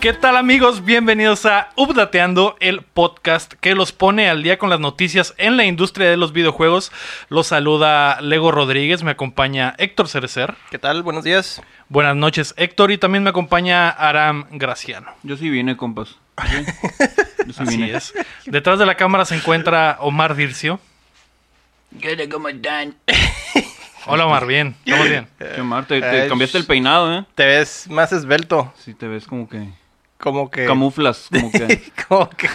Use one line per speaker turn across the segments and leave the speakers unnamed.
¿Qué tal amigos? Bienvenidos a Updateando, el podcast que los pone al día con las noticias en la industria de los videojuegos. Los saluda Lego Rodríguez, me acompaña Héctor Cerecer.
¿Qué tal? Buenos días.
Buenas noches Héctor y también me acompaña Aram Graciano.
Yo sí vine, compas. Yo sí
Así
vine.
es. Detrás de la cámara se encuentra Omar Dircio.
¿Cómo están?
Hola Omar, bien, estamos bien.
Omar, te, te
Eh,
cambiaste el peinado, ¿eh?
Te ves más esbelto.
Sí, te ves como que...
Como
Eh.
que.
Camuflas, como que...
como que-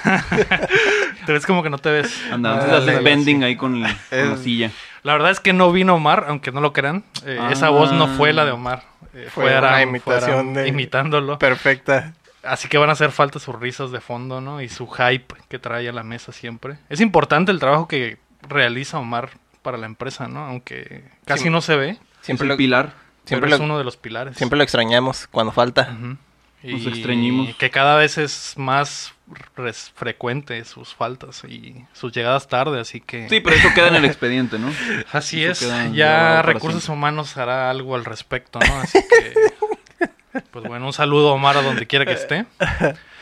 Te ves como que no te ves.
Andas,
Ándale,
haces
sí.
bending ahí con, el- con la
Es-
silla.
La verdad es que no vino Omar, aunque no lo crean. Eh, Esa
Ah.
voz no fue la de Omar. Eh,
Fue una
Aram,
imitación
Aram
de-
imitándolo.
Perfecta.
Así que van a hacer falta sus risas de fondo, ¿no? Y su hype que trae a la mesa siempre. Es importante el trabajo que realiza Omar para la empresa, ¿no? Aunque casi
Sí.
no se ve,
Es
Siempre
el
lo,
pilar.
siempre
pero es
lo-
uno de los pilares.
siempre lo extrañamos cuando falta.
Ujú.
Nos extrañimos.
Que cada vez es más res- frecuente sus faltas y sus llegadas tarde, así que...
Sí, pero eso queda en el expediente, ¿no?
Así
Eso
es,
queda
ya
grabado para
Recursos
siempre.
Humanos hará algo al respecto, ¿no? Así que... Pues bueno, un saludo a Omar a donde
Eh,
quiera que esté.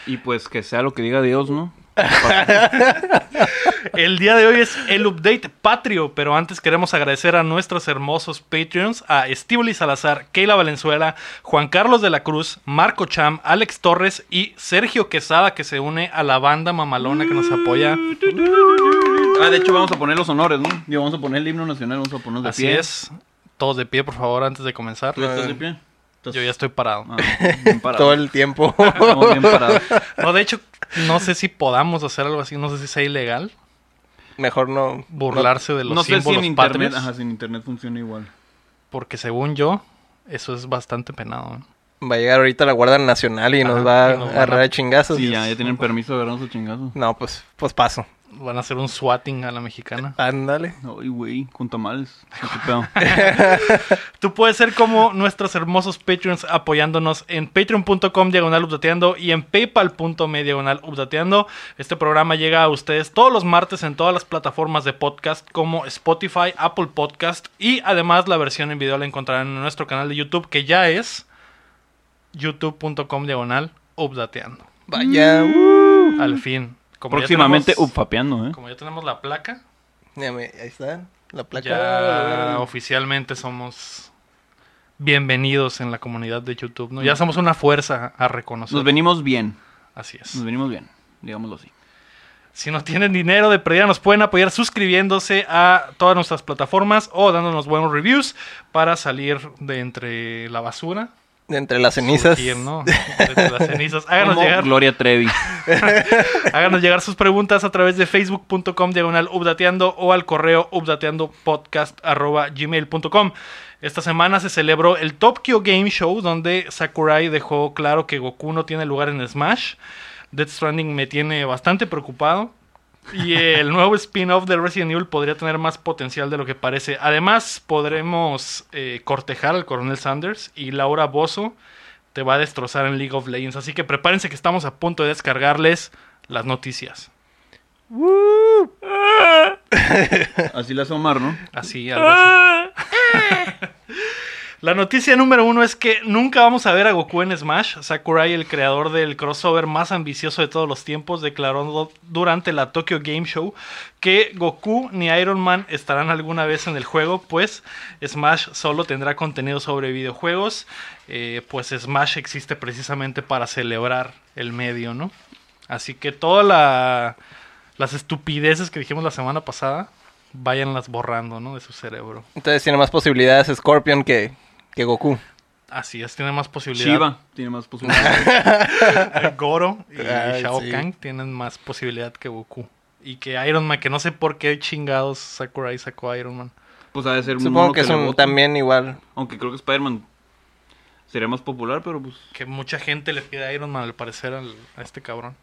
Y pues que sea lo que diga Dios, ¿no?
El día de hoy es el update patrio, pero antes queremos agradecer a nuestros hermosos Patreons, a Estíbuli Salazar, Keila Valenzuela, Juan Carlos de la Cruz, Marco Cham, Alex Torres y Sergio Quesada, que se une a la banda mamalona que nos apoya.
Ah, de hecho vamos a poner los honores, ¿no? Digo, vamos a poner el himno nacional, vamos a ponernos de
Así
pie.
es. Todos de pie, por favor, antes de comenzar.
¿Tú ya estás de pie?
Yo ya estoy parado.
Ah, bien parado.
Todo el tiempo.
Estamos bien parados.
No, de hecho, no sé si podamos hacer algo así, no sé si sea ilegal
Mejor no.
burlarse de los
No sé si
símbolos
en internet,
patrios,
ajá, si en internet funciona igual.
porque según yo, eso es bastante penado. ¿eh?
no- va a llegar ahorita la Guardia Nacional y nos
Ajá,
va a
y nos van a-
agarrar de chingazos.
Sí, ya, ya tienen permiso de agarrarnos a chingazos.
No, pues, pues paso.
Van a hacer un swatting a la mexicana.
Ándale.
Ay, güey, con tamales. Qué pedo.
Tú puedes ser como nuestros hermosos Patreons apoyándonos en patreon.com diagonal updateando y en paypal.me diagonal updateando. Este programa llega a ustedes todos los martes en todas las plataformas de podcast como Spotify, Apple Podcast y además la versión en video la encontrarán en nuestro canal de YouTube que ya es youtube.com diagonal updateando.
Vaya.
Mm.
uh.
Al fin. Como ya
Próximamente
tenemos-
ufapeando, ¿eh?
Como ya tenemos la placa,
Ya me- ahí está. La placa.
ya oficialmente somos bienvenidos en la comunidad de YouTube, ¿no? Ya somos una fuerza a reconocer.
Nos venimos bien.
Así es.
Nos venimos bien. Digámoslo así.
Si no tienen dinero de pérdida, nos pueden apoyar suscribiéndose a todas nuestras plataformas o dándonos buenos reviews para salir de entre la basura.
De entre las cenizas.
Surgir, ¿no? De entre las cenizas. Háganos
Como
llegar,
Gloria Trevi.
háganos llegar sus preguntas a través de facebook.com diagonal updateando o al correo updateandopodcast.gmail.com. Esta semana se celebró el Tokyo Game Show, donde Sakurai dejó claro que Goku no tiene lugar en Smash. Death Stranding me tiene bastante preocupado. Y el nuevo spin-off de Resident Evil podría tener más potencial de lo que parece. Además, podremos eh, cortejar al Coronel Sanders y Laura Bozo te va a destrozar en League of Legends. Así que prepárense que estamos a punto de descargarles las noticias.
Así la hace Omar, ¿no?
Así, algo así. La noticia número uno es que nunca vamos a ver a Goku en Smash. Sakurai, el creador del crossover más ambicioso de todos los tiempos, declaró do- durante la Tokyo Game Show que Goku ni Iron Man estarán alguna vez en el juego, pues Smash solo tendrá contenido sobre videojuegos, eh, pues Smash existe precisamente para celebrar el medio, ¿no? Así que todas las estupideces que dijimos la semana pasada, váyanlas borrando, ¿no? De su cerebro.
Entonces tiene más posibilidades Scorpion que, que Goku.
Así es, tiene más posibilidad. Eh,
Shiva tiene más posibilidades.
Goro y
Ay,
Shao
sí.
Kahn tienen más posibilidad que Goku. Y que Iron Man, que no sé por qué chingados Sakurai sacó a Iron Man.
Pues ha de ser un
Supongo
mono
que es
le
un-
voten.
también igual.
Aunque creo que Spider-Man sería más popular, pero pues.
Que mucha gente le pide a Iron Man al parecer al- a este cabrón.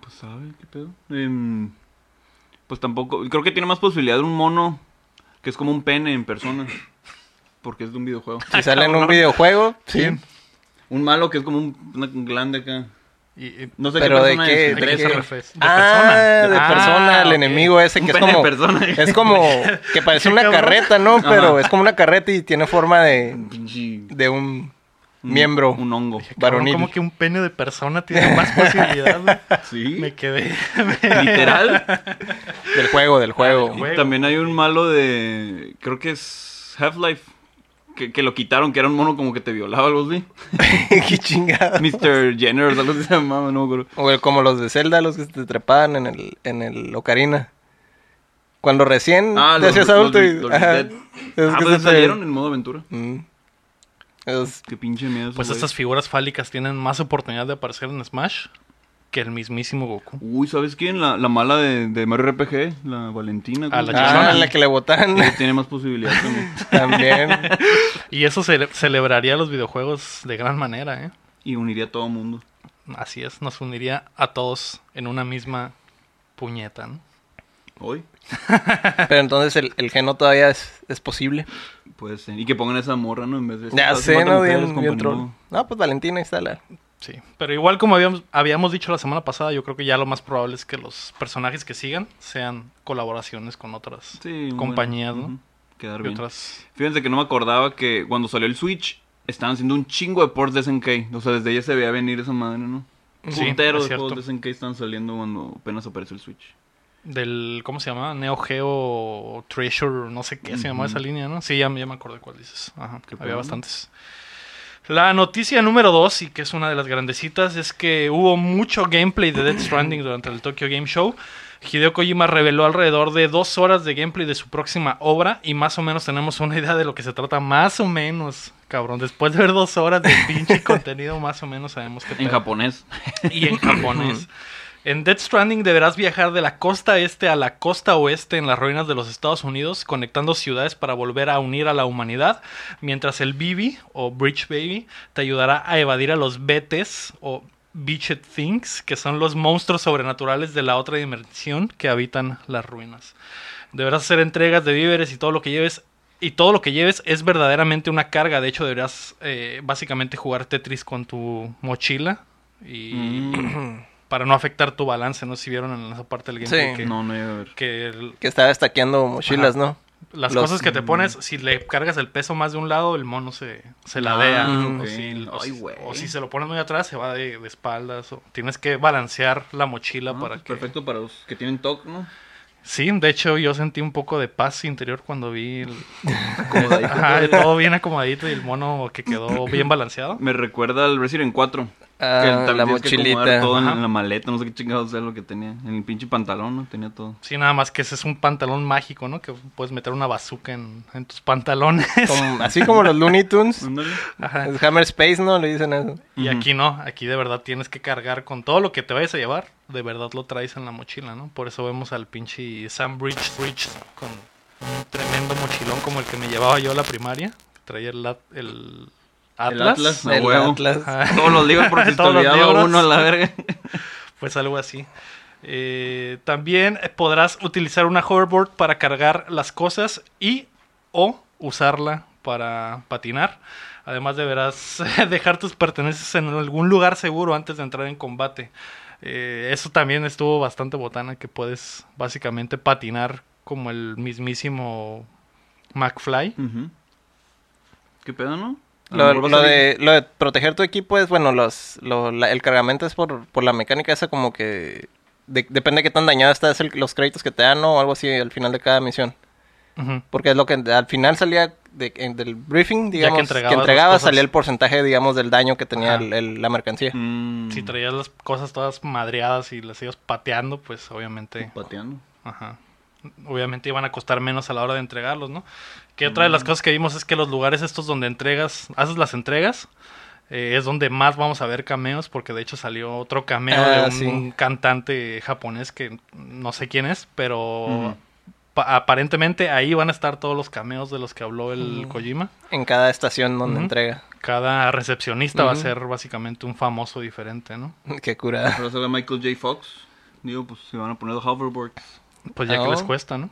Pues sabe, qué pedo. Em, pues tampoco. Creo que tiene más posibilidad un mono que es como un pene en persona. Porque es de un videojuego.
Si sale en un
cabrón.
videojuego, sí.
Un malo que es como un, una glande acá.
Y, y-
No sé
Pero
qué
de
persona
qué,
es.
¿De qué
de
se
qué?
refiere? De
Ah,
persona.
de
Ah,
persona, el
ok.
enemigo ese
Un
que es
pene
como.
en persona.
Es como que parece
Qué
una
cabrón.
carreta, ¿no? Pero
Ajá.
es como una carreta y tiene forma de,
Pinche-
de un,
Un-
Miembro.
Un hongo.
Dije, cabrón,
Varonil.
Como que un pene de persona tiene más posibilidad. güey?
Sí.
Me quedé.
Literal.
Del juego, del juego.
del juego.
Y también hay un malo de. Creo que es Half-Life. Que, que lo quitaron, que era un mono como que te violaba, algo así.
Qué chingada.
Mr. Jenner, algo así se llamaba, no me acuerdo.
O el- como los de Zelda, los que te trepaban en el, en el Ocarina. Cuando recién
Ah,
te
los-
hacías
los-
adulto
los-
y-
los
ajá.
Dead.
Es
ah,
que
pues
se te-
salieron en modo aventura.
Mm. Es-
Qué pinche miedo. esos
Pues
güeyes.
estas figuras fálicas tienen más oportunidad de aparecer en Smash que el mismísimo Goku.
Uy, ¿sabes quién? La, la mala de, de Mario RPG, la Valentina.
Ah,
¿cómo
la
se llama?
chichona.
ah, la que le botan.
Ella tiene más posibilidades también.
También.
Y eso cele- celebraría los videojuegos de gran manera, ¿eh?
Y uniría a todo mundo.
Así es, nos uniría a todos en una misma puñeta, ¿no?
Hoy
Pero entonces el, el geno todavía es, es posible.
puede ser. Y que pongan esa morra, ¿no? En vez de.
Ya
Hace
sé,
falta
¿no?
mujeres
Bien,
con
bien
penudo.
troll. No, pues Valentina ahí está la.
Sí, pero igual como habíamos, habíamos dicho la semana pasada, yo creo que ya lo más probable es que los personajes que sigan sean colaboraciones con otras
Sí, bueno,
compañías, ¿no?
ujú, Quedar
Y
bien.
otras...
Fíjense que no me acordaba que cuando salió el Switch estaban haciendo un chingo de ports de SNK. O sea, desde ya se veía venir esa madre, ¿no? Un
Sí,
Puntero
es
de
cierto.
juegos de SNK están saliendo cuando apenas apareció el Switch.
Del, ¿cómo se llama? Neo Geo Treasure, no sé qué se llamaba
Ujú.
esa línea, ¿no? Sí, ya, ya me acordé cuál dices. Ajá,
Qué
había
padre.
bastantes. La noticia número dos, y que es una de las grandecitas, es que hubo mucho gameplay de Death Stranding durante el Tokyo Game Show. Hideo Kojima reveló alrededor de dos horas de gameplay de su próxima obra y más o menos tenemos una idea de lo que se trata, más o menos, cabrón. Después de ver dos horas de pinche contenido, más o menos sabemos que
En japonés.
y en japonés. En Death Stranding deberás viajar de la costa este a la costa oeste en las ruinas de los Estados Unidos, conectando ciudades para volver a unir a la humanidad, mientras el BB o Bridge Baby te ayudará a evadir a los Betes o Beached Things, que son los monstruos sobrenaturales de la otra dimensión que habitan las ruinas. Deberás hacer entregas de víveres y todo lo que lleves. Y todo lo que lleves es verdaderamente una carga. De hecho, deberás eh, básicamente jugar Tetris con tu mochila. Y
Mm,
para no afectar tu balance, ¿no? Si vieron en esa parte del gameplay
Sí.
que,
no, no iba a ver.
que el-
Que estaba estaqueando mochilas,
Ajá.
¿no?
las
Los-
cosas que te pones, si le cargas el peso más de un lado, el mono se, se
Ah,
ladea.
ok.
o, si, o
Ay,
si-
güey.
o si se lo pones muy atrás, se va de, de espaldas. O tienes que balancear la mochila
Ah,
para
pues
que...
Perfecto para los que tienen TOC, ¿no?
Sí, de hecho yo sentí un poco de paz interior cuando vi el-
Acomodadito.
Ajá, todo bien acomodadito y el mono que quedó bien balanceado.
Me recuerda al Resident 4.
Ah,
que también
la
tienes que
mochilita.
acomodar todo en,
Ajá.
en la maleta, no sé qué chingados era lo que tenía. En el pinche pantalón, ¿no? Tenía todo.
Sí, nada más que ese es un pantalón mágico, ¿no? Que puedes meter una bazooka en, en tus pantalones.
Como- así como los Looney Tunes.
Ándale.
Ajá.
Es Hammer Space, ¿no? Le dicen eso.
Y
Ujú.
aquí no, aquí de verdad tienes que cargar con todo lo que te vayas a llevar, de verdad lo traes en la mochila, ¿no? Por eso vemos al pinche Sam Bridge Bridge con un tremendo mochilón como el que me llevaba yo a la primaria. Traía el, at- el Atlas.
Atlas. A
El
huevo.
Atlas.
Ajá.
Todos los libros, porque si te
Todos los
olvidaba
libros.
uno a la verga.
Pues algo así. Eh, también podrás utilizar una hoverboard para cargar las cosas y o usarla para patinar. Además deberás dejar tus pertenencias en algún lugar seguro antes de entrar en combate. Eh, eso también estuvo bastante botana que puedes básicamente patinar como el mismísimo McFly.
Ujú. ¿Qué pedo, no? A
Lo,
mejor va a
lo
salir-
de, lo de proteger tu equipo es, bueno, los, lo- la- el cargamento es por, por la mecánica esa como que... de- depende de qué tan dañado estás el- los créditos que te dan ¿no? o algo así al final de cada misión.
Ujú.
Porque es lo que al final salía de- en- del briefing, digamos, que
entregabas
entregabas,
las cosas.
salía el porcentaje, digamos, del daño que tenía
Ajá.
el- el- la mercancía.
Mm,
Si traías las cosas todas madreadas y las ibas pateando, pues obviamente
Pateando.
Ajá. Obviamente iban a costar menos a la hora de entregarlos, ¿no? Que otra de
Mm.
las cosas que vimos es que los lugares estos donde entregas, haces las entregas, eh, es donde más vamos a ver cameos, porque de hecho salió otro cameo
Ah,
de un,
sí.
cantante japonés que no sé quién es, pero
Ujú.
pa- aparentemente ahí van a estar todos los cameos de los que habló el
Ujú.
Kojima.
En cada estación donde
Ujú.
entrega.
Cada recepcionista va a
Ujú.
ser básicamente un famoso diferente, ¿no?
Qué curada.
Pero se ve Michael J. Fox. Digo, pues se van a poner hoverboards.
Pues ya que
Oh.
les cuesta, ¿no?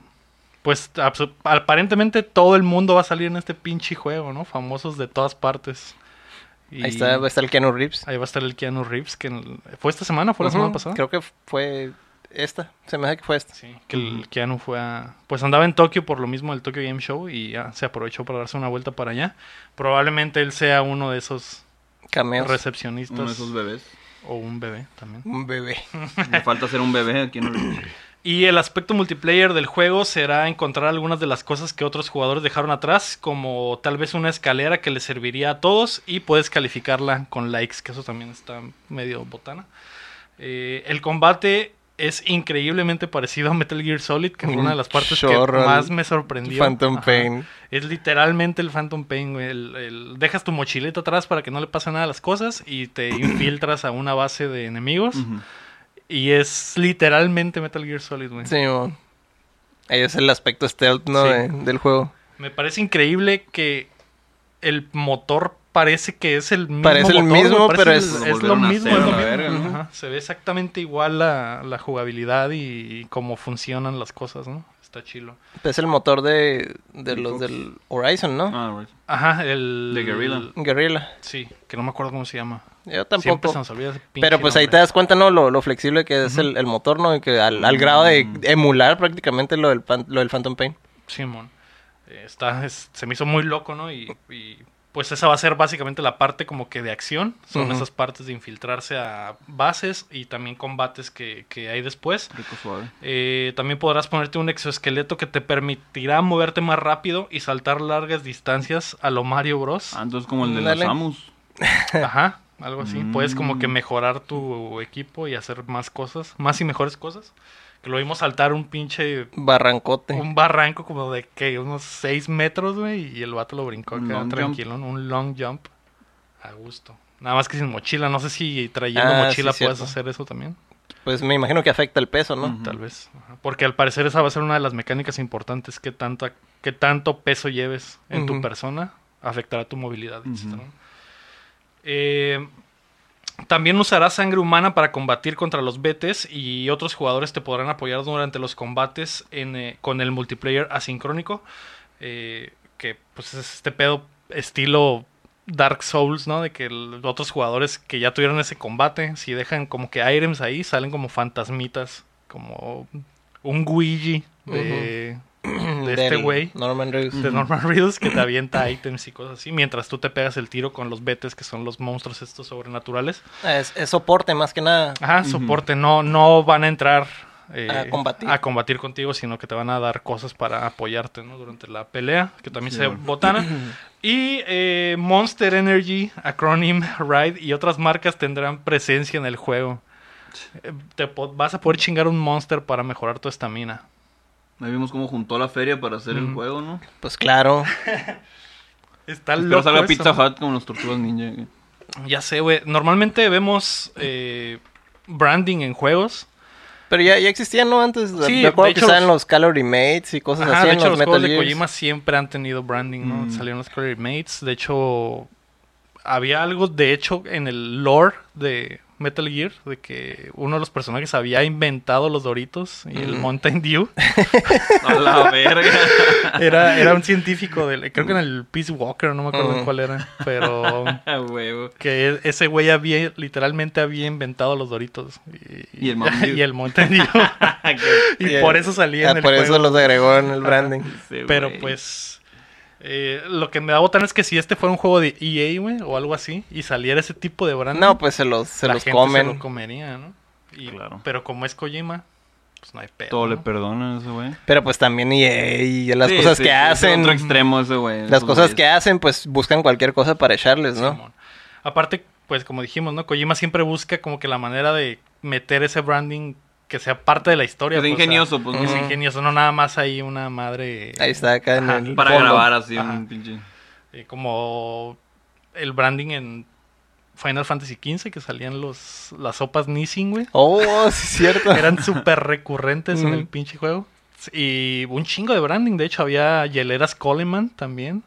Pues abso- aparentemente todo el mundo va a salir en este pinche juego, ¿no? Famosos de todas partes. Y
Ahí está, pues. va a estar el Keanu Reeves.
ahí va a estar el Keanu Reeves, que en el- fue esta semana, o fue la
Ujú.
semana pasada.
Creo que fue esta. Se me hace que fue esta.
Sí, que el Keanu fue a... Pues andaba en Tokio por lo mismo del Tokyo Game Show y ya se aprovechó para darse una vuelta para allá. Probablemente él sea uno de esos
Cameos.
recepcionistas
Uno de esos bebés.
o un bebé también.
Un bebé.
Me falta ser un bebé aquí en el...
Y el aspecto multiplayer del juego será encontrar algunas de las cosas que otros jugadores dejaron atrás, como tal vez una escalera que les serviría a todos y puedes calificarla con likes, que eso también está medio botana. Eh, el combate es increíblemente parecido a Metal Gear Solid, que fue
Un
una de las partes que
chorro al
más me sorprendió.
Phantom
Ajá.
Pain.
Es literalmente el Phantom Pain, güey. El- el- dejas tu mochileta atrás para que no le pase nada a las cosas y te infiltras a una base de enemigos.
Ujú.
Y es literalmente Metal Gear Solid, güey.
Sí, mon. Ahí es el aspecto stealth, ¿no?
Sí.
de- del juego.
Me parece increíble que el motor parece que es el mismo.
Parece el
motor, güey.
mismo,
Parece
pero
el-
es-
es,
Lo
lo
volvieron a
mismo.
hacer
es lo
a
mismo.
la verga, ¿no?
Ajá. Se ve exactamente igual la, la jugabilidad y, y cómo funcionan las cosas, ¿no? Está chilo.
Es el motor de, de
De
los
Xbox.
del Horizon, ¿no?
Ah, right.
Ajá, el.
De Guerrilla.
Guerrilla.
Sí, que no me acuerdo cómo se llama.
Yo
Siempre
tampoco.
se nos olvida ese pinche
Pero pues ahí te
nombre.
das cuenta, ¿no? Lo, lo flexible que es el, el motor, ¿no? Y que al, al grado de
Mm.
emular prácticamente lo del, pan- lo del Phantom Pain.
Simón. Eh, está, es- se me hizo muy loco, ¿no? Y, y, pues esa va a ser básicamente la parte como que de acción. Son
Ujú.
esas partes de infiltrarse a bases y también combates que, que hay después.
Rico suave.
Eh, también podrás ponerte un exoesqueleto que te permitirá moverte más rápido y saltar largas distancias a lo Mario Bros.
Ah, entonces como el de
Dale.
los Samus.
Ajá, algo así. Puedes como que
Mm.
mejorar tu equipo y hacer más cosas, más y mejores cosas. Que lo vimos saltar un pinche
Barrancote.
un barranco como de que unos 6 metros, güey, y el vato lo brincó
Un
acá
long
tranquilo, ¿no? un long jump a gusto. Nada más que sin mochila, no sé si trayendo
Ah,
mochila
sí,
puedes
cierto.
hacer eso también,
Pues me imagino que afecta el peso, ¿no?
Ujú.
tal vez. Ajá. Porque al parecer esa va a ser una de las mecánicas importantes que tanto, que tanto peso lleves en tu
Ujú.
persona afectará tu movilidad,
Ujú.
etcétera, ¿no? Eh, también usará sangre humana para combatir contra los betes y otros jugadores te podrán apoyar durante los combates en, eh, con el multiplayer asincrónico. eh, que pues es este pedo estilo Dark Souls, ¿no? De que el- otros jugadores que ya tuvieron ese combate, si dejan como que items ahí, salen como fantasmitas, como un Luigi de, de este
Del
güey
Norman Reedus.
de Norman Reedus que te avienta ítems y cosas así, mientras tú te pegas el tiro con los betes, que son los monstruos estos sobrenaturales.
Ah, Es, es soporte más que nada.
Ajá,
Ujú.
soporte, no, no van a entrar eh,
A combatir.
a combatir contigo, sino que te van a dar cosas para apoyarte ¿no? durante la pelea, que también
Sí,
se
bueno.
botana. Y eh, Monster Energy, Acronym, Ride y otras marcas tendrán presencia en el juego. Eh, Te po- vas a poder chingar un monster para mejorar tu estamina.
Ahí vimos cómo juntó la feria para hacer el
Ujú.
juego, ¿no?
Pues claro.
Está
Espero
loco
salga
eso,
Pizza
¿no?
Hut con los tortugas ninja. güey.
Ya sé, güey. Normalmente vemos eh, branding en juegos.
Pero ya, ya existía, ¿no? Antes.
Sí,
me
de
acuerdo que
hecho,
estaban
los-
los Calorie Mates y cosas
Ajá,
así
de
en
hecho, los
los Metal
juegos de
Gears.
Kojima siempre han tenido branding, ¿no?
Mm.
Salieron los Colory Mates. De hecho, había algo, de hecho, en el lore de Metal Gear, de que uno de los personajes había inventado los Doritos y el
Mm.
Mountain Dew.
A la verga.
Era, era un científico, del, creo que en el Peace Walker, no me acuerdo en
Mm.
cuál era, pero
Ah, huevo.
que e- ese güey había, literalmente había inventado los Doritos. Y,
Y el Mountain Dew.
y el Mountain Dew. Y
Sí,
por eso salía
Ah,
en el
por eso
juego.
los agregó en el branding.
Sí,
Pero
güey.
pues. eh, lo que me da botan es que si este fuera un juego de EA, güey, o algo así, y saliera ese tipo de branding,
No, pues se los, se
la
los
gente
comen.
se lo comería, ¿no? Y-
Claro.
Pero como es Kojima, pues no hay pedo.
Todo le
¿no?
perdona a ese güey.
Pero pues también EA y las
Sí,
cosas
sí,
que
sí, es
hacen.
Otro extremo ese güey.
Las cosas que hacen, pues buscan cualquier cosa para echarles, ¿no?
Simón. Aparte, pues como dijimos, ¿no? Kojima siempre busca como que la manera de meter ese branding que sea parte de la historia.
Es
pues, o sea,
ingenioso, pues.
que es
Ujú.
ingenioso, no nada más ahí una madre.
Ahí está, acá
Ajá,
en el.
Para
fondo.
grabar así
Ajá.
un pinche.
Eh, como el branding en Final Fantasy XV, que salían los, las sopas Nissin, güey.
Oh, sí, es cierto.
Eran súper recurrentes en el
Ujú.
pinche juego. Y un chingo de branding, de hecho, había hieleras Coleman también.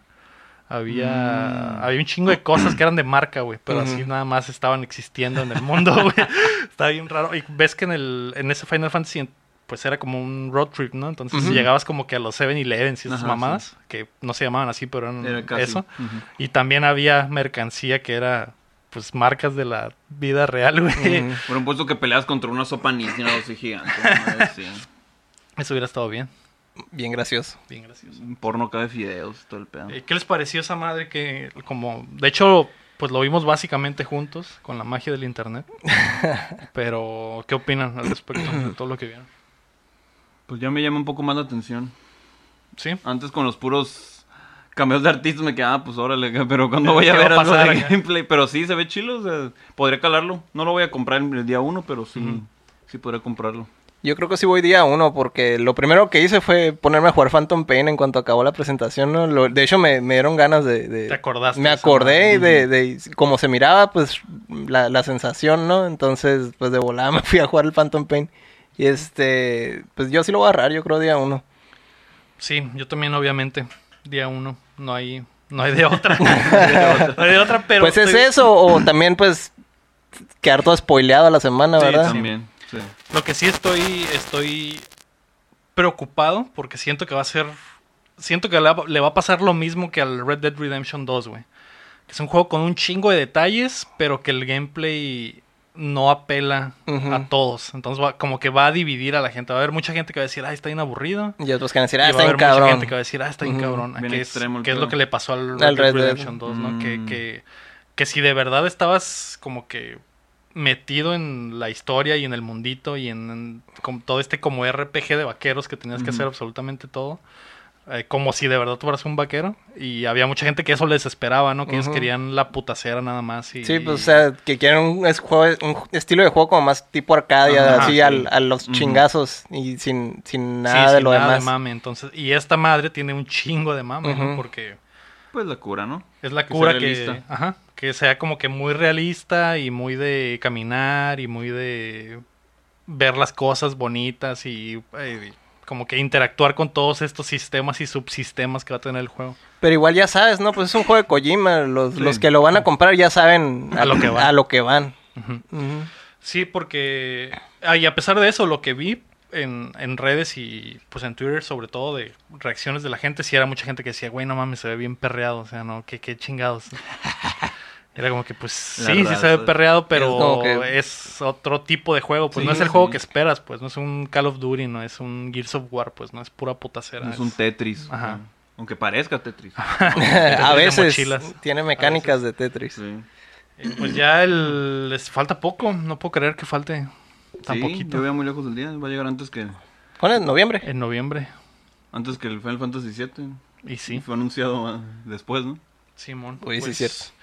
Había,
Mm.
había un chingo de cosas que eran de marca, güey, pero así
Ujú.
nada más estaban existiendo en el mundo, güey. Estaba bien raro. Y ves que en, el, en ese Final Fantasy, pues era como un road trip, ¿no? Entonces
Ujú.
llegabas como que a los 7-Elevens y esas
Ajá,
mamadas, que no se llamaban así, pero eran
Era casi.
eso.
Ujú.
Y también había mercancía que era, pues, marcas de la vida real, güey.
Ujú.
Por un puesto que peleas contra una sopa nisina así gigante. una madre así.
Eso hubiera estado bien.
Bien gracioso.
Bien gracioso. Eh,
Un porno acá de fideos, todo el pedo.
¿Qué les pareció esa madre que, como, de hecho, Pues lo vimos básicamente juntos, con la magia del internet. Pero, ¿qué opinan al respecto de todo lo que vieron?
Pues ya me llama un poco más la atención.
¿Sí?
Antes con los puros cambios de artistas me quedaba, pues órale, acá, pero cuando voy a
¿Qué
ver
va a
algo
pasar
de
acá?
gameplay. Pero sí, se ve chilo, o sea, podría calarlo. No lo voy a comprar el día uno, pero sí,
Ujú.
sí podría comprarlo.
Yo creo que sí voy día uno, porque lo primero que hice fue ponerme a jugar Phantom Pain en cuanto acabó la presentación. ¿no? Lo- de hecho, me, me dieron ganas de, de-
Te acordaste
Me
de esa
acordé y de, de cómo se miraba, pues, la, la sensación, ¿no? Entonces, pues, de volada me fui a jugar el Phantom Pain. Y este... Pues yo sí lo voy a agarrar, yo creo, día uno.
Sí, yo también, obviamente. Día uno. No hay, no hay de otra. no hay de otra, pero.
pues es
estoy-
eso, o también, pues, quedar todo spoileado a la semana,
Sí,
¿verdad?
También, sí.
Lo que sí estoy, estoy preocupado porque siento que va a ser. Siento que le va- le va a pasar lo mismo que al Red Dead Redemption 2, güey. Que es un juego con un chingo de detalles, pero que el gameplay no apela
Ujú.
a todos. Entonces, va- como que va a dividir a la gente. Va a haber mucha gente que va a decir, ah, está bien aburrido.
Y otros que van a decir,
Y
ah,
va a
está
haber
bien
mucha
cabrón.
gente que va a decir, ah, está bien
Ujú.
cabrón. ah,
Bien
que es,
extremo el
que es lo
pedo.
que le pasó al Red,
Al
Dead
Red Dead.
Redemption 2, ¿no? Que,
Mm.
que, que si de verdad estabas como que metido en la historia y en el mundito y en, en con todo este como RPG de vaqueros que tenías que
Ujú.
hacer absolutamente todo. eh, como si de verdad tú fueras un vaquero. Y había mucha gente que eso les esperaba, ¿no? Que ellos
Ujú.
querían la putacera nada más. Y,
Sí, pues, o sea, que quieren un, es- juego- un ju- estilo de juego como más tipo Arcadia,
Ajá,
así
sí.
al- a los
Ujú.
chingazos y sin, sin
sí,
nada de
sin
lo
nada de
demás.
mame. Entonces, y esta madre tiene un chingo de mame, ¿no?
Ujú.
Porque...
Pues la cura, ¿no?
Es la
Que
cura
sea
que,
realista.
ajá, que sea como que muy realista y muy de caminar y muy de ver las cosas bonitas y, eh, como que interactuar con todos estos sistemas y subsistemas que va a tener el juego.
Pero igual ya sabes, ¿no? Pues es un juego de Kojima. Los,
Sí.
los que lo van a comprar ya saben
A lo que van.
A lo que van.
Ujú.
Ujú.
Sí, porque... ah, y a pesar de eso, lo que vi en, en redes y pues en Twitter sobre todo de reacciones de la gente, sí era mucha gente que decía, güey, no mames, se ve bien perreado, o sea, no, qué, qué chingados. Era como que pues
La
sí, sí se ve
raza.
perreado,
Es
pero
como que-
es otro tipo de juego, pues
Sí,
no es el
sí.
juego que esperas, pues no es un Call of Duty, no es un Gears of War, pues no es pura putacera.
Es un Tetris.
Ajá.
o sea, Aunque parezca Tetris.
a
de
veces
mochilas.
tiene mecánicas de Tetris.
Sí.
Eh, Pues ya el, les falta poco, no puedo creer que falte tan
Sí,
poquito.
yo veo muy lejos del día. Va a llegar antes que
¿Cuándo es? ¿Noviembre?
En noviembre.
antes que el Final Fantasy VII.
Y sí.
Fue anunciado ah, después, ¿no?
Simón. pues,
Oye, sí, cierto.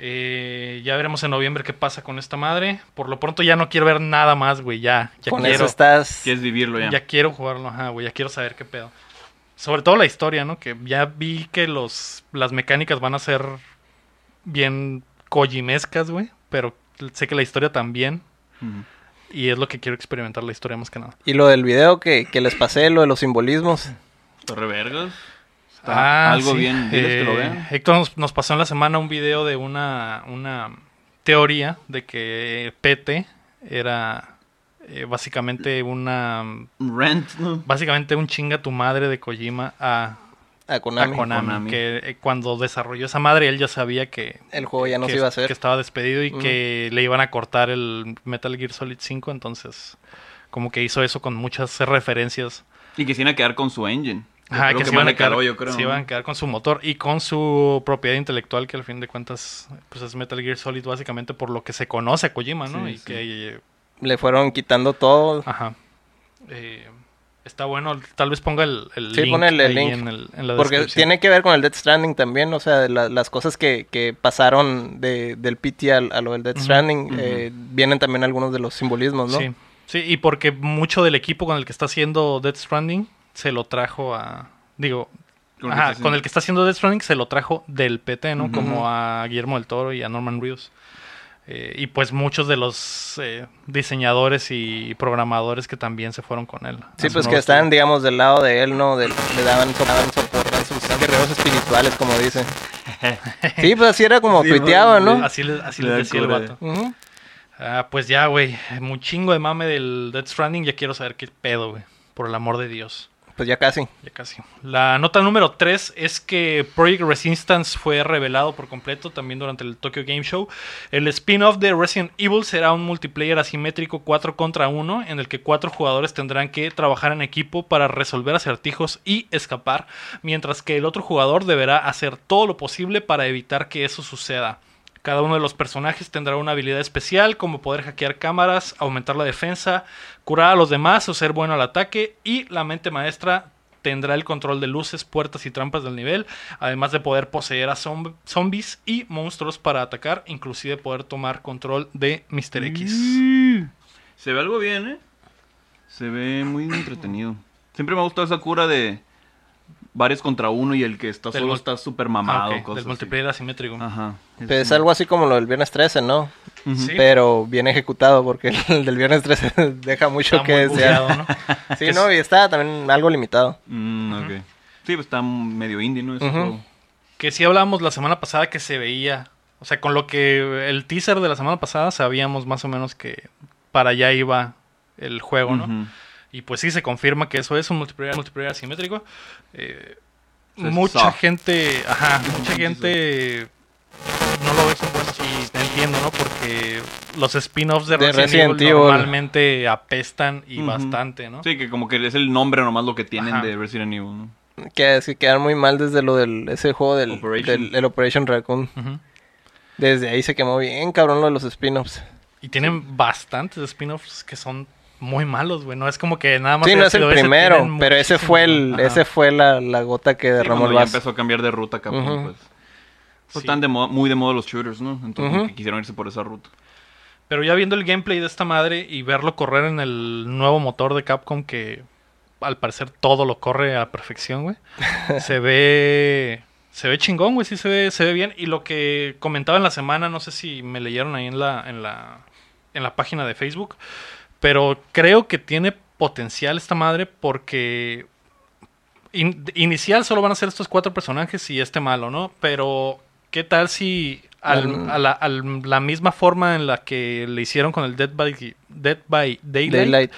eh, ya veremos en noviembre qué pasa con esta madre. Por lo pronto ya no quiero ver nada más, güey. Ya, ya
Con
quiero.
eso estás...
Quieres vivirlo ya.
Ya quiero jugarlo, ajá, güey. Ya quiero saber qué pedo. Sobre todo la historia, ¿no? Que ya vi que los las mecánicas van a ser bien collimescas, güey. Pero sé que la historia también.
Ujú.
Y es lo que quiero experimentar la historia más que nada.
Y lo del video que, que les pasé, lo de los simbolismos.
Torrevergas.
Ah,
Está algo
Ah, sí.
bien. ¿Quieres que lo
Eh,
vean?
Héctor nos, nos pasó en la semana un video de una, una teoría de que PT era eh, básicamente una
Rent, ¿no?
básicamente un chinga tu madre de Kojima a,
A
a
Konami.
Konami,
Konami.
que eh, cuando desarrolló esa madre él ya sabía que
El juego ya no
que-
se iba a hacer.
que estaba despedido y
Ujú.
que le iban a cortar el Metal Gear Solid 5, entonces como que hizo eso con muchas referencias
Y que se iban a quedar con su engine. Yo
Ajá,
creo
que, se iban
más
a
le
quedar,
caló, yo creo.
se iban a quedar con su motor y con su propiedad intelectual, que al fin de cuentas, pues es Metal Gear Solid básicamente por lo que se conoce a Kojima, ¿no?
Sí,
y
sí.
que,
Le fueron quitando todo.
ajá. Eh, está bueno, tal vez ponga el, el
Sí,
link,
ponle el
ahí
link.
En, el- en la
Porque
descripción.
tiene que ver con el Death Stranding también, o sea, la- las cosas que, que pasaron de, del PT al, a lo del Death
Ujú,
Stranding,
ujú.
eh, vienen también algunos de los simbolismos, ¿no?
Sí. sí, y porque mucho del equipo con el que está haciendo Death Stranding se lo trajo a... Digo,
Con
ajá,
que se-
con el que está haciendo Death Stranding se lo trajo del PT, ¿no?
Ujú.
Como a Guillermo del Toro y a Norman Reeves. Eh, y pues muchos de los eh, diseñadores y programadores que también se fueron con él.
Sí,
A su
pues que
nuevo
están,
estudio.
digamos, del lado de él, ¿no? Del- le daban, so- daban soporte, eran sus guerreros espirituales, como dicen. sí, pues así era como
Sí,
tuiteaba,
bueno,
¿no?
Así les, así
Le
les
da
decía el
cura.
vato.
Ujú.
Ah, pues ya, güey. Un chingo de mame del Death Stranding. Ya quiero saber qué pedo, güey. Por el amor de Dios.
Pues ya casi.
Ya casi. La nota número 3 es que Project Resistance fue revelado por completo también durante el Tokyo Game Show. El spin-off de Resident Evil será un multiplayer asimétrico 4 contra 1 en el que cuatro jugadores tendrán que trabajar en equipo para resolver acertijos y escapar, mientras que el otro jugador deberá hacer todo lo posible para evitar que eso suceda. Cada uno de los personajes tendrá una habilidad especial, como poder hackear cámaras, aumentar la defensa, curar a los demás o ser bueno al ataque. Y la mente maestra tendrá el control de luces, puertas y trampas del nivel, además de poder poseer a zomb- zombies y monstruos para atacar, inclusive poder tomar control de Mr. X. Ah,
Mm. Se ve algo bien, ¿eh? Se ve muy entretenido. Siempre me ha gustado esa cura de varios contra uno y el que está
Del
solo
mul-
está súper
Ah,
mamado.
ok,
cosas
del
así. Ah.
multiplayer asimétrico.
Ajá.
Pues es algo así como lo del viernes 13, ¿no?
Ujú.
Sí.
Pero bien ejecutado, porque el del viernes 13 deja mucho
Está
que
muy
desear.
bugueado, ¿no?
Sí, no, y está también algo limitado.
Mm, ok. Sí, pues está medio indie, ¿no? Ese
Ujú.
juego.
Que sí hablábamos la semana pasada que se veía. O sea, con lo que el teaser de la semana pasada sabíamos más o menos que para allá iba el juego, ¿no?
Ujú.
Y pues sí, se confirma que eso es un multiplayer, multiplayer asimétrico. Eh,
O sea, es
mucha
soft.
gente, ajá, mucha gente no lo ve supuesto y te entiendo, ¿no? Porque los spin-offs de,
De
Resident,
Resident
Evil
Evil.
normalmente apestan y
Ujú.
bastante, ¿no?
Sí, que como que es el nombre nomás lo que tienen
Ajá.
de Resident Evil, ¿no?
Que es que quedan muy mal desde lo del ese juego del
Operation.
del- el Operation Raccoon.
Ujú.
Desde ahí se quemó bien, cabrón, lo de los spin-offs.
Y tienen bastantes spin-offs que son muy malos, güey. No es como que nada más.
Sí, no
haya
es el
sido ese,
primero,
tienen
pero ese
muchísimos,
fue
güey.
el,
Ajá.
ese fue la, la gota que
Sí,
derramó
cuando
el
ya
vaso.
empezó a cambiar de ruta, cabrón,
Ujú.
pues. Pues
Sí.
están de moda- muy de moda los shooters, ¿no? Entonces como
Ujú.
que quisieron irse por esa ruta.
Pero ya viendo el gameplay de esta madre y verlo correr en el nuevo motor de Capcom que al parecer todo lo corre a perfección, güey. se ve se ve chingón, güey, sí se ve se ve bien y lo que comentaba en la semana, no sé si me leyeron ahí en la en la en la página de Facebook, pero creo que tiene potencial esta madre porque in- inicial solo van a ser estos cuatro personajes y este malo, ¿no? Pero ¿qué tal si al-
Mm.
a, la, al- la misma forma en la que le hicieron con el Dead by, Dead by Daylight,
Daylight.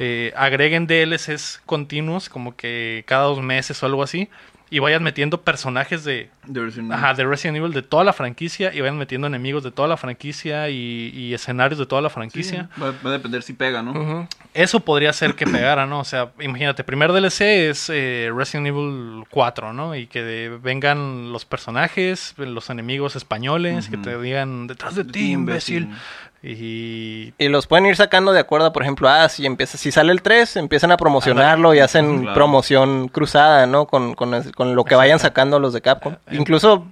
eh, agreguen DLCs continuos, como que cada dos meses o algo así, y vayan metiendo personajes de,
De Resident Evil.
ajá, de Resident Evil de toda la franquicia, y vayan metiendo enemigos de toda la franquicia y, y escenarios de toda la
Sí,
franquicia.
va, va a depender si pega, ¿no?
Ujú.
Eso podría ser que pegara, ¿no? O sea, imagínate, primer DLC es eh, Resident Evil 4, ¿no? Y que de- vengan los personajes, los enemigos españoles, que
Ujú.
te digan detrás de ti, imbécil. Y
Y los pueden ir sacando de acuerdo, por ejemplo, ah, si empieza, si sale el 3, empiezan a promocionarlo y hacen
Claro.
promoción cruzada, ¿no? Con, con, es- con lo que vayan sacando los de Capcom.
Eh,
Incluso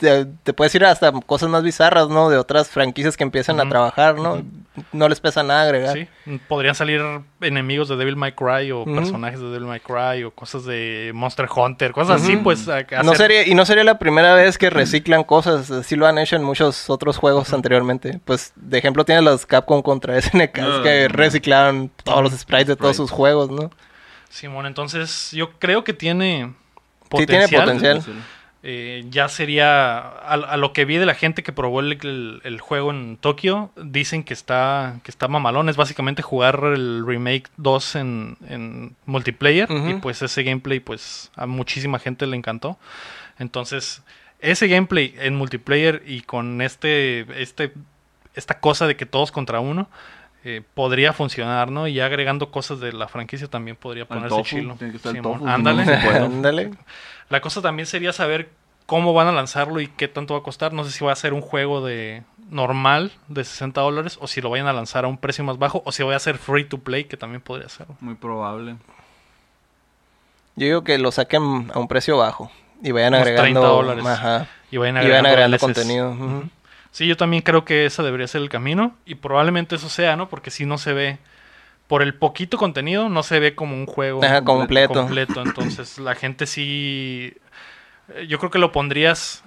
te, te puedes ir hasta cosas más bizarras, ¿no? De otras franquicias que empiezan
Ujú.
a trabajar, ¿no? No les pesa nada agregar.
sí, podrían salir enemigos de Devil May Cry o
Ujú.
personajes de Devil May Cry o cosas de Monster Hunter, cosas así,
Ujú.
pues. a- a
No
hacer-
sería, y no sería la primera vez que reciclan cosas, así lo han hecho en muchos otros juegos anteriormente. Pues, de ejemplo, tienes las Capcom contra SNK,
Ah.
que reciclaron todos los sprites de todos sus
Sprites.
juegos, ¿no?
Simón, entonces yo creo que tiene
Sí,
potencial.
tiene potencial.
Eh, ya sería, a, a lo que vi de la gente que probó el, el- el juego en Tokio, dicen que está, que está mamalón. Es básicamente jugar el Remake 2 en, en multiplayer.
Ujú.
Y pues ese gameplay, pues a muchísima gente le encantó. Entonces, ese gameplay en multiplayer y con este, este esta cosa de que todos contra uno, eh, podría funcionar, ¿no? Y ya agregando cosas de la franquicia también podría ponerse
tofu,
chilo.
tiene que estar el
Simón,
tofu, si no,
ándale.
no se puede.
Ándale.
La cosa también sería saber cómo van a lanzarlo y qué tanto va a costar. No sé si va a ser un juego de normal de 60 dólares o si lo vayan a lanzar a un precio más bajo o si voy a hacer free to play, que también podría ser.
Muy probable.
Yo digo que lo saquen a un precio bajo y vayan
Unos
agregando.
30 dólares.
Ajá.
Y vayan
Y vayan agregando
DLCs.
contenido. ujú.
Sí, yo también creo que ese debería ser el camino y probablemente eso sea, ¿no? Porque si no se ve, por el poquito contenido, no se ve como un juego
Ajá, completo.
completo. Entonces la gente sí, eh, yo creo que lo pondrías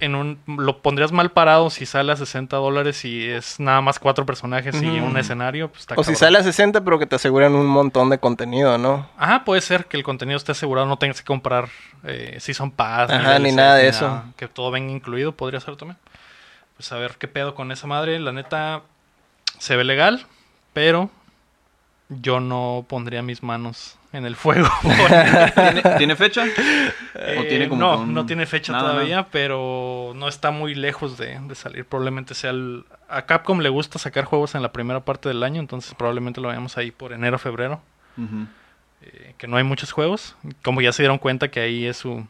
en un, lo pondrías mal parado si sale a 60 dólares y es nada más cuatro personajes y
Ujú.
un escenario. Pues, está
O si
cabrón.
sale a 60, pero que te aseguren un montón de contenido, ¿no?
Ajá, Ah, puede ser que el contenido esté asegurado, no tengas que comprar eh, Season Pass.
Ajá, ni
DLCs,
nada de eso.
que todo venga incluido, podría ser también. Pues a ver qué pedo con esa madre. La neta, se ve legal, pero yo no pondría mis manos en el fuego.
¿Tiene, tiene fecha? ¿O tiene
Eh,
como
no,
que un-
no tiene fecha
nada,
todavía,
nada?
pero no está muy lejos de, de salir. Probablemente sea el... A Capcom le gusta sacar juegos en la primera parte del año, entonces probablemente lo veamos ahí por enero, febrero.
Ujú.
eh, que no hay muchos juegos. Como ya se dieron cuenta que ahí es su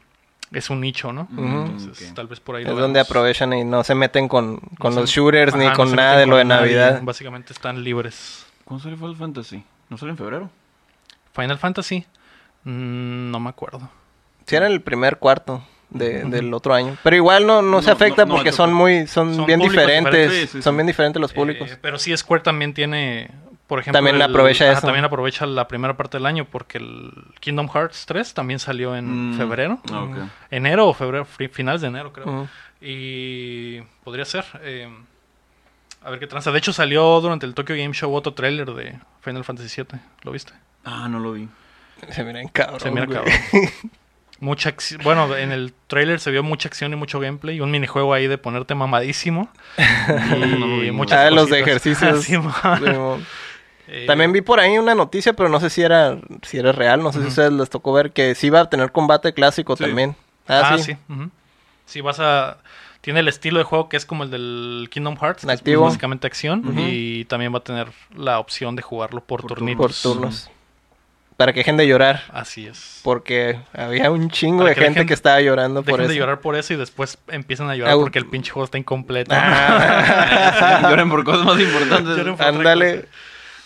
es un nicho, ¿no? Entonces,
Mm, ok.
tal vez por ahí
Es
lo
donde
vemos.
aprovechan y no se meten con, con
No
los
se-
shooters ni
Ajá, no
con
se
nada de
meten
lo de
con nadie.
Navidad.
Básicamente están libres.
¿Cuándo sale Final Fantasy? ¿No sale en febrero?
Final Fantasy, mm, no me acuerdo.
Sí, era el primer cuarto de- del otro año. Pero igual no, no, se
No,
afecta
no, no,
porque
otro-
son muy, son,
son
bien
públicos
diferentes.
diferentes, sí, sí,
Son
sí.
bien diferentes los públicos.
Eh, pero sí, Square también tiene, por ejemplo...
También
el-
aprovecha eso.
También aprovecha la primera parte del año porque el Kingdom Hearts 3 también salió en
Mm,
febrero.
Ah, ok.
Enero o febrero, fi- finales de enero creo.
Ujú.
Y podría ser. eh, a ver qué tranza. De hecho, salió durante el Tokyo Game Show otro trailer de Final Fantasy VII. ¿Lo viste?
Ah, no lo vi.
Se miran cabrón.
Se mira
güey.
cabrón. Mucha acci- bueno, en el trailer se vio mucha acción y mucho gameplay. Y un minijuego ahí de ponerte mamadísimo.
No, no lo
y
vi, no.
muchas
Ah, los
cositas.
de ejercicios.
Sí, ma.
Sí, mon.
Eh,
También vi por ahí una noticia, pero no sé si era, si era real. No sé si a ustedes les tocó ver que sí iba a tener combate clásico
Sí.
también.
Ah,
Ah, sí.
sí. ujú. Sí, vas a... Tiene el estilo de juego que es como el del Kingdom Hearts. que es
Activo.
básicamente acción. Y también va a tener la opción de jugarlo por,
Por turnos.
turnitos.
Por turnos. Para que dejen de llorar.
Así es.
Porque había un chingo
Para
de
que
gente
dejen-
que estaba llorando
Dejan
por eso.
de llorar por eso y después empiezan a llorar
Ah,
porque el pinche juego está incompleto.
Lloran por cosas más importantes.
Lloran por-
Ándale.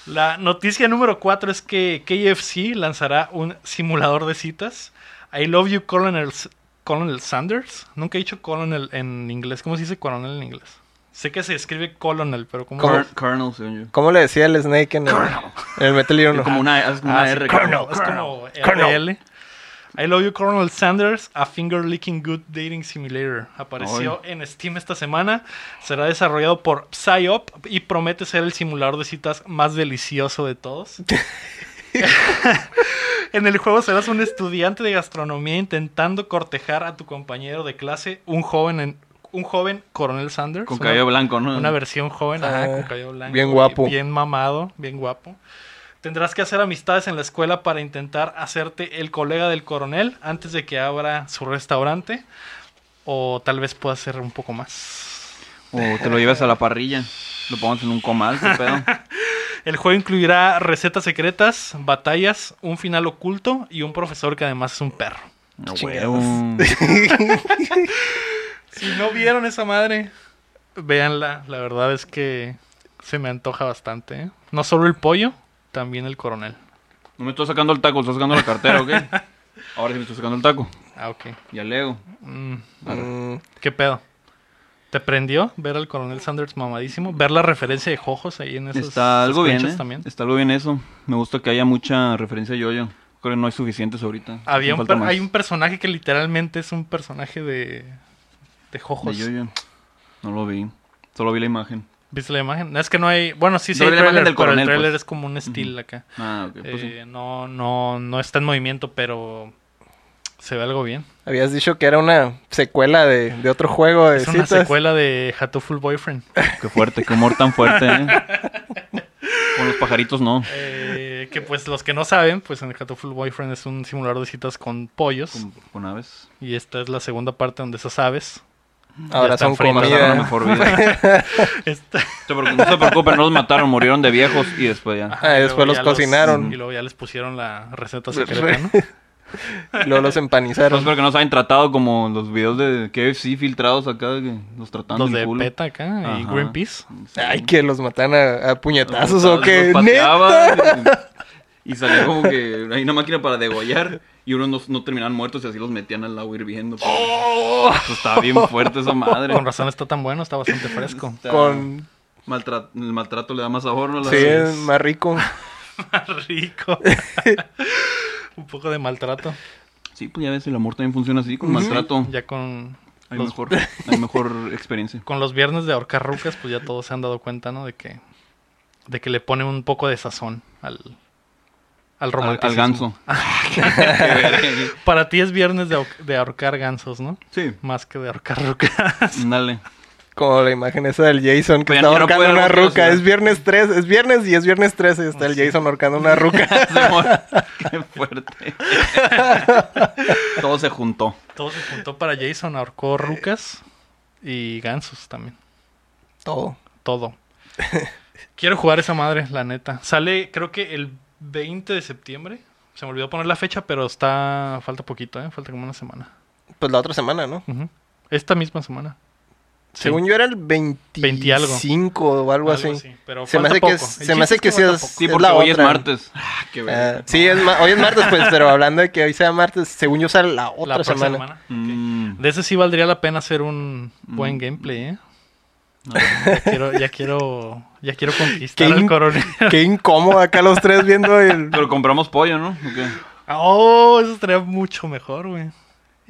La noticia número 4 es que KFC lanzará un simulador de citas. I love you, Colonel, S- Colonel Sanders. Nunca he dicho Colonel en inglés. ¿Cómo se dice Colonel en inglés? Sé que se escribe Colonel, pero ¿cómo?
Cor- Colonel, según yo.
¿Cómo le decía el Snake en el, en el Metal Gear
Es
1?
como una, es como una
Ah, sí,
R.
Colonel,
creo.
es como
Colonel.
RL. I love you, Colonel Sanders, a finger licking good dating simulator. Apareció en Steam esta semana. Será desarrollado por PsyOp y promete ser el simulador de citas más delicioso de todos. en el juego serás un estudiante de gastronomía intentando cortejar a tu compañero de clase, un joven en- un joven Coronel Sanders.
Con
una-
cabello blanco, ¿no?
una versión joven, ajá,
Ah,
con cabello blanco.
bien
y
guapo.
Bien mamado, bien guapo. Tendrás que hacer amistades en la escuela para intentar hacerte el colega del coronel antes de que abra su restaurante. O tal vez pueda hacer un poco más.
O te lo llevas a la parrilla. Lo ponemos en un comal, ese pedo.
El juego incluirá recetas secretas, batallas, un final oculto y un profesor que además es un perro.
No,
Chingados.
huevo.
Si no vieron esa madre, véanla. La verdad es que se me antoja bastante. ¿eh? No solo el pollo, también el coronel.
No me estoy sacando el taco, estoy sacando la cartera, ¿o qué? Ahora sí me estoy sacando el taco.
Ah, ok.
Y al ego.
Mm.
Mm,
¿Qué pedo? ¿Te prendió ver al coronel Sanders mamadísimo? ¿Ver la referencia de Jojos ahí en esos
Está algo bien,
screenshots
¿eh?
también?
Está algo bien eso. Me gusta que haya mucha referencia a Yoyo. Creo que no hay suficientes ahorita.
Había
Hacen
un
falta
per-
más.
hay un personaje que literalmente es un personaje de, de Jojos.
De Yoyo. No lo vi. Solo vi la imagen.
¿Viste la imagen? No, Es que no hay... Bueno, sí, sí
No
hay
vi la imagen
trailer,
del
pero
coronel,
el trailer
pues.
es como un estilo acá.
Ah, ok. Pues sí.
Eh, no, no, no está en movimiento, pero se ve algo bien.
habías dicho que era una secuela de, de otro juego de
Es una
citas.
secuela de Hatoful Boyfriend.
Qué fuerte, qué humor tan fuerte, ¿eh? Con los pajaritos no.
Eh, que pues los que no saben, pues en Hatoful Boyfriend es un simulador de citas con pollos.
Con, con aves.
Y esta es la segunda parte donde esas aves. Ya
Ahora
están
son
fritas,
Pasaron la
comida.
mejor vida.
esta-
Se preocupen- No se preocupen, no los mataron, murieron de viejos y después ya.
Ah,
y luego
después los
ya
cocinaron.
Y luego ya les pusieron la receta secreta, ¿no?
Luego los
Pero
empanizaron.
espero que no se hayan tratado como los videos de KFC filtrados acá, de que los tratan
Los
del
de
culo.
PETA acá y
Ajá.
Greenpeace.
Sí.
Ay, que los matan a, a puñetazos o
Los
que
pateaban, Y y salía como que hay una máquina para degollar y unos no, no terminaban muertos y así los metían al agua hirviendo. pero- Eso estaba bien fuerte esa madre.
Con razón está tan bueno, está bastante fresco.
Está-
con
maltra- el maltrato le da más sabor, ¿no? La-
sí, es más rico.
Rico. Un poco de maltrato.
Sí, pues ya ves, el amor también funciona así, con maltrato.
Ya con
Hay
los,
mejor, hay mejor experiencia.
con los viernes de ahorcar rucas, pues ya todos se han dado cuenta, ¿no? De que, de que le ponen un poco de sazón al, al
Al,
romanticismo.
al ganso.
Ah,
Qué
Para ti es viernes de, ahor- de ahorcar gansos, ¿no?
sí,
Más que de ahorcar rucas.
dale.
Como la imagen esa del Jason que
Pero
está
ya no
ahorcando
puede
una
ahorcar, o
ruca.
sea.
Es viernes 3, es viernes y es viernes 13. Está el Jason ahorcando una ruca.
Simón, Qué fuerte. Todo se juntó.
Todo se juntó para Jason, ahorcó
Eh.
rucas y gansos también.
Todo.
Todo. Quiero jugar esa madre, la neta. Sale, creo que el 20 de septiembre. Se me olvidó poner la fecha, pero está. Falta poquito, ¿eh? Falta como una semana.
pues la otra semana, ¿no?
Ujú. Esta misma semana. Sí.
Según yo era el 25
20 algo.
o algo, así.
Pero
Se me
falta
hace que, es-
poco. El
se me
chiste
hace que sí
falta
es,
poco.
Sí,
es
porque
la
hoy es
otra.
martes. Ah, qué
Ah,
verga.
sí, es ma- hoy es martes, pues, pero hablando de que hoy sea martes, según yo sale la
La
otra
próxima
semana.
semana. Ok.
Mm,
De ese sí valdría la pena hacer un buen
Mm.
gameplay, ¿eh?
no.
Ya quiero, ya quiero, ya quiero conquistar
Qué
al
in-
coronel.
Qué incómodo acá los tres viendo el...
Pero compramos pollo, ¿no? ¿O qué?
Oh, eso estaría mucho mejor, güey.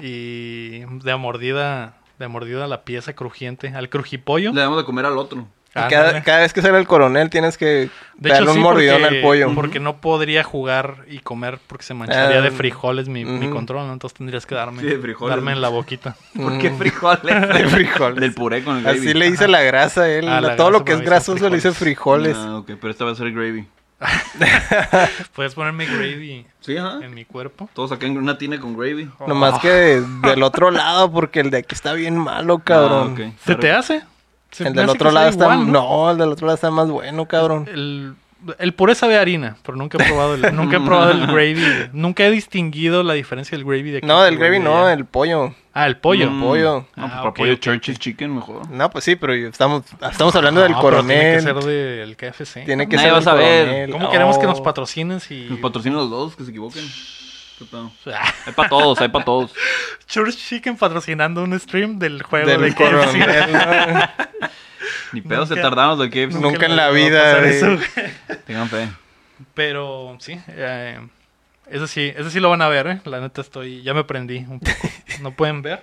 Y de a mordida, de a mordida la pieza crujiente, al crujipollo.
Le damos de comer al otro.
Y
Ah,
cada,
ándale.
cada vez que sale el coronel tienes que
de
darle
hecho,
un
sí,
mordidón
porque,
al pollo.
porque no podría jugar y comer porque se mancharía
Ah,
de frijoles mi, mi
ujú.
control, ¿no? Entonces tendrías que darme,
Sí, de frijoles.
darme en la boquita.
¿Por qué
Mm.
frijoles?
De frijoles.
Del puré con el gravy.
Así le hice la grasa a él.
Ah, la
a todo
grasa
lo que
para
es
mí son
grasoso le hice frijoles.
Ah, ok, pero esta va a ser gravy.
Puedes ponerme gravy
Sí, ajá.
en mi cuerpo.
Todos acá en una tina con gravy.
Nomás que de- del otro lado, porque el de aquí está bien malo, cabrón.
Ah, ok.
¿Se te hace? Se
El
me
del
hace
otro
que
lado
sea
está...
igual,
¿no? el del otro lado está más bueno, cabrón.
El, el puré sabe a harina, pero nunca he probado el, nunca he probado el gravy. Nunca he distinguido la diferencia del gravy de aquí
No,
y
del gravy
de
no,
allá.
el pollo.
Ah, el pollo.
Mm.
pollo.
No, pues
Ah,
para
ok,
pollo
ok,
church's chicken mejor.
No, pues sí, pero yo- estamos, estamos hablando del
No, Ah, pero Tiene que
coronel.
ser del KFC.
Tiene que
Nadie
ser
va
el
a saber.
coronel.
¿Cómo queremos que nos
Oh.
patrocinen si...
Nos patrocinan los dos, que se equivoquen. ¿Qué pedo?
Ah,
Hay para todos, hay para todos.
Church Chicken patrocinando un stream del juego
Del
de KFC.
coronel.
Ni pedo se
Nunca-
tardaron del KFC.
Nunca en
le
la
va a
vida,
pasar
eh.
eso, güey.
Tengan fe.
Pero sí, eh, eso sí, eso sí lo van a ver, ¿eh? La neta estoy, ya me prendí un poco. ¿No pueden ver?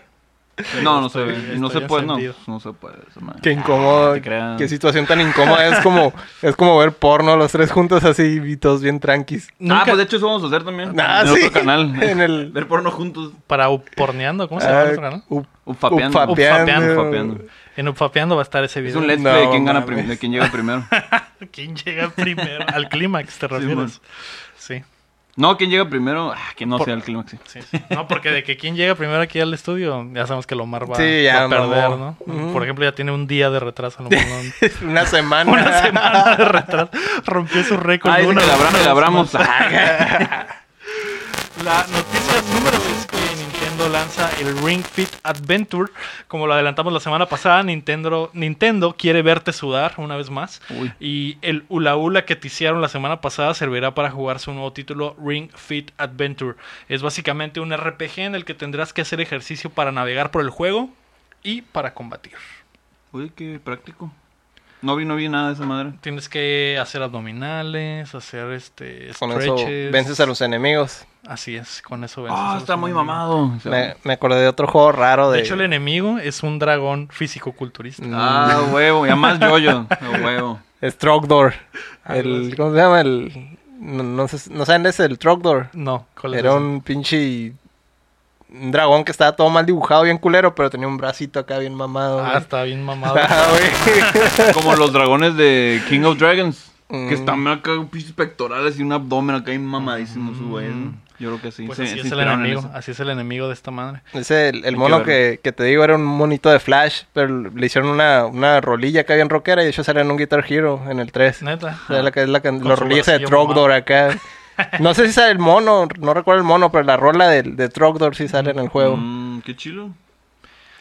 No, no se
estoy-
ve. No
estoy
se puede, no.
encendido.
No se puede. esa madre. Ah,
Qué incómodo.
te creas.
qué situación tan incómoda. Es como, es como ver porno los tres juntos así y todos bien tranquis.
Nunca,
Ah, pues de hecho eso vamos a hacer también.
Ah,
en
sí.
otro canal.
En el- uh,
Ver porno juntos.
para Uporneando, ¿cómo se llama el
Ah,
otro canal?
up-
Ufapeando.
Ufapeando.
Ufapeando.
En Upapeando va a estar ese
Es
video.
un let's
No,
play de quién gana
mames.
prim- de quién llega primero.
¿Quién llega primero? Al clímax, ¿te refieres? Sí,
No, quién llega primero, ah, que no
Por-
sea el clímax.
sí, sí. No, porque de que quién llega primero aquí al estudio, ya sabemos que Lomar va,
Sí, ya
va a perder, ¿no?
mamó. Ujú.
Por ejemplo, ya tiene un día de retraso. Lomar, ¿no?
Una semana.
Una semana de retraso. Rompió su récord.
Ah,
de
dice
una
que
semana.
labramos, labramos. Ah,
La noticia número 6 es que Nintendo lanza el Ring Fit Adventure. Como lo adelantamos la semana pasada, Nintendo, Nintendo quiere verte sudar una vez más.
Uy.
Y el hula hula que te hicieron la semana pasada servirá para jugar su nuevo título Ring Fit Adventure. Es básicamente un RPG en el que tendrás que hacer ejercicio para navegar por el juego y para combatir.
Uy, qué práctico. No vi, no vi nada de esa madre.
Tienes que hacer abdominales, hacer este
Con eso
stretches.
vences a los enemigos.
Así es, con eso vences. a
Ah,
los
está muy
enemigos.
mamado.
Me, me acordé de otro juego raro de. Mm,
De hecho, el enemigo es un dragón físico-culturista.
Ah, huevo, y además yo-yo. A huevo.
Strogdor.
Algo
El,
así.
¿Cómo se llama? El, no, no sé, no saben de ese, el Trogdor.
No, ¿cuál es
Era
ese?
un pinche un dragón que estaba todo mal dibujado, bien culero, pero tenía un bracito acá bien mamado.
Ah,
güey.
está bien mamado.
Ah, güey.
Como los dragones de King of Dragons.
Mm.
Que están acá un pinches pectorales y un abdomen acá mamadísimo su güey.
Mm.
Yo creo que sí.
Pues
se-
así
se
es el
inspiraron en
enemigo.
eso.
Así es el enemigo de esta madre.
Ese, el, el
Hay que
mono
verlo.
que, que te digo era un monito de Flash, pero le hicieron una, una rolilla acá bien rockera y de hecho sale en un Guitar Hero en el 3.
Neta.
O sea, la, que- es la, can-
Con
la
su
rolilla esa de
bracillo
Trogdor acá. No sé si sale el mono, no recuerdo el mono, pero la rola de, de Trogdor sí sale en el juego.
Mm, qué chilo.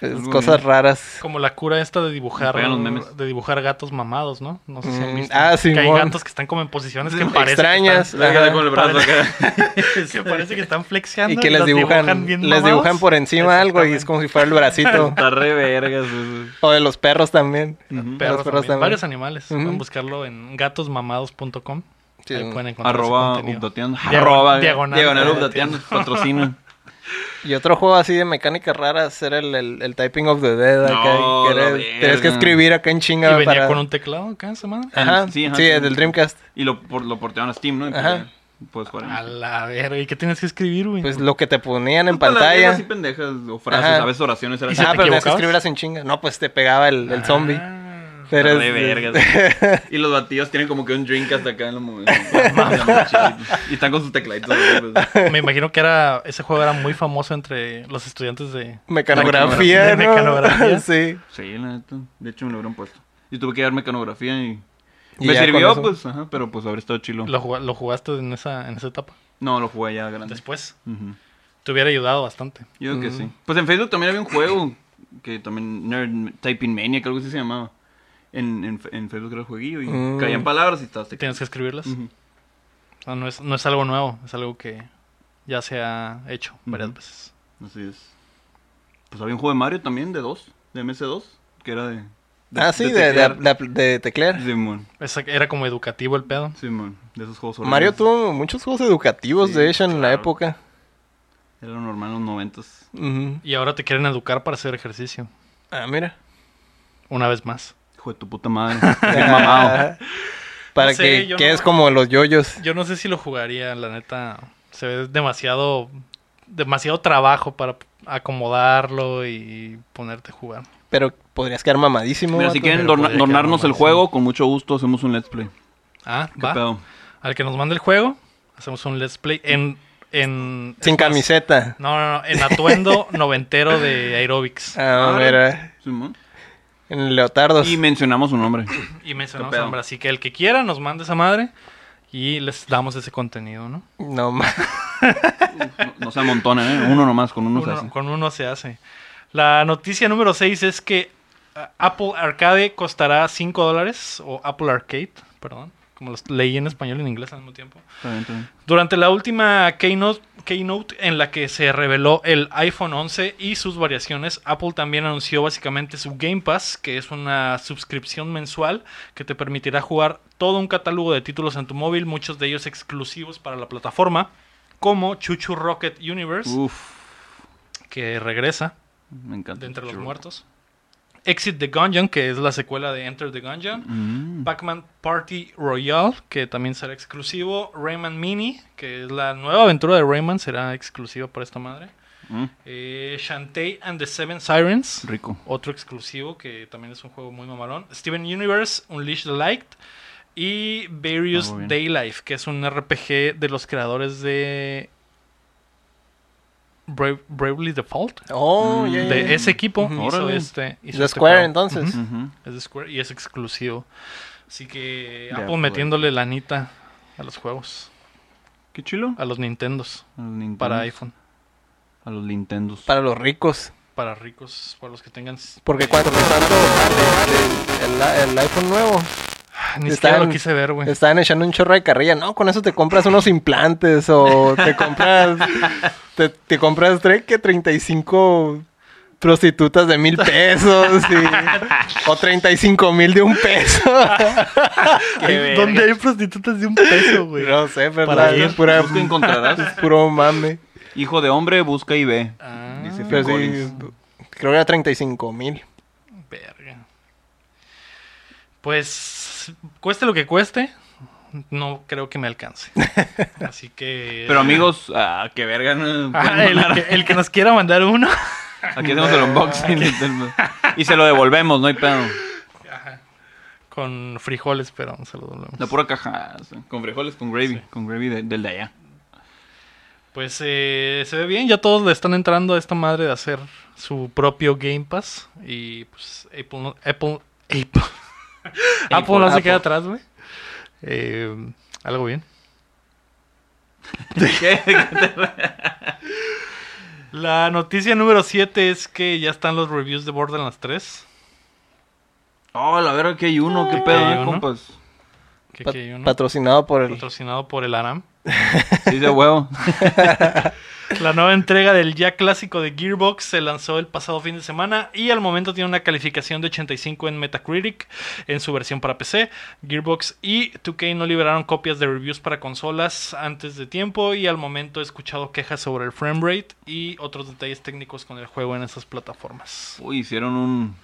Es
algo
cosas
bien.
raras.
Como la cura esta de dibujar
Me pegan los memes.
de dibujar gatos mamados, ¿no? No sé si han
Mm,
visto.
ah,
que hay
Simón.
gatos que están como en posiciones que parecen
Extrañas.
Que
Ajá.
Acá con el brazo acá.
están, que parece que están flexeando
Y que
los
les dibujan,
bien
les
mamados.
dibujan por encima algo y es como si fuera el bracito.
Está re vergas eso.
o de los perros también.
Perros
Los
Ujú.
perros
también.
también.
Varios animales.
Ujú.
Pueden buscarlo en gatosmamados.com.
Sí.
Ahí pueden encontrar
Arroba
ese contenido.
updateando.
Diago-
Arroba
diagonal.
diagonal updateando. Patrocina.
Y otro juego así de mecánicas raras era el, el, el Typing of the Dead. acá,
No,
que
la
era-
verga.
tenías que escribir acá en
Y
chinga
venía
para-
con un teclado acá esa madre.
Ajá,
Sí,
sí,
ajá,
el
sí.
del Dreamcast.
Y lo, por, lo portearon a Steam, ¿no? Y pues
Ajá.
Puedes jugar. en-
A la verga, ¿y qué tienes que escribir, güey?
Pues lo que te ponían en
Pues, palabreras
pantalla.
así pendejas o frases,
Ajá.
a veces oraciones
¿Y
eran
se
Ah,
te
pero tenías que
equivocabas?
escribirlas en chinga. No, pues te pegaba el, el zombie.
Ah.
Pero
de
es-
vergas. y los batidos tienen como que un drink hasta acá en los momentos. y están con sus tecladitos. así, pues.
Me imagino que era ese juego era muy famoso entre los estudiantes de
Mecanografía,
De
¿no?
mecanografía.
sí.
Sí, la neta. De hecho, me lo hubieran puesto. Y tuve que dar mecanografía y...
Y
me
ya con
sirvió,
eso.
pues, ajá, pero pues habría estado chilo.
lo, jug- lo jugaste en esa en esa etapa.
No, lo jugué ya grande.
Después.
Ujú.
Te hubiera ayudado bastante.
Yo creo que
Mm.
sí. Pues en Facebook también había un juego que también Nerd Typing Maniac, algo así se llamaba. En, en, en Facebook era el jueguillo y
Mm.
caían palabras y estabas
Tienes que escribirlas.
Ujú.
No, no es, no es algo nuevo, es algo que ya se ha hecho varias
Ujú.
veces.
Así es. Pues había un juego de Mario también, de 2, de MS2, que era de. de-
Ah, sí, de, de,
teclear.
de- de teclear.
Simón,
Esa- era como educativo el pedo.
Simón, de esos juegos.
Mario
horribles.
tuvo muchos juegos educativos,
Sí,
de hecho, en la
claro.
época.
Era lo normal en los 90
Ujú.
Y ahora te quieren educar para hacer ejercicio.
Ah, mira.
Una vez más.
Hijo de tu puta madre. Bien mamado.
Ah, Para
No sé,
que
yo
quedes
no-
como los yoyos.
Yo no sé si lo jugaría, la neta. Se ve demasiado, demasiado trabajo para acomodarlo y ponerte a jugar.
Pero podrías quedar mamadísimo.
Mira, si
vato.
quieren
Pero
dorna-
podría
donarnos
quedar
el
mal,
juego, con mucho gusto hacemos un let's play.
Ah,
¿Qué
va.
pedo?
Al que nos mande el juego, hacemos un let's play en... en
Sin
es más,
camiseta.
No, no, no, en atuendo noventero de aerobics.
Ah,
Ah.
mira.
Simón.
En leotardos.
Y mencionamos su nombre.
Y mencionamos
¿Qué pedo?
hambre. Así que el que quiera nos mande esa madre y les damos ese contenido, ¿no?
No más.
No, no se amontonan, ¿eh? Uno nomás, con uno, se
Uno-
hace.
Con uno se hace. La noticia número 6 es que ah, Apple Arcade costará 5 dólares, o Apple Arcade, perdón, como los leí en español y en inglés al mismo tiempo.
Está bien, está bien.
Durante la última keynote, keynote en la que se reveló el iPhone 11 y sus variaciones, Apple también anunció básicamente su Game Pass, que es una suscripción mensual que te permitirá jugar todo un catálogo de títulos en tu móvil, muchos de ellos exclusivos para la plataforma, como Chuchu Rocket Universe,
Uf,
que regresa
me encanta.
de entre los
Sure.
muertos, Exit the Gungeon, que es la secuela de Enter the Gungeon,
Mm.
Pac-Man Party Royale, que también será exclusivo. Rayman Mini, que es la nueva aventura de Rayman, será exclusiva para esta madre.
Mm,
Eh, Shantae and the Seven Sirens,
Rico.
otro exclusivo que también es un juego muy mamalón. Steven Universe, Unleash the Light. Y Various
Ah, muy bien.
Daylife, que es un RPG de los creadores de Brave- Bravely Default.
Oh,
Mm,
ya, ya,
De
ya.
ese equipo
Ujú.
hizo
Órale.
este. hizo
De
este
Square,
juego.
entonces.
Ujú.
Ujú.
Es de Square y es exclusivo. Así que
Ya,
Apple
pues.
metiéndole lanita a los juegos,
Qué chulo.
a los Nintendos,
A los Nintendos.
para iPhone,
A los Nintendos.
Para los ricos.
para ricos, para los que tengan. s-
Porque cuando tanto vale el, el iPhone nuevo,
Ah, Ni
Están-
siquiera lo quise ver, güey.
estaban echando un chorro de carrilla. No, con eso te compras unos implantes o te compras. te, te compras tre- que 35 prostitutas de mil pesos y- o 35 mil de un peso.
Ay,
verga.
¿Dónde hay prostitutas de un peso, güey?
no sé,
Para
¿verdad?
ir,
Es pura,
busca y encontrarás.
es puro mame.
Hijo de hombre, busca y ve.
Ah,
Dice Phil
Pero sí,
Collins.
creo que era 35 mil.
verga. Pues, cueste lo que cueste, no creo que me alcance. Así que.
Pero amigos, ah, qué verga. ¿no?
Ah,
Pueden
el, Ah,
mandar-
que, el que nos quiera mandar uno.
Aquí hacemos el unboxing. del- y se lo devolvemos, no hay pedo.
Ajá. Con frijoles, pero se lo doblamos.
La pura caja. o sea, Con frijoles, con gravy. Con gravy de- del de allá.
Pues eh, se ve bien, ya todos le están entrando a esta madre de hacer su propio Game Pass. Y pues Apple no- Apple, Apple, Apple,
Apple,
no se
Apple.
queda atrás, güey. Eh, algo bien.
¿Qué?
La noticia número 7 es que ya están los reviews de Borderlands 3.
Oh, la verga, que hay uno. Qué
Aquí
pedo,
hay
eh,
uno.
compas.
Que,
Pa-
aquí hay uno
Patrocinado por el.
patrocinado por el Aram.
Sí, de huevo.
La nueva entrega del ya clásico de Gearbox se lanzó el pasado fin de semana y al momento tiene una calificación de 85 en Metacritic en su versión para PC. Gearbox y 2K no liberaron copias de reviews para consolas antes de tiempo y al momento he escuchado quejas sobre el frame rate y otros detalles técnicos con el juego en esas plataformas.
Uy, hicieron un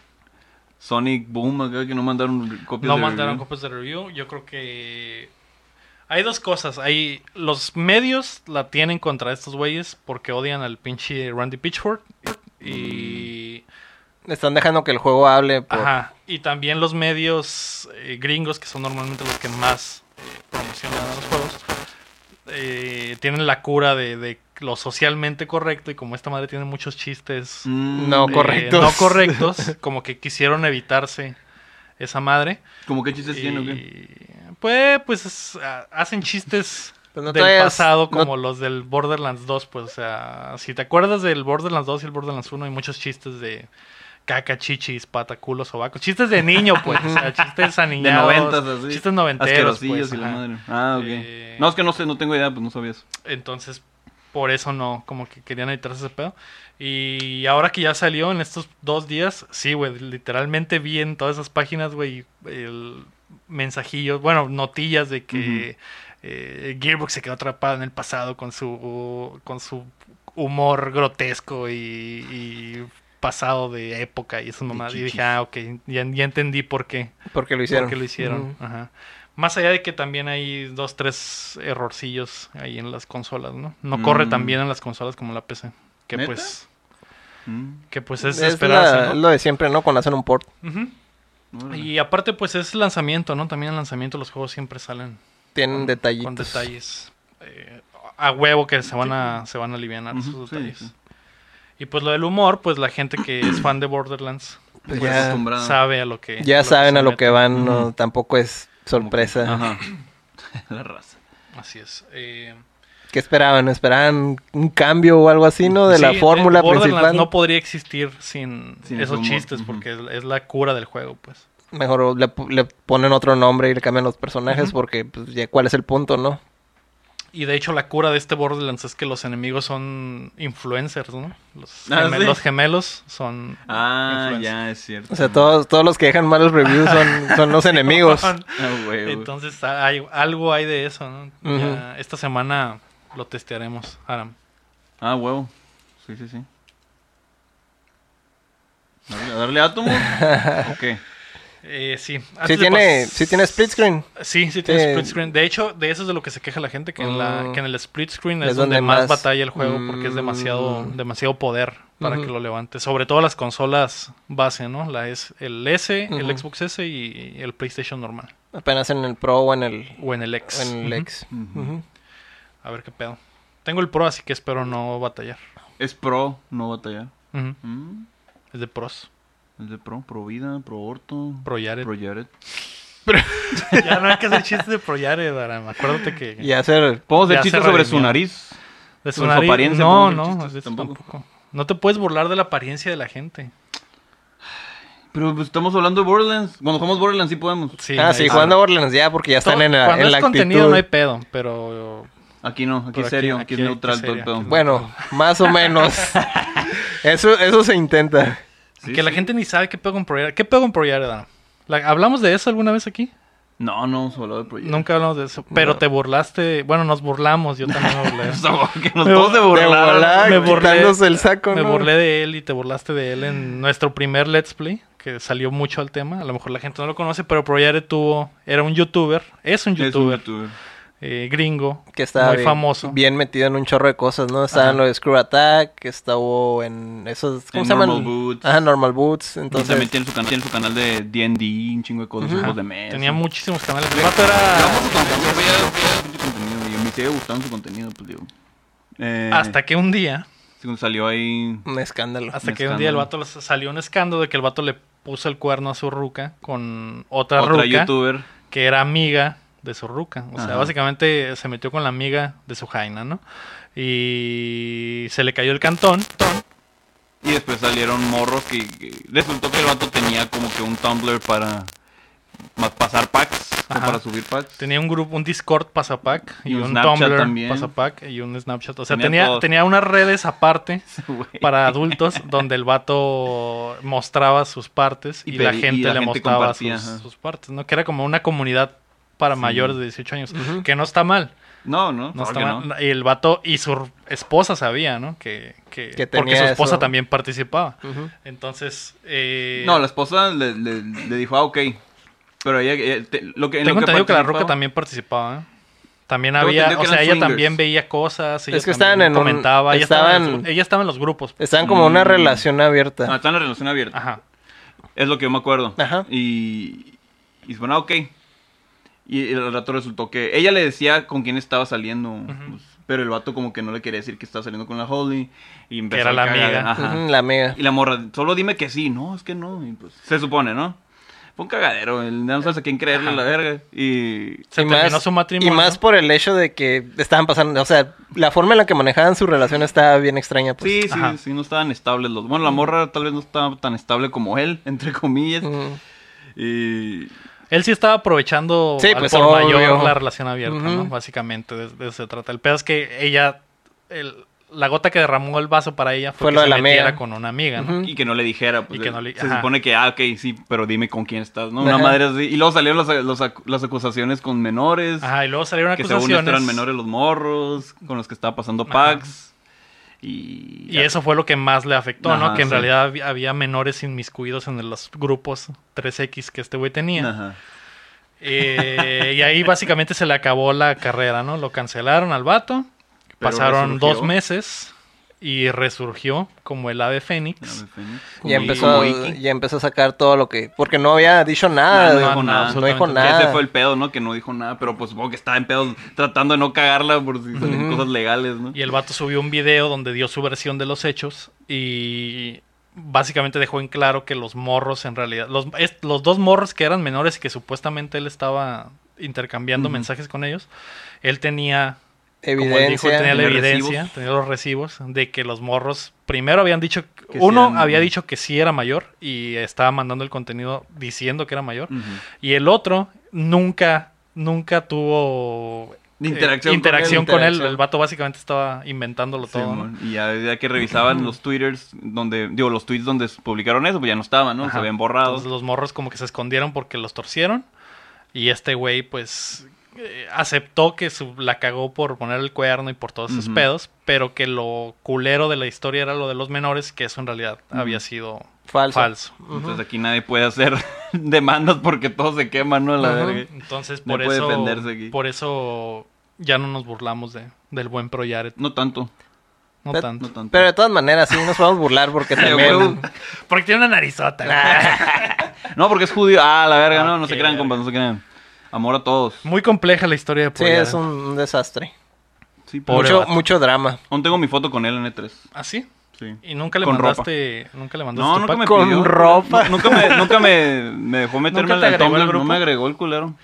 Sonic Boom acá que no mandaron copias
No
de
mandaron
review.
copias de review. Yo creo que hay dos cosas. Hay los medios la tienen contra estos güeyes porque odian al pinche Randy Pitchford y
Están dejando que el juego
Mm.
hable. Por...
Ajá. Y también los medios eh, gringos, que son normalmente los que más eh, promocionan a los juegos, eh, tienen la cura de, de lo socialmente correcto. Y como esta madre tiene muchos chistes eh,
Mm,
No, correcto. correctos.
no correctos, como que quisieron evitarse esa madre.
¿Cómo qué chistes
Y,
tienen o qué?
pues, pues es- ah, hacen chistes
Pues no te
del
vayas-
pasado
no-
como los del Borderlands 2, pues, o sea, si te acuerdas del Borderlands 2 y el Borderlands 1, hay muchos chistes de caca, chichis, pata, culo, sobaco, chistes de niño, pues, o sea, chistes
De
aniñados,
noventas, así.
chistes noventeros,
Asquerosillos
pues,
y la
ajá.
madre. Ah, ok.
Eh,
No, es que no sé, no tengo idea, pues no sabías.
Entonces, por eso no, como que querían editarse ese pedo. Y ahora que ya salió en estos dos días, sí, güey, literalmente vi en todas esas páginas, güey, el mensajillos, bueno, notillas de que eh, Gearbox se quedó atrapado en el pasado con su, con su humor grotesco y, y pasado de época y eso nomás. Y dije,
chichis.
ah, ok, ya, ya entendí por qué.
Porque lo hicieron.
Porque lo hicieron.
Ujú.
Ajá. Más allá de que también hay dos, tres errorcillos ahí en las consolas, ¿no? No corre
Mm.
tan bien en las consolas como la PC. Que
¿Neta?
pues.
Mm,
Que pues
Es,
es,
la-
esperarse, ¿no?
lo de siempre, ¿no? Con hacer un port.
Ujú.
órale.
Y aparte, pues es lanzamiento, ¿no? También en lanzamiento los juegos siempre salen
Tienen detallitos.
con detalles. eh, a huevo que se van a, se van a aliviar
Ujú,
esos
sí,
detalles.
sí.
Y pues lo del humor, pues la gente que es fan de Borderlands
Pues
Pues
ya
acostumbrado.
sabe a lo que. a
ya
lo que
saben
se
a lo
mete.
que van. no, tampoco es sorpresa.
Ajá. la raza.
Así es. Eh,
¿Qué esperaban? ¿Esperaban un cambio o algo así, no? De la
Sí,
fórmula
eh, Borderlands
principal.
no podría existir sin,
Sin ese
esos
humor,
chistes
ujú.
porque es, es la cura del juego, pues.
Mejor le, pu- le ponen otro nombre y le cambian los personajes
Ujú.
porque, pues, ya, ¿cuál es el punto, no?
Y de hecho la cura de este Borderlands es que los enemigos son influencers, ¿no? Los,
Ah,
geme-
sí.
los gemelos son
Ah,
influencers.
ya, es cierto.
O sea, todos, todos los que dejan malos reviews son, son los enemigos.
Ah, güey, güey.
Entonces hay, algo hay de eso, ¿no? Ya
Ujú.
esta semana lo testearemos, Aram.
Ah, huevo. Sí, sí, sí. ¿Darle, darle átomo? ¿O qué?
Eh, sí.
Sí
Antes de
tiene,
pas-
sí tiene split screen.
Sí, sí tiene
Sí.
split screen. De hecho, de eso es de lo que se queja la gente, que, en, la,
Mm.
que en el split screen es, donde, más batalla el juego porque es demasiado,
Mm.
demasiado poder para
Ujú.
que lo levante. Sobre todo las consolas base, ¿no? La es el S,
Ujú.
el Xbox S y el PlayStation normal.
Apenas en el Pro o en el,
O en el X.
o en el
Ujú.
X.
Ujú.
Ujú.
A ver qué pedo. Tengo el Pro, así que espero no batallar.
Es pro, no batallar.
Ujú.
Mm,
Es de pros.
Es de pro, pro vida, pro orto,
Pro Yared.
pro Jared.
ya no hay que hacer chistes de Pro Yared, Aram. Acuérdate que...
Y hacer...
Podemos
Ya
hacer
se
chistes sobre su
redimió.
nariz.
De su
Sobre su
nariz-
apariencia,
No,
podemos hacer
no.
chistes,
eso
tampoco.
tampoco. No te puedes burlar de la apariencia de la gente.
Pero pues, estamos hablando de Borderlands. Cuando jugamos Borderlands sí podemos.
Sí,
ah,
ahí
sí,
está.
jugando Borderlands ya porque ya están
Todo-
en la,
cuando
en la
es contenido
actitud.
no hay pedo, pero
Aquí no, aquí
Pero
es
aquí-
serio, aquí,
aquí
es
hay-
neutral
aquí es
todo el
serio,
pedo.
aquí
Bueno, más o menos. eso, eso se intenta.
Sí,
que la
sí.
gente ni sabe qué pedo con Pro Yard- ¿Qué pedo con Pro Yard, Adán? La- ¿Hablamos de eso alguna vez aquí?
No, no hemos hablado de proyectos.
Nunca hablamos de eso. Pero
No.
te burlaste. Bueno, nos burlamos. Yo también me burlé.
que nos
Me
todos
voy-
se burlaron.
me burlé.
quitándose el saco,
me
¿no?
burlé de él y te burlaste de él en nuestro primer Let's Play. Que salió mucho al tema. A lo mejor la gente no lo conoce, pero Pro Yard tuvo. Era un youtuber. Es un
Es un
youtuber.
youtuber.
eh, gringo.
que estaba
muy
bien,
famoso.
bien metido en un chorro de cosas, ¿no? Estaba en
Ajá.
lo de Screw Attack, que estuvo en esos ¿cómo
En
se llaman?
Normal Boots.
Ajá, Normal Boots,
Entonces, también
entonces
tiene su, can- tiene su canal de D&D, un chingo de cosas, juegos de mesa.
Tenía muchísimos canales. El
Le-
vato era-
le damos su contenido, veía- veía mucho contenido, y me sigue gustando su contenido, pues digo. Eh,
Hasta que un día.
según salió ahí...
un escándalo.
Hasta
Un
que un día el vato
escándalo.
les- salió un escándalo de que el vato le puso el cuerno a su ruca con otra,
Otra
ruca
youtuber.
que era amiga de su ruca. O sea,
Ajá.
básicamente se metió con la amiga de su jaina, ¿no? Y se le cayó el cantón.
Y después salieron morros que, que resultó que el vato tenía como que un Tumblr para ma- pasar packs o
Ajá.
para subir packs.
Tenía un grupo, un Discord pasapack y,
Y un
un,
Snapchat
Tumblr
también.
pasapack y un Snapchat. O sea,
Tenía
tenía,
todo.
tenía unas redes aparte
Güey.
para adultos donde el vato mostraba sus partes y,
Y
la
pedi- y
gente
la
le
gente
mostraba
compartía,
sus,
ajá.
sus partes, ¿no? Que era como una comunidad para
Sí.
mayores de 18 años,
Ujú.
que no está mal.
No, no,
No
claro
está
que
mal.
no.
Y el vato y su esposa sabía, ¿no? Que, que, porque
Que tenía
su esposa
eso.
también participaba.
Ujú.
Entonces, eh,
No, la esposa le, le- le dijo, ah, ok. Pero ella... eh, te- lo que, en
tengo
lo
entendido que la roca
participaba-
también participaba, ¿eh? También
Tengo
había,
entendido
o
que
sea,
eran
ella
swingers.
también veía cosas, ella
Es que
también
estaban en un-
comentaba, ella, estaba en
estaban-
los- ella estaba en los grupos.
Estaban como en una
Mm.
relación
Ah,
abierta.
está en la relación abierta.
Ajá. Ah.
Es lo que yo me acuerdo.
Ajá.
Y. Y bueno, ah, ok. Y el rato resultó que. Ella le decía con quién estaba saliendo. pues, pero el vato como que no le quería decir que estaba saliendo con la Holly. Y empezó
era
a
la
cagar.
amiga.
Ajá.
Ujú, La amiga.
Y la morra, solo dime que sí, no, es que no. Y pues, se supone, ¿no? Fue un cagadero, el- no sabes a quién creerle la verga. Y.
Se
y
terminó
más,
su matrimonio.
Y más por el hecho de que estaban pasando, o sea, la forma en la que manejaban su relación estaba bien extraña. Pues.
Sí, sí,
Ajá.
sí, no estaban estables los. Bueno, la morra tal vez no estaba tan estable como él, entre comillas.
Mm.
Y.
Él sí estaba aprovechando
Sí,
al
pues,
por
obvio.
mayor la relación abierta, ¿no?
Ujú.
Básicamente, de, de eso se trata. El pedo es que ella, el- la gota que derramó el vaso para ella fue,
Fue
que
lo
se
de la
metiera
amiga.
con una amiga, ¿no?
Ujú.
Y que no le dijera. Pues,
Y que no le-
se
ajá.
supone que, ah, ok, sí, pero dime con quién estás, ¿no? Una
Ajá.
madre así. Y luego salieron las, los acu- las acusaciones con menores.
Ajá, y luego salieron
que según esto eran
acusaciones.
menores los morros, con los que estaba pasando
Ajá.
Pax. Y.
Y eso fue lo que más le afectó, ¿no?
Ajá,
Que en
sí.
realidad había- había menores inmiscuidos en los grupos 3X que este güey tenía.
Ajá.
Eh, y ahí básicamente se le acabó la carrera, ¿no? Lo cancelaron al vato.
Pero
pasaron
resurgió.
dos meses y resurgió como el ave fénix.
Ya
Como-
empezó, ya empezó a sacar todo lo que... Porque no había dicho nada.
Ah,
de-
No, no dijo nada.
no dijo
absolutamente.
nada.
Ese fue el pedo, ¿no? Que no dijo nada, pero pues supongo que estaba en pedos tratando de no cagarla por si salen
Ujú.
cosas legales, ¿no?
Y el vato subió un video donde dio su versión de los hechos y básicamente dejó en claro que los morros en realidad, los, es- los dos morros que eran menores y que supuestamente él estaba intercambiando
Ujú.
mensajes con ellos, él tenía, como él dijo,
Evidencia.
él tenía la
Tenía
evidencia,
recibos.
tenía los recibos de que los morros primero habían dicho,
Que sí
uno
eran-
había dicho que sí era mayor y estaba mandando el contenido diciendo que era mayor
Ujú.
y el otro nunca, nunca tuvo eh,
Interacción con
interacción
él,
con, él.
interacción.
El vato básicamente estaba inventándolo todo. ¿no?
Simón. Y ya, ya que revisaban los twitters donde, digo, los tweets donde publicaron eso, pues ya no estaban, ¿no? Se
Ajá.
habían borrado.
Entonces, los morros como que se escondieron porque los torcieron. Y este güey, pues, eh, aceptó que su- la cagó por poner el cuerno y por todos esos
Ujú.
pedos. Pero que lo culero de la historia era lo de los menores, que eso en realidad
Ujú.
había sido
Falso.
falso.
Entonces aquí nadie puede hacer demandas porque todo se quema, ¿no? A La
Ajá.
verga.
Entonces,
No
por
puede
eso,
defenderse aquí.
por eso ya no nos burlamos de, del buen Pro Jared.
No tanto,
No
Pero-
tanto.
no tanto.
Pero de todas maneras, sí, nos podemos burlar porque
Sí, huevo.
también...
Porque tiene una narizota. güey.
No, porque es judío. Ah, la verga, no, no
Ah,
se
qué
crean,
verga.
compas, no se crean. Amor a todos.
Muy compleja la historia de ¿eh?
sí,
Pro Jared.
es un, un desastre.
Sí, pero-
Pobre
Mucho,
vato.
mucho drama.
Aún tengo mi foto con él en E3.
¿Ah, sí?
Sí.
Y nunca le
Con ropa.
mandaste. Nunca le mandaste
No,
tu
nunca
pack?
me
Con
pidió.
ropa.
Nu- Nunca me, nunca me, me dejó meterme
¿Nunca
en
te
el
agregó al
Tumblr. No
grupo?
me agregó el culero.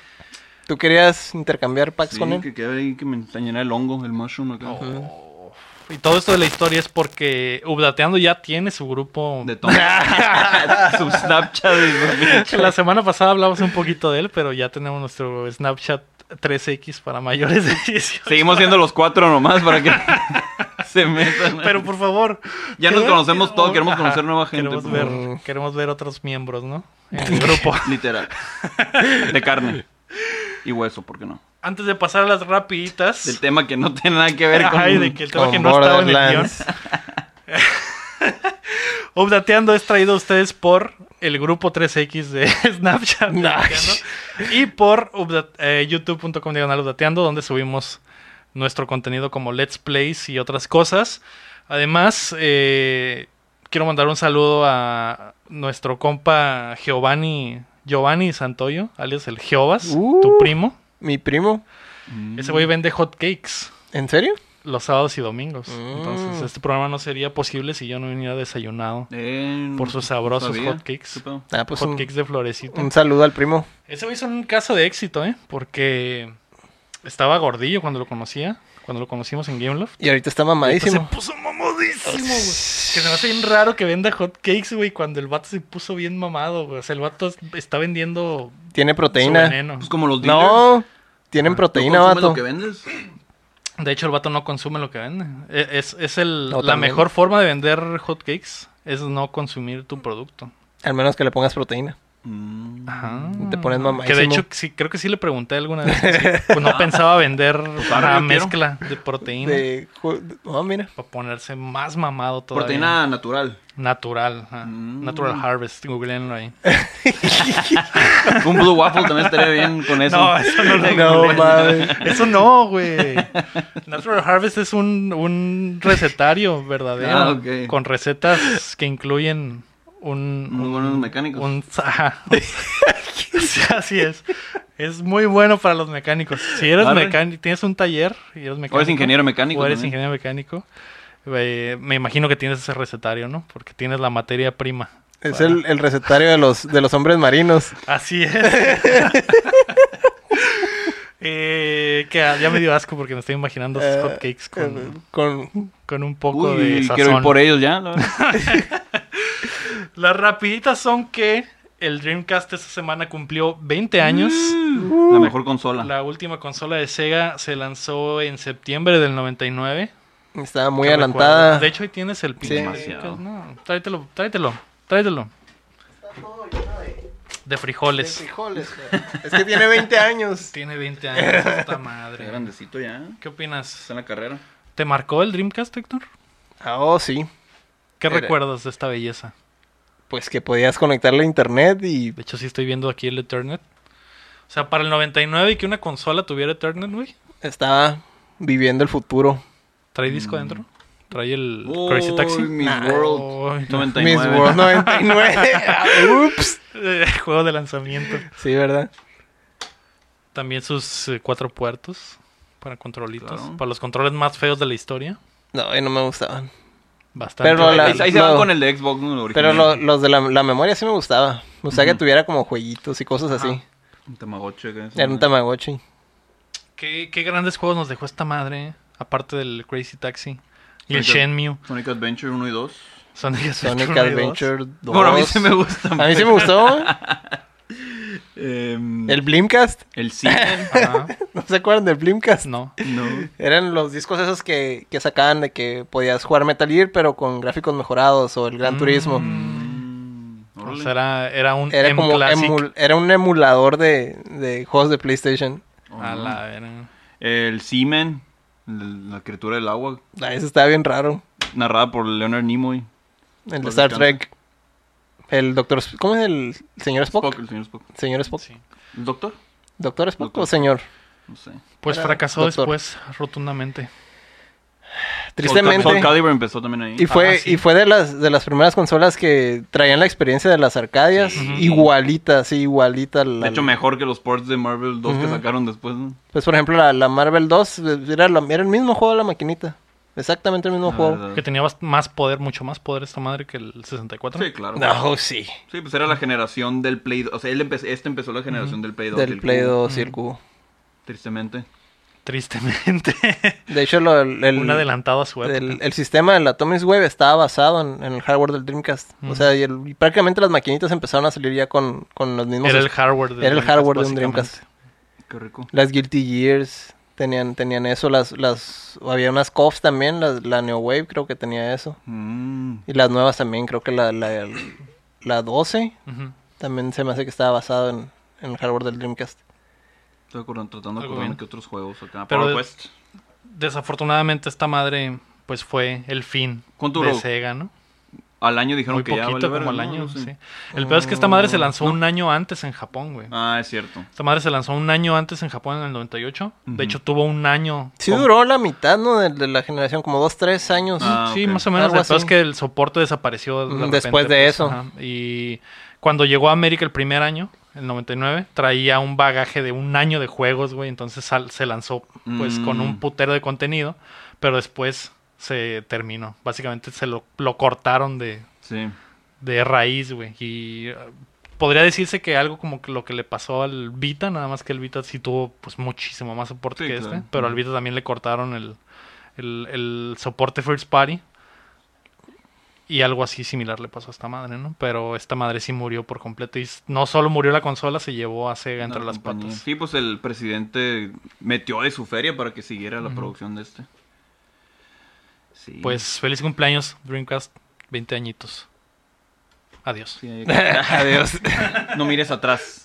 ¿Tú querías intercambiar packs
Sí,
con él?
que quedé ahí que me enseñara el hongo, el mushroom acá.
Oh. Y todo esto de la historia es porque Ubdateando ya tiene su grupo.
De Tumblr. Su Snapchat. y su-
La semana pasada hablamos un poquito de él, pero ya tenemos nuestro Snapchat 3X para mayores de 18.
Seguimos siendo los cuatro nomás para que se metan.
Pero por favor.
Ya nos
queremos-
conocemos todos, queremos
Ajá,
conocer nueva gente,
Queremos
por
ver,
favor.
queremos ver otros miembros, ¿no? En el grupo.
Literal. De carne. Y hueso, ¿por qué no?
Antes de pasar a las rapiditas.
Del tema que no tiene nada que ver con...
Ay, de que el tema
Con
que no estaba en el guión.
Borderlands.
Updateando es traído a ustedes por el grupo 3X de Snapchat. de
No.
Updateando, Y por upda- eh, youtube.com diagonal Updateando, donde subimos nuestro contenido como Let's Plays y otras cosas. Además, eh, quiero mandar un saludo a nuestro compa Giovanni, Giovanni Santoyo, alias el Jehovas,
Uh.
tu primo.
Mi primo.
Mm.
Ese güey vende hot cakes
¿En serio?
los sábados y domingos.
Mm.
Entonces, este programa no sería posible si yo no viniera desayunado
Eh,
por
Mm,
sus sabrosos
sabía. ¿Qué
hotcakes.
pedo?
Ah, pues un,
hotcakes de florecita.
un saludo al primo.
Ese güey es un caso de éxito, ¿eh? Porque estaba gordillo cuando lo conocía, cuando lo conocimos en Gameloft.
Y ahorita está
Entonces
mamadísimo.
Se puso mamadísimo, güey. Que se me hace bien raro que venda hotcakes, güey, cuando el vato se puso bien mamado, güey. O sea, el vato está vendiendo
Tiene
su
proteína.
veneno.
Pues como los dealers.
No,
Ah,
tienen proteína,
¿Tú consumes
vato.
lo que vendes?
De hecho, el vato no consume lo que vende. E- Es, es el,
No,
la
también.
mejor forma de vender hotcakes es no consumir tu producto.
Al menos que le pongas proteína.
Mm.
Ajá.
Te pones
Que
mamadísimo.
de hecho, sí, creo que sí le pregunté alguna vez. que sí, pues no pensaba vender
ahora
una
yo quiero.
mezcla de proteína
De ju- oh, mira.
para ponerse más mamado todavía.
Proteína natural.
Natural. ajá.
Mm.
Natural Harvest, googleenlo ahí.
Un blue waffle también estaría bien con eso.
No, eso no lo
No, mames.
Eso no, güey. Natural Harvest es un, un recetario verdadero.
Ah, ok.
Con recetas que incluyen un...
Muy
un-
buenos mecánicos.
un- ajá. Sí, así es. Es muy bueno para los mecánicos. Si eres
Arre.
mecánico, tienes un taller y eres mecánico.
O eres ingeniero mecánico.
o eres
también.
ingeniero mecánico, eh, me imagino que tienes ese recetario, ¿no? Porque tienes la materia prima.
Es el, el recetario de los, de los hombres marinos.
Así es. Eh, que ya me dio asco porque me estoy imaginando esos
Eh,
hotcakes con,
Con...
con un poco de
Uy,
sazón.
quiero ir por ellos ya. la verdad.
Las rapiditas son que el Dreamcast esta semana cumplió 20 años.
La mejor consola.
La última consola de Sega se lanzó en septiembre del 99.
Estaba muy
Que
adelantada.
recuerdo. De hecho, ahí tienes el pinche.
Demasiado.
No, tráetelo, tráetelo, tráetelo. De frijoles.
Es que tiene 20 años.
Tiene 20 años, puta
Está
madre.
grandecito ya.
¿Qué opinas?
Está en la carrera.
¿Te marcó el Dreamcast, Héctor?
Ah, oh, sí.
¿Qué
Era-
recuerdas de esta belleza?
Pues que podías conectarle a internet y...
De hecho, sí estoy viendo aquí el Ethernet. O sea, para el 99 y que una consola tuviera Ethernet, güey.
Estaba viviendo el futuro.
Trae disco adentro. Trae el Crazy Taxi.
Uy, Miss
Nah.
Uy,
World.
no.
99.
Miss World 99. Ah, Ups.
Eh, Juego de lanzamiento.
Sí, ¿verdad?
También sus eh, cuatro puertos para controlitos.
Claro.
Para los controles más feos de la historia.
No, y no me gustaban.
Bastante.
Pero la-
Ahí,
real.
ahí se van
no.
con el de Xbox. ¿no? El
Pero
original.
lo- los de la, la memoria sí me gustaba. Me gustaba
Ujú.
que tuviera como jueguitos y cosas así.
Un Tamagotchi. acá, esa
Era un
madre.
Tamagotchi.
¿Qué, qué grandes juegos nos dejó esta madre. Aparte del Crazy Taxi. Y el
Sonic-
Shenmue.
Sonic Adventure 1 y 2.
Sonic,
Sonic
Adventure 2.
Adventure 2.
Bueno, a mí sí me gusta.
A mí sí me gustó.
Em,
El Blimcast.
El cine.
Ajá.
¿No se acuerdan del Blimcast?
No.
no.
Eran los discos esos que, que sacaban de que podías jugar Metal Gear, pero con gráficos mejorados o el Gran Turismo.
Mm,
O
órale.
sea, era, era un
Era
M
como
Classic.
emul- era un emulador de, de juegos de PlayStation.
Oh,
A
no.
la verga.
El Seaman, el- la criatura del agua,
Ah, Ese estaba bien raro.
narrada por Leonard Nimoy.
El de
Pues
Star
descansa.
Trek. El Doctor... Sp- ¿Cómo es el señor Spock?
Spock, el señor Spock.
¿Señor Spock?
Sí.
¿El doctor?
¿Doctor Spock
Doctor.
o señor?
No sé.
Pues
Era
fracasó
doctor.
después rotundamente.
Tristemente.
Soul, Soul Calibur empezó también ahí.
Y fue,
Ah, sí.
y fue de las de las primeras consolas que traían la experiencia de las Arcadias,
Sí.
igualita, sí, igualita. a La,
de hecho, mejor que los ports de Marvel 2 que
Ujú.
sacaron después. ¿no?
Pues por ejemplo, la, la Marvel 2 era, la- era el mismo juego de la maquinita. Exactamente el mismo
Ah, La
juego.
verdad.
Que tenía bast- más poder, mucho más poder esta madre que el 64.
Sí, claro.
No, sí.
Sí, pues era la generación del Play 2. O sea, él empe- este empezó la generación del Play 2. y
Del
el
Play
cubo,
2 y el cubo.
Tristemente.
Tristemente.
De hecho, lo- el, el-
un adelantado a su época.
el- el sistema de la Atomic Web estaba basado en, en el hardware del Dreamcast.
Ujú.
O sea, y el- y prácticamente las maquinitas empezaron a salir ya con, con los mismos.
Era el hardware del
era el
Dreamcast,
hardware de
básicamente.
un Dreamcast.
Qué rico.
Las Guilty Gears tenían, tenían eso, las, las, había unas COFs también, las- la Neo Wave creo que tenía eso.
Mm.
Y las nuevas también, creo que la, la, la 12
Ujú.
también se me hace que estaba basado en, en el hardware del Dreamcast.
Estoy acordando- tratando de
Algo
acordarme
bueno.
que otros juegos acá.
Pero
Power
de-
Quest.
Desafortunadamente esta madre pues fue el fin
¿Cuánto
de
duró?
Sega, ¿no?
Al año dijeron
Muy
que ya.
poquito,
vale
como
verga,
al
¿no?
año.
No sé.
sí. El peor es que esta madre se lanzó un año antes en Japón, güey.
Ah, es cierto.
Esta madre se lanzó un año antes en Japón en el 98.
Ujú.
De hecho, tuvo un año.
Sí
con-
duró la mitad, ¿no? De, de la generación, como 2, 3 años.
Ah.
sí,
ok.
más o menos.
Algo
El peor es
así.
que el soporte desapareció de
Mm,
repente,
después de
pues,
eso.
ajá. Y cuando llegó a América el primer año, el 99, traía un bagaje de un año de juegos, güey. Entonces sal- se lanzó pues
Mm.
con un putero de contenido, pero después se terminó. Básicamente se lo, lo cortaron de,
Sí.
de raíz, güey. Y eh, podría decirse que algo como que lo que le pasó al Vita, nada más que el Vita sí tuvo pues muchísimo más soporte
Sí,
que
claro.
este, pero al Vita también le cortaron el, el, el soporte First Party. Y algo así similar le pasó a esta madre, ¿no? Pero esta madre sí murió por completo. Y s- no solo murió la consola, se llevó a Sega entre
La
las
compañía.
patas.
Sí, pues el presidente metió de su feria para que siguiera la
Ujú.
producción de este. Sí.
Pues feliz cumpleaños, Dreamcast, 20 añitos. Adiós.
Sí, ahí-
Adiós.
no mires atrás.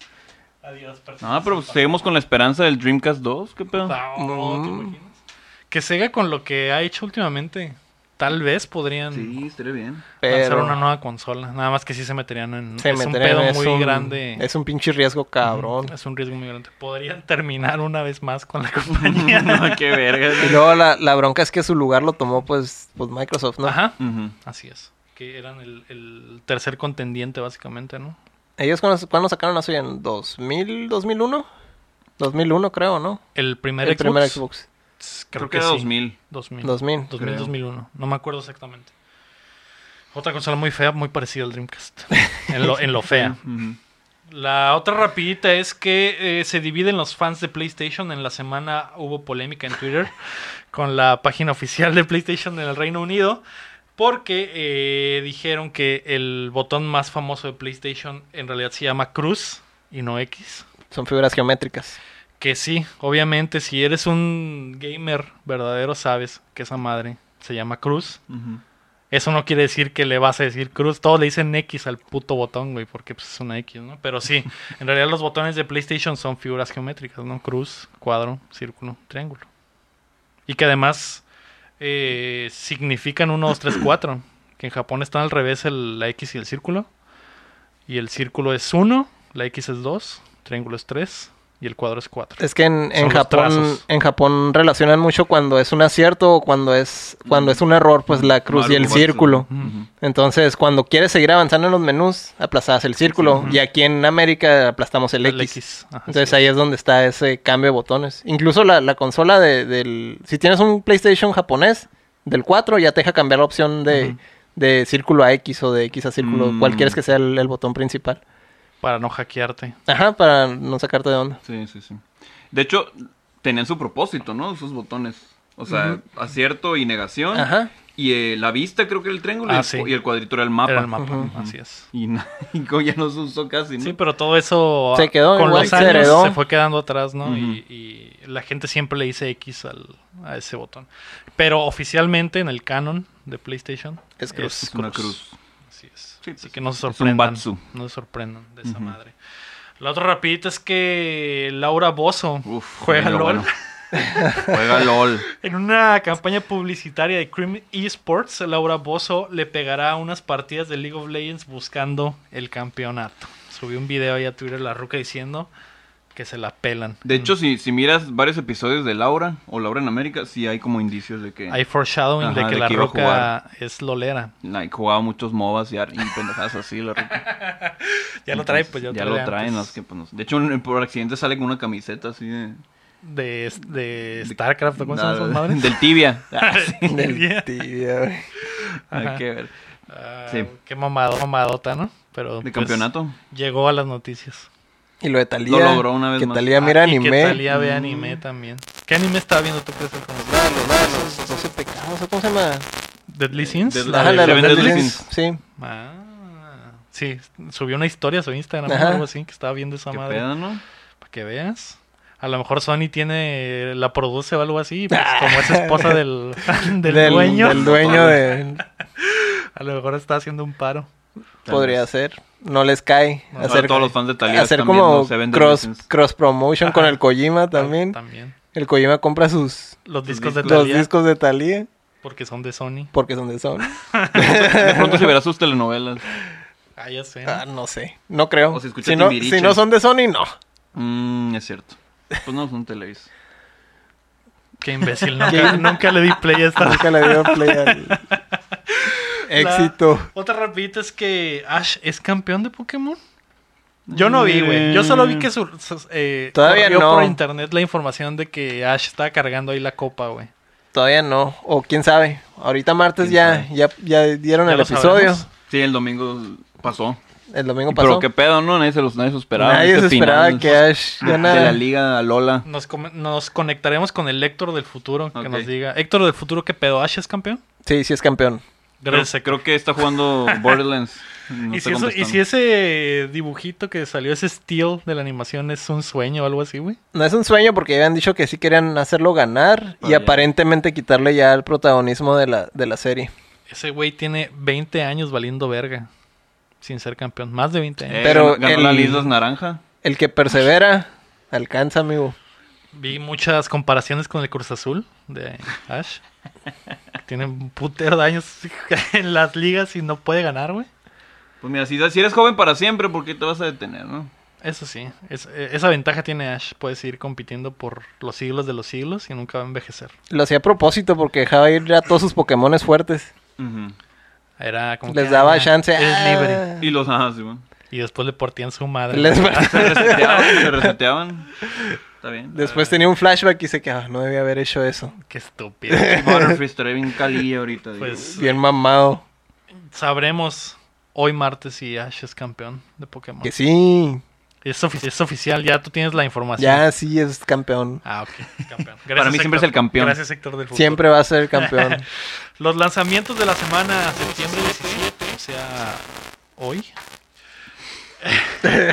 Adiós, perfecto.
No, pero seguimos con la esperanza del Dreamcast 2. ¿Qué
Ah,
pedo?
No, ¿te imaginas? Que Sega con lo que ha hecho últimamente, tal vez podrían
Sí, estaría bien.
lanzar
Pero
una nueva consola. Nada más que sí se meterían en
se
es un
meterían,
pedo
es
muy
un-
grande.
Es un pinche riesgo cabrón.
Es un riesgo muy grande. Podrían terminar una vez más con la compañía.
no, qué verga.
Y luego la, la bronca es que su lugar lo tomó pues, pues Microsoft, ¿no?
Ajá.
Ujú.
Así es. Que eran el, el tercer contendiente, básicamente, ¿no?
Ellos cuando, cuando sacaron la suya en 2000, 2001? 2001 creo, ¿no?
El primer
el
Xbox.
primer Xbox.
Tss, Creo,
Creo, que era
sí.
2000.
2000.
2000.
2000,
creo.
2001. No me acuerdo exactamente. Otra consola muy fea, muy parecida al Dreamcast. En lo, en lo fea.
Ujú.
La otra rapidita es que eh, se dividen los fans de PlayStation. En la semana hubo polémica en Twitter con la página oficial de PlayStation en el Reino Unido. Porque eh, dijeron que el botón más famoso de PlayStation en realidad se llama Cruz y no X.
Son figuras geométricas.
Que sí, obviamente, si eres un gamer verdadero, sabes que esa madre se llama Cruz.
Ujú.
Eso no quiere decir que le vas a decir cruz. Todos le dicen X al puto botón, güey, porque pues, es una X, ¿no? Pero sí, en realidad los botones de PlayStation son figuras geométricas, ¿no? Cruz, cuadro, círculo, triángulo. Y que además eh, significan 1, 2, 3, 4. Que en Japón están al revés el- la X y el círculo. Y el círculo es 1, la X es 2, triángulo es 3 y el cuadro es 4.
Es que en, en
Son los
Japón
trazos.
en Japón relacionan mucho cuando es un acierto o cuando es cuando es un error, pues la cruz y el
Marco, Marco.
círculo.
Ujú.
Entonces, cuando quieres seguir avanzando en los menús, aplastabas el círculo y aquí en América aplastamos el X.
Ajá,
Entonces
sí.
ahí es donde está ese cambio de botones. Incluso la, la consola de- del... Si tienes un PlayStation japonés del 4, ya te deja cambiar la opción de,
Ujú.
de círculo a X o de X a círculo.
Mm.
Cual quieres que sea el, el botón principal.
Para no hackearte.
Ajá, para no sacarte de onda.
Sí, sí, sí. De hecho, tenían su propósito, ¿no? Esos botones. O sea, acierto y negación.
Ajá.
Y eh, la vista creo que era el triángulo
Ah,
y, el,
sí.
cu- y el cuadrito era el mapa.
Era el mapa,
Ujú.
así es.
Y, na- y como ya no se usó casi, ¿no?
Sí, pero todo eso
Se
ah,
quedó
con
igual,
los
se
años
heredó.
se fue quedando atrás, ¿no?
Ujú.
y, y la gente siempre le dice X al, a ese botón. Pero oficialmente en el canon de PlayStation
Es
pues,
cruz.
es una cruz.
Así es.
Sí,
Así
pues,
que no se
es un
sorprendan.
batsu.
No se sorprendan de esa
Ujú.
madre. La otra rapidita es que Laura Bozo
Uf,
juega
mira,
LOL
bueno. Juega LOL.
en una campaña publicitaria de Cream Esports. Laura Bozo le pegará unas partidas de League of Legends buscando el campeonato. Subí un video ahí a Twitter la ruca diciendo que se la pelan.
De hecho, si, si miras varios episodios de Laura o Laura en América, sí hay como indicios de que
hay foreshadowing de
Ajá,
que
de
la
que iba a
ruca es lolera.
like, jugaba muchos MOBAs y, ar- y pendejadas así. La ruca.
Ya lo trae,
Entonces,
pues ya,
lo traen.
antes
Las que, pues, no sé. De hecho, un- por accidente sale con una camiseta así de...
de, de StarCraft, ¿o ¿cómo se llaman esas
Nada,
madres?
Del tibia. Ah, sí.
Del
día.
tibia, güey.
Ajá.
Hay que ver.
Ah,
Sí.
Qué mamado, mamadota, ¿no? Pero
De
pues,
campeonato.
llegó a las noticias.
Y lo de Talía.
Lo logró una vez
que
más.
Talía mira
Ah, y
anime.
Que Talía
Mm.
ve anime también. ¿Qué anime estaba viendo tú que es el conocido?
Claro, claro, esos 12 pecados, ¿Cómo se llama?
Deadly Sins.
Deadly-
Ajá,
de
la de
Seven
los
Deadly
Deadly Sins, Sí.
Ah, sí, subió una historia a su Instagram o
Ajá.
algo así que estaba viendo esa
Qué
madre.
pedo, ¿no?
Para que veas. A lo mejor Sony tiene la produce o algo así, pues, como es esposa del, del, dueño,
Del dueño de...
a lo mejor está haciendo un paro.
Tal
Podría
vez.
ser. No les cae.
No,
Hacer,
hacer
todos los fans de Talía
hacer
están
como
viendo Seven Deadly
cross,
Sins.
cross promotion con
Ajá.
el Kojima también.
Ah, También.
El Kojima compra sus
Los discos
discos.
de
dos
Thalía,
discos de Thalía
porque son de Sony.
porque son de Sony.
De pronto se verá sus telenovelas.
Ah, ya sé.
Ah, no sé, no creo.
O si escucha
si, no,
Timbiriche.
si no son de Sony, no.
Mmm, es cierto. Pues no son televisa.
Qué imbécil, nunca, nunca le di play a esta.
Nunca le dio play al éxito.
Ah. La- Otra rapidita es que Ash es campeón de Pokémon. Yo no vi, güey. Yo solo vi
Mm.
que su, su- eh,
Todavía
corrió
no.
por internet la información de que Ash estaba cargando ahí la copa, güey.
Todavía no, o quién sabe. Ahorita martes ya,
¿Quién
ya ya dieron
Ya
el
lo
episodio.
sabremos.
Sí, el domingo pasó.
El domingo
Pero
pasó.
qué pedo, ¿no? Nadie se los nadie se esperaba.
Nadie
Este
se esperaba
final
que Ash
de la
ganara.
liga a Lola.
Nos, come- nos conectaremos con el Héctor del futuro, que
Ok.
nos diga. Héctor del futuro, ¿qué pedo? ¿Ash es campeón?
Sí, sí es campeón.
Creo,
Gracias, Héctor.
creo que está jugando Borderlands. No
¿Y,
está
si eso- y
contestando.
si ese dibujito que salió, ese steel de la animación, es un sueño o algo así, güey?
No es un sueño porque habían dicho que sí querían hacerlo ganar y
Vaya.
aparentemente quitarle ya el protagonismo de la, de la serie.
Ese güey tiene 20 años valiendo verga. Sin ser campeón. Más de 20 años.
Eh,
Pero
ganó la
el-
Lisas Naranja.
El que persevera alcanza, amigo.
Vi muchas comparaciones con el Cruz Azul de Ash. Tiene un putero de años en las ligas y no puede ganar, güey.
Pues mira, si, si eres joven para siempre, ¿por qué te vas a detener, no?
Eso sí, es- eh, esa ventaja tiene Ash. Puedes ir compitiendo por los siglos de los siglos y nunca va a envejecer.
Lo hacía a propósito porque dejaba ir a todos sus Pokémones fuertes.
Ujú.
Era como
Les
que,
daba
ah,
chance.
Eres
Ah.
libre.
Y los ajá, sí, bueno.
Y después le partían su madre.
Les-
Se reseteaban, se reseteaban. Está bien.
Después tenía un flashback y se quedaba, no debía haber hecho eso.
Qué estúpido.
Butterfree estaría bien calilla ahorita. digo.
Pues
Bien mamado.
sabremos hoy martes si Ash es campeón de Pokémon.
Que sí.
Es, ofi- es oficial, ya tú tienes la información.
Ya sí es campeón.
Ah, ok. Campeón. Gracias,
Para mí siempre es el campeón.
Gracias, sector del futuro.
Siempre va a ser campeón.
Los lanzamientos de la semana, septiembre 17, o sea, hoy.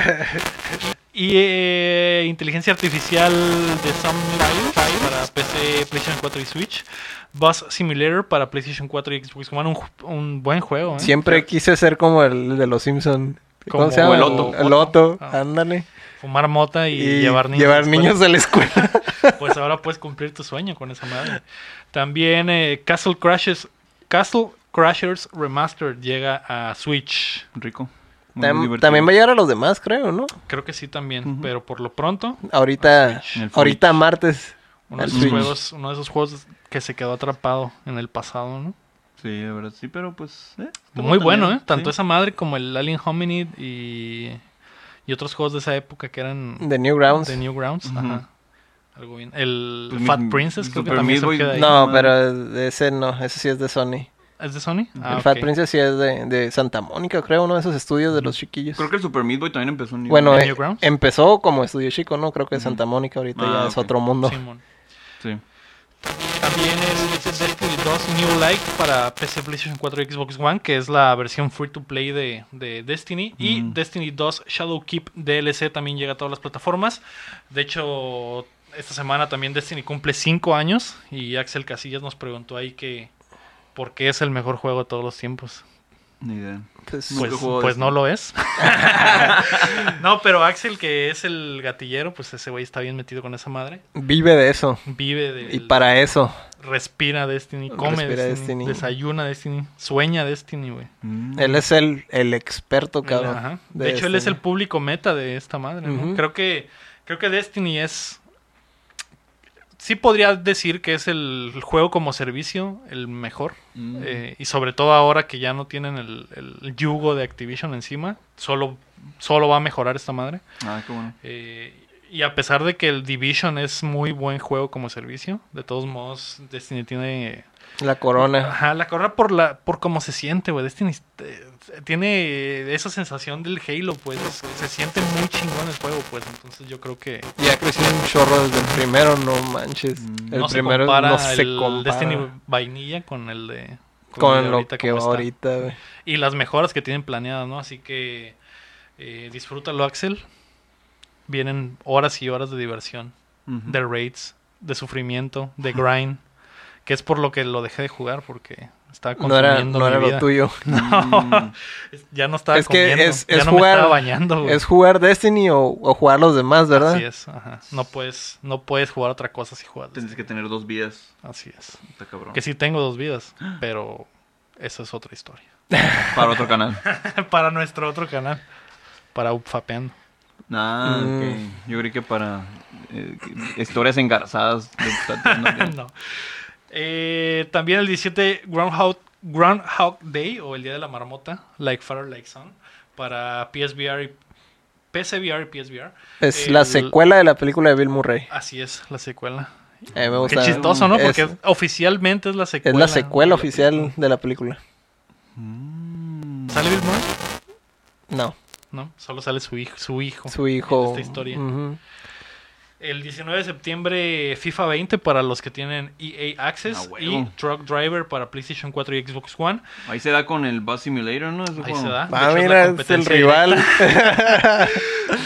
y eh, inteligencia artificial de Sunlight para PC, PlayStation 4 y Switch. Buzz Simulator para PlayStation 4 y Xbox One. Un, ju- un buen juego, ¿eh?
Siempre quise ser como el de los Simpson. ¿Cómo
Como
se llama?
el Otto.
El Otto.
Ah.
Ándale.
Fumar mota y,
Y
llevar niños. a la escuela.
niños a la escuela.
Pues ahora puedes cumplir tu sueño con esa madre. También eh, Castle Crashes, Castle Crashers Remastered llega a Switch.
Rico. Muy
Tam-
divertido.
También va a llegar a los demás, creo, ¿no?
Creo que sí también,
Ujú.
pero por lo pronto,
Ahorita,
Switch.
En el Switch.
ahorita martes.
uno de,
Al
esos
Switch.
juegos, uno de esos juegos que se quedó atrapado en el pasado, ¿no?
Sí, de verdad, sí, pero pues... eh, estuvo
Muy bueno, ¿eh?
también,
Tanto
sí.
esa madre como el Alien Hominid y, y otros juegos de esa época que eran
De Newgrounds.
de Newgrounds.
Ujú.
Ajá. Algo bien. El
Pues mi-
Fat Princess, creo que
Super
también
Meat Boy.
se queda ahí.
No,
Madre.
pero ese no, ese sí es de Sony.
¿Es de Sony? Ah,
el Fat
ok.
Princess sí es de, de Santa Mónica, creo, uno de esos estudios de los chiquillos.
Creo que el Super Meat Boy también empezó en
Bueno,
¿En
eh,
Newgrounds?
empezó como estudio chico, ¿no? Creo que
Ujú.
Santa Mónica ahorita
Ah,
ya es
ok.
otro mundo.
Simón.
eh.
Sí.
También es este es Deadpool 2 New Light para PC, PlayStation 4 y Xbox One, que es la versión free to play de, de Destiny. Y
Mm.
Destiny 2 Shadow Keep DLC también llega a todas las plataformas. De hecho, esta semana también Destiny cumple 5 años. Y Axel Casillas nos preguntó ahí que por qué es el mejor juego de todos los tiempos.
Ni idea.
Pues,
Nunca
Pues,
he jugado
pues
Destiny.
no lo es. no, pero Axel, que es el gatillero, pues ese güey está bien metido con esa madre.
vive de eso.
Vive del...
Y para eso.
Respira Destiny, come
Respira
Destiny,
Destiny.
desayuna Destiny, sueña Destiny, güey.
Mm.
Él es el, el experto, Oh, cabrón.
Ajá. De, hecho, él es el
Destiny.
público meta de esta madre, ¿no?
Ujú.
Creo que creo que Destiny es sí podría decir que es el juego como servicio el mejor
Mm.
eh, y sobre todo ahora que ya no tienen el, el yugo de Activision encima, solo solo va a mejorar esta madre.
Ah, qué bueno.
Eh, y a pesar de que el Division es muy buen juego como servicio, de todos modos Destiny tiene
La corona.
Ajá, la corona por la por cómo se siente, güey. Destiny eh, tiene esa sensación del Halo, pues. Se siente muy chingón el juego, pues. Entonces yo creo que
Ya creció un chorro desde el primero, no manches.
Mm.
El
no se
primero
compara
no se
el
compara
Destiny vainilla con el de el de
con lo que
como
va
está.
ahorita. güey.
Y las mejoras que tienen planeadas, ¿no? Así que eh, disfrútalo, Axel. Vienen horas y horas de diversión,
Ujú.
de raids, de sufrimiento, de grind, que es por lo que lo dejé de jugar porque estaba
No era,
consumiendo
no era
mi
lo
vida.
tuyo.
Mm.
No, es- ya no estaba
Es que
comiendo,
es-
ya
es
no me
jugar-
estaba bañando, güey.
Es jugar Destiny o, o jugar los demás, ¿verdad?
Así es, ajá. No puedes, no puedes jugar otra cosa si juegas.
Tendrías que tener dos vidas.
Así es.
Está cabrón.
Que sí tengo dos vidas, pero eso es otra historia.
Para otro canal.
para nuestro otro canal, para Upfapeando.
Ah,
Mm.
ok. Yo creí que para eh, que- historias engarzadas. de-
no. Eh, también el 17 Groundhog, Groundhog Day o el Día de la Marmota, Like Father Like Son, para PSVR y PCVR y PSVR.
Es
El-
la secuela de la película de Bill Murray.
Así es, la secuela.
A mí me
Qué
gusta.
chistoso, ¿no?
Es-
Porque
es,
oficialmente es la secuela.
la secuela
de la
oficial
película.
de la película.
Mm.
¿Sale Bill Murray?
No,
No, solo sale su hijo. Su hijo.
su hijo. Mm.
esta historia.
Ujú.
El 19 de septiembre, FIFA 20 para los que tienen EA
Ah,
Access y
huevo.
Truck Driver para PlayStation 4 y Xbox One.
Ahí se da con el Bus Simulator, ¿no? Eso
Ahí
como,
se da. De
Ah,
hecho, es la
mira, es el
competencia
rival.
directa,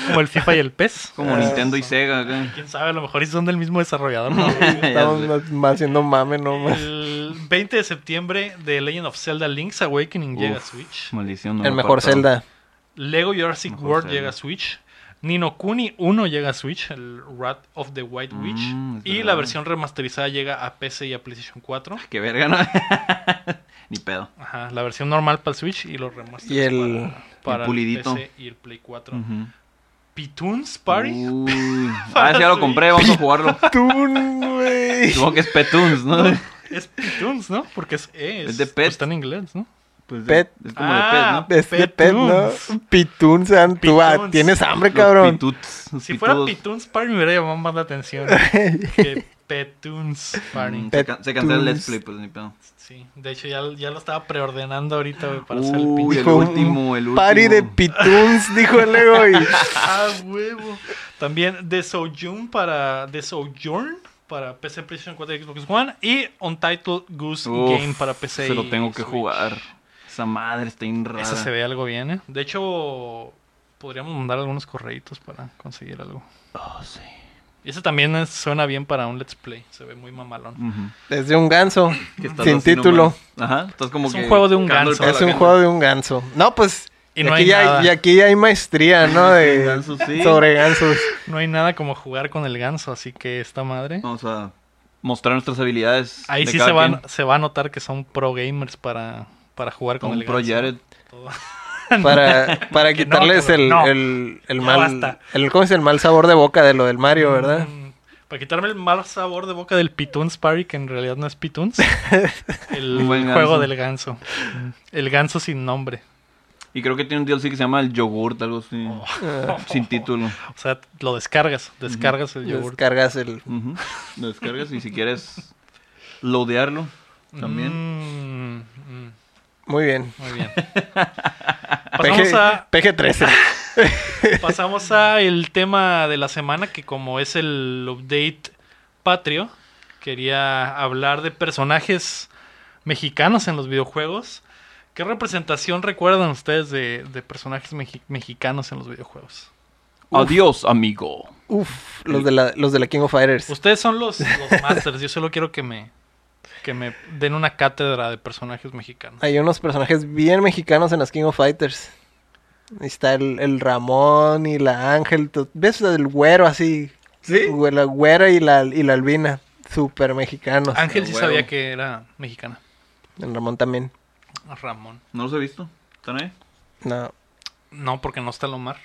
Como el FIFA y el PES.
como Nintendo
Eh,
y Sega. acá.
Quién sabe, a lo mejor y son del mismo desarrollador. ¿no?
Estamos más- más haciendo mame nomás.
Eh, el 20 de septiembre de Legend of Zelda Link's Awakening llega a
Uf,
Switch.
Maldición. no
El
lo
mejor
apartaron.
Zelda.
Lego Jurassic
Mejor
World
Zelda.
llega a Switch. Nino Kuni 1 llega a Switch, el Wrath of the White Witch.
Mm, es
y
verdad.
la versión remasterizada llega a PC y a PlayStation 4.
Qué verga, ¿no? Ni pedo.
Ajá, la versión normal para el Switch y los remasters
Y el-
para, para
el pulidito.
PC y el Play 4.
Ujú.
Pitoons Party.
Uy. Ah,
Para
sí, ya lo
su
compré, vamos a jugarlo.
Tun, güey.
Supongo que es Petunes, ¿no?
Es Pitoons, ¿no? Porque es, es, pues,
Es de pet.
Está en inglés, ¿no?
Pues
Pet.
Es como
Ah,
de
Es de pet, ¿no?
Petunes.
Pitun, sean tú. Ah,
Pitunes.
tienes hambre,
pet, ¿no? Los
cabrón.
pituts, los
Si fuera
pitudos.
Pitoons Party me hubiera llamado más la atención. que Petunes Party.
Mm, Se, can- se cancela el Let's Play, pues ni pedo.
Sí, de hecho ya, ya lo estaba preordenando ahorita, güey, para hacer el
Uy,
pinche.
el
Dijo,
último, el último.
Party de pitunes, dijo el ego. Y...
¡Ah, huevo! También The Sojourn para, The Sojourn para PC, PlayStation 4 y Xbox One. Y Untitled Goose
Uf,
Game para PC.
Se lo
y
tengo que
Switch.
jugar. Esa madre está bien rara.
Esa se ve algo bien, ¿eh? De hecho, podríamos mandar algunos correitos para conseguir algo.
Oh, sí.
Y ese también es- suena bien para un Let's Play. Se ve muy mamalón.
Ujú.
Desde un ganso.
Que estás
Sin
así
título.
nomás. Ajá. Estás como
Es
que
un juego de un
cagando el
ganso.
palo a
Es
la
un
gente.
juego de un ganso. No, pues.
Y no
aquí
hay
ya,
nada.
y aquí ya hay maestría, ¿no? De,
Ganso, sí.
Sobre gansos.
No hay nada como jugar con el ganso, así que esta madre.
Vamos a mostrar nuestras habilidades.
Ahí
de
sí
cada
se, van,
quien.
se va a notar que son pro gamers para, para jugar con
Con
el
Pro
ganso.
Jared.
Todo.
Para, para
Que no,
quitarles
cabrón,
el,
no.
el, el
Ya
mal.
basta.
El, ¿Cómo es el mal sabor de boca de lo del Mario, verdad?
Mm, Para quitarme el mal sabor de boca del Pitoons Party, que en realidad no es Pitoons. El
Un buen
juego
ganso.
del ganso. El ganso sin nombre.
Y creo que tiene un DLC que se llama el yogurt, algo así.
Oh.
Sin título.
O sea, lo descargas. Descargas el yogur.
Descargas el.
Ujú. Lo descargas y si quieres lodearlo también.
Mm, mm,
Muy bien.
muy bien.
PG,
Pasamos a,
PG-13.
pasamos a el tema de la semana, que como es el update patrio, quería hablar de personajes mexicanos en los videojuegos. ¿Qué representación recuerdan ustedes de, de personajes mexi- mexicanos en los videojuegos?
Adiós, amigo.
Uf, los de, la, los de la King of Fighters.
Ustedes son los, los masters, yo solo quiero que me, que me den una cátedra de personajes mexicanos.
Hay unos personajes bien mexicanos en las King of Fighters. Ahí está el, el Ramón y la Ángel. to- ¿Ves el güero así?
¿Sí?
Güe- La güera y la, y la albina. Súper mexicanos.
Ángel sí
huevo.
sabía que era mexicana.
El Ramón también.
Ramón.
No los he visto. ¿Están ahí?
No.
No, porque no está Lomar.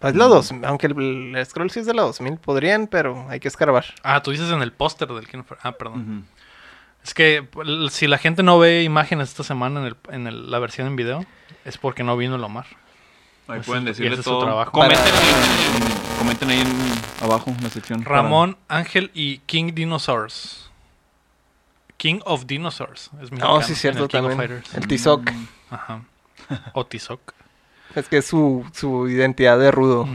Pues la 2000, aunque el, el scroll sí es de la 2000, podrían, pero hay que escarbar.
Ah, tú dices en el póster del King of Fighters. Ah, perdón.
Ujú.
Es que l- si la gente no ve imágenes esta semana en, el- en el- la versión en video, es porque no vino Lomar.
Ahí
Ese-
pueden
Pues ese
decirles
es su
todo.
trabajo.
Comenten, en- comenten ahí en- abajo en la sección.
Ramón, Ángel y King Dinosaurs. King of Dinosaurs. Es mi
No, Oh, sí, es cierto también. El Tizoc.
Mm. Ajá. O Tizoc.
Es que es su, su identidad de rudo.
Ujú.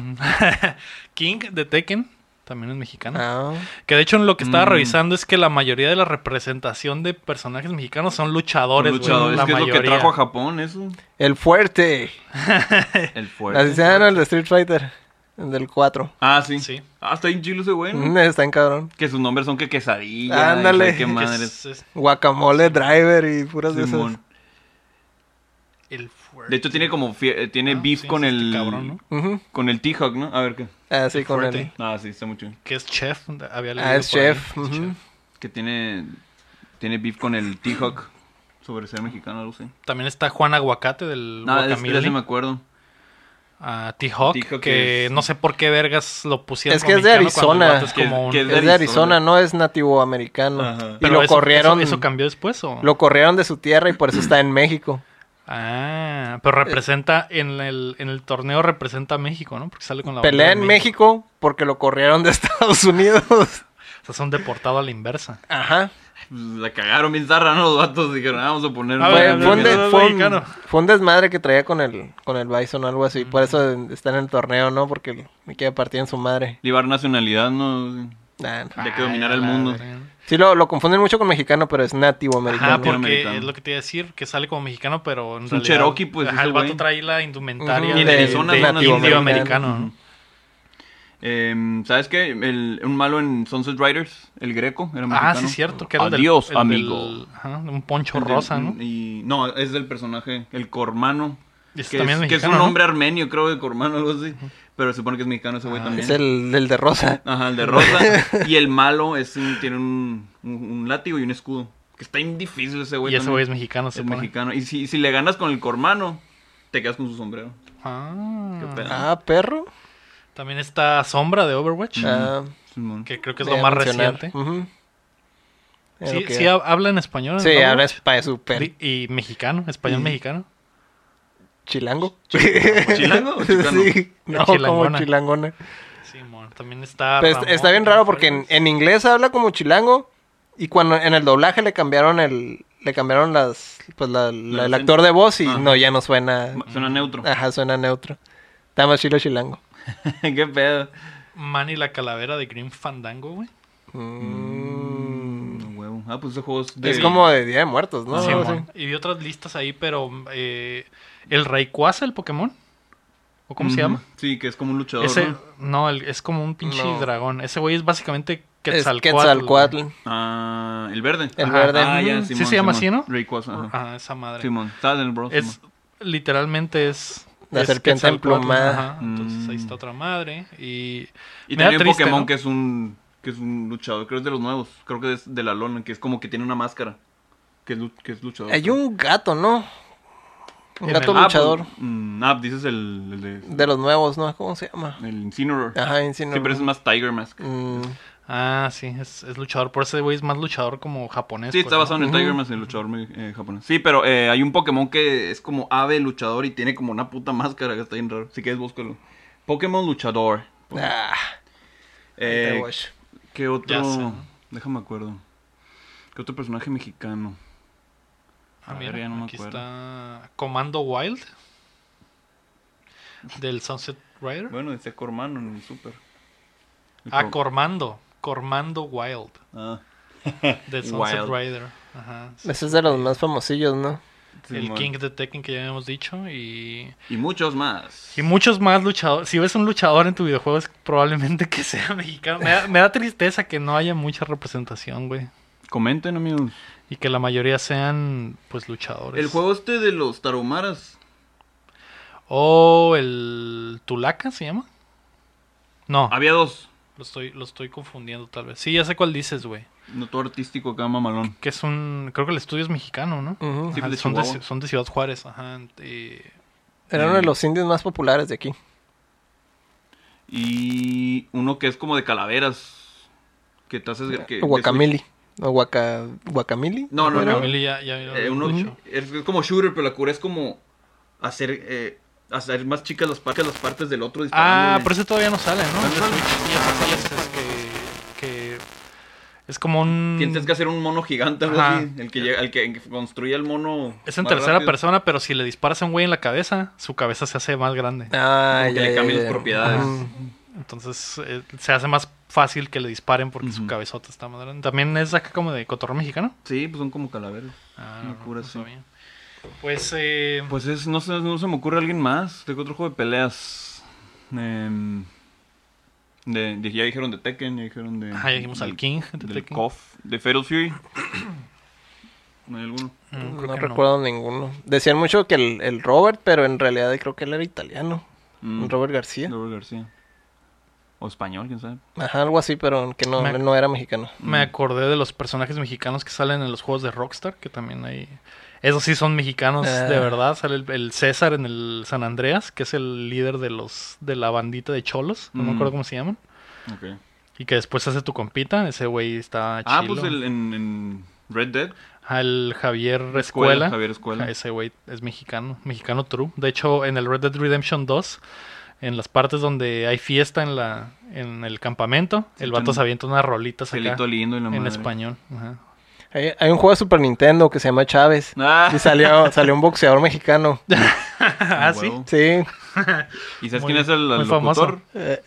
King de Tekken. También es mexicano.
Ah,
Que de hecho lo que estaba
Mm.
revisando es que la mayoría de la representación de personajes mexicanos son luchadores. güey,
luchador. Es
la
que es lo que
mayoría.
trajo a Japón, eso.
el fuerte.
El
Así se
fuerte.
llama el de Street Fighter. El del 4.
Ah, sí.
Sí.
Ah, está bien chilo ese güey. ¿no?
Mm, Está en cabrón.
Que sus nombres son que quesadilla.
Ándale.
Qué
Que
madre.
es- es
Guacamole, driver y puras de esas.
Simón.
el fuerte.
De hecho, tiene como. fie- eh, Tiene
Ah,
beef
sí,
con
es
el.
este cabrón, ¿no?
Ujú.
Con el T-Hawk, ¿no? A ver qué.
Ah, sí,
El
con
fuerte.
el.
Ah, sí, está muy chido.
Que es chef. Había leído
Ah, es
por ahí.
chef.
Es
ujú.
chef.
Que tiene. Tiene beef con el T-Hawk. Sobre ser mexicano, algo así.
También está Juan Aguacate del
Nada, es,
Guacamole.
ese me acuerdo.
Ah, T-Hawk,
T-Hawk
que
es-
no sé por qué vergas lo pusieron
Es que
como
es de
mexicano cuando el
Arizona.
vato Es como un-
Que-
Es
de
de Arizona,
Arizona.
no es nativo americano.
Ajá.
Y
Pero
lo
eso-
corrieron.
Eso, eso cambió después o...?
Lo corrieron de su tierra y por eso está en México.
Ah,
Eh.
pero representa... En el, en el torneo representa a México, ¿no? Porque sale con la
Pelea
bandera
en
de
México porque lo corrieron de Estados Unidos.
O sea, son deportados a la inversa.
Ajá.
Pues, la cagaron bien zarra, ¿no? Los vatos dijeron, ah, vamos a poner.
A
un-
ver,
Fue,
a
fue un de-
ver,
fue un-
mexicano.
fue un desmadre que traía con el, con el Bison o algo así. Por eso está en el torneo, ¿no? Porque me quiere partir en su madre.
Libar nacionalidad, ¿no?
Nah, no.
Hay
Ay,
que dominar
a
el
la
mundo.
verga.
Sí, lo, lo confunden mucho con mexicano, pero es nativo americano.
Ajá, porque
Americano.
es lo que te iba a decir, que sale como mexicano, pero en
Es un
realidad...
Cherokee, pues,
Ajá,
ese
el vato
güey.
trae la indumentaria
Ujú,
de,
Y en Arizona
de
son
indio
nativos
americano,
americanos.
¿no?
Eh, ¿Sabes qué? El, un malo en Sunset Riders, el greco, era mexicano.
Ah, sí, cierto. Que era el del-
Adiós,
el del-
amigo.
ajá, un poncho
El de-
rosa, ¿no?
Y, no, es del personaje, el Cormano.
Y ese
Que,
también
es,
es
que es
mexicano,
un
¿no?
nombre armenio, creo, de Cormano, algo así. Pero se supone que es mexicano ese güey también.
Ah, Es el, el de Rosa.
Ajá, el de rosa. y el malo es un- tiene un, un, un látigo y un escudo. Que está bien difícil ese güey.
Y ese
también.
güey es mexicano,
Es
se supone.
mexicano. Y si, si le ganas con el Cormano, te quedas con su sombrero. Qué
Ah.
pedo.
Ah, perro.
También está Sombra de Overwatch,
Ah,
Simón.
que Mm. creo que es lo
voy a
más
mencionar.
reciente.
Ujú. Es
Sí,
lo que-
sí hab- habla en español.
sí,
en
ahora
Overwatch.
es pa- súper
Di- Y mexicano, español
Sí.
mexicano.
chilango.
¿Chilango o chicano?
Sí, no, como
Chilangona.
chilangona.
Simón, también está.
Pero es-
Ramón,
está bien raro porque en, en inglés habla como chilango y cuando en el doblaje le cambiaron el le cambiaron las pues la- la- el
acento.
actor de voz y
Ajá.
no ya no suena
Suena neutro.
ajá suena neutro está más chilo chilango
¿Qué pedo?
Manny la calavera de Green Fandango, güey.
Mm, huevo. Ah, pues ese juego es de...
es como de Día de Muertos no
Simón.
Ah, Sí.
Y vi otras listas ahí, pero. eh, el Rayquaza, el Pokémon. ¿O cómo se
Ujú.
llama?
Sí, que es como un luchador,
Ese,
¿no?
no, el- es como un pinche
No.
dragón. Ese güey es básicamente
Es
Quetzalcoatl.
Quetzalcoatl.
güey.
Ah, el verde.
El
Ajá.
verde.
Ah, ya,
Mm, sí
Simón,
se llama
Simón.
así, ¿no?
Rayquaza, ajá.
Ah, esa madre.
Simón. Estaba en el bro,
Es,
Simón.
literalmente es...
La
es
serpiente
Quetzalcóatl,
emplumada.
ajá. Entonces
Mm.
ahí está otra madre. Y,
Y
me da
también
triste,
Pokémon
¿no?
que es un que es un luchador, creo que es de los nuevos, creo que es de la lona, que es como que tiene una máscara, que es, lu- que es luchador.
hay un gato no un
En
gato
el-
Ah,
luchador
pues, mm, ah, dices el, el de
de los nuevos no cómo se llama
el Incineroar.
ajá en sí no-
Sí, pero ese es más Tiger Mask.
Mm,
Ah, sí, es, es luchador. Por ese güey es más luchador como japonés.
Sí,
pues,
está
¿no?
basado en el Tiger Mask, el luchador eh, japonés. Sí, pero eh, hay un Pokémon que es como ave luchador y tiene como una puta máscara que está bien raro. Si quieres, búscalo. Pokémon luchador.
ah,
Eh,
Death Watch.
¿Qué otro?
Ya sé, ¿no?
Déjame acuerdo. ¿Qué otro personaje mexicano?
Ah,
A ver,
mira,
ya no me
aquí
acuerdo.
está Comando Wild del Sunset Rider.
Bueno, dice Cormano en el Super. El
ah,
Cor-
Cormando. Cormando Wild
Ah,
del Sunset
Wild.
Rider. Ajá. sí.
ese es de los más famosillos no
El
Simón.
King de Tekken que ya habíamos dicho. Y,
Y muchos más.
y muchos más luchadores. Si ves un luchador en tu videojuego, es probablemente que sea mexicano. Me da, me da tristeza que no haya mucha representación, güey.
Comenten, amigos.
Y que la mayoría sean, pues, luchadores.
El juego este de los Taromaras.
O Oh, el Tulaca se llama. No,
Había dos.
lo estoy, lo estoy confundiendo tal vez. Sí, ya sé cuál dices, güey.
No todo artístico acá, mamalón.
Que es un. Creo que el estudio es mexicano, ¿no?
Ujú.
Sí,
Ajá,
de
son, de,
Chihuahua.
son de Ciudad Juárez, ajá. eh, y-
era
Mm.
uno de los indios más populares de aquí
Y uno que es como de calaveras. Que te haces. Que,
O Guacamili. O guaca, Guacamili.
No, no,
Bueno,
no.
Emily ya- ya había
Eh, uno-
dicho.
es es como shooter, pero la cura es como hacer, eh, hacer más chicas las partes, las partes del otro.
Ah,
disparándole.
pero ese todavía no sale, ¿no?
No, no sale.
Y ese sí es, es que, que es como un.
Tienes que hacer un mono gigante, algo
Ajá.
así. El que, llega- el que el que construye el mono.
Es en
más
tercera
rápido.
persona, pero si le disparas a un güey en la cabeza, su cabeza se hace más grande.
Ah,
Como
ya,
que le
ya,
cambian
ya. Mm.
las propiedades.
Mm,
Ujú.
Entonces eh, se hace más fácil que le disparen porque su
Ujú.
cabezota está más grande. También es acá como de cotorro mexicano.
Sí, pues son como calaveras.
Ah,
Una cura, sí.
sabía. Pues, eh,
Pues es, no, se, no se me ocurre alguien más. Tengo otro juego de peleas. Em, de, de- ya dijeron de Tekken, ya dijeron de.
ajá, ya dijimos al
Pues, del-
King de
Del
Tekken.
KOF, de Fatal Fury. No hay alguno.
Mm, creo
No
que
recuerdo ninguno. Decían mucho que el, el Robert, pero en realidad creo que él era italiano.
Mm,
Robert García.
Robert García. O español, quién sabe.
Ajá, algo así, pero que no,
Me-
él no era mexicano.
Me
Mm.
acordé de los personajes mexicanos que salen en los juegos de Rockstar, que también hay... Esos sí son mexicanos
Ah.
de verdad. Sale el, el César en el San Andreas, que es el líder de los de la bandita de cholos. No me
Mm.
acuerdo cómo se llaman.
Ok.
Y que después hace tu compita. Ese güey está
Ah,
chilo.
pues el, en, en Red Dead.
Ajá, el Javier
Escuela,
Escuela. Ah,
Javier Escuela.
Ajá, Ese güey es mexicano, mexicano true. De hecho, en el Red Dead Redemption 2, en las partes donde hay fiesta en la en el campamento,
Sí,
el vato
ten-
se avienta unas rolitas acá
Celito lindo y la
en
madre.
español. Ajá.
Hay, hay un juego de Super Nintendo que se llama Chávez.
Ah,
Y salió, salió un boxeador mexicano.
Ah, sí.
huevo.
Sí.
¿Y sabes
Muy-
quién es el,
muy
el
famoso.
locutor?
Eh,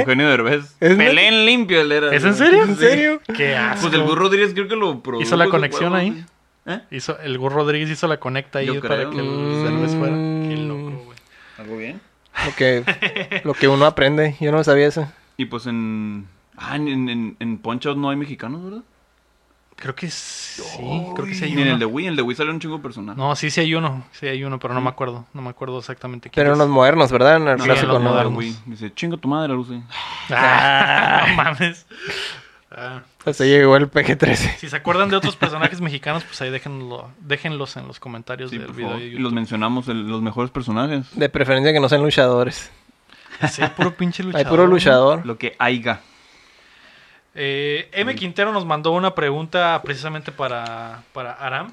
Eugenio Derbez.
¿Es
Pelén limpio él era.
¿Es en serio?
¿En serio?
Qué asco.
Pues el Gur Rodríguez creo que lo produjo.
Hizo la
ese
conexión
juego,
ahí.
¿sí? ¿Eh?
Hizo, el Gur Rodríguez hizo la conecta ahí
Yo
para
creo.
que el
Mm.
Derbez fuera. Qué loco, güey.
¿Algo bien?
Lo que, lo que uno aprende. Yo no sabía eso.
Y pues en... Ah, en, en, en- en Punch Out no hay mexicanos, ¿verdad?
Creo que sí, creo que sí hay
Ni en el de
uno.
Wii. En el de Wii salió un chingo de personal.
No, sí, sí hay uno. Sí hay uno, pero no me acuerdo. No me acuerdo exactamente quién
Pero en
es.
los modernos, ¿verdad? En el
Sí,
clásico
en los
no.
modernos.
Wii. Dice, chinga tu madre, Lucy.
Ah, no mames. Ah.
Hasta ahí llegó el PG-13.
Si se acuerdan de otros personajes mexicanos, pues ahí déjenlo, déjenlos en los comentarios
Sí,
del
por
video
favor.
de
Y
YouTube.
los mencionamos, el- los mejores personajes.
De preferencia que no sean luchadores.
Sí, puro pinche luchador.
Hay puro luchador.
Lo que haiga.
Eh, M. Quintero nos mandó una pregunta precisamente para, para Aram.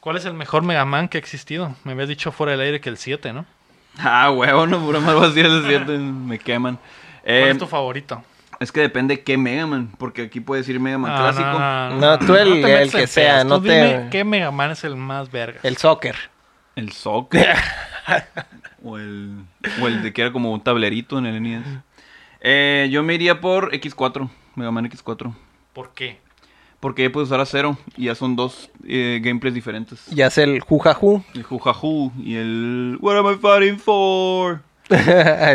¿Cuál es el mejor Mega Man que ha existido? Me habías dicho fuera del aire que el 7, ¿no?
Ah, huevo, no, puro mal va a ser el 7. Me queman.
¿Cuál
Eh,
es tu favorito? Ah,
es que depende qué Mega Man, porque aquí puede decir Mega Man
No,
clásico.
no, no,
No, tú el-
te metas
el que
en
sea,
pedas.
no
Tú
te-
Dime qué Mega Man es el más verga.
El soccer.
El soccer. o, el, o el de que era como un tablerito en el NES. Eh, yo me iría por X4, Mega Man X4.
¿Por qué?
Porque ya puedes usar a cero y ya son dos eh, gameplays diferentes.
Y hace el jujaju.
El Jujaju y el What am I fighting for?
el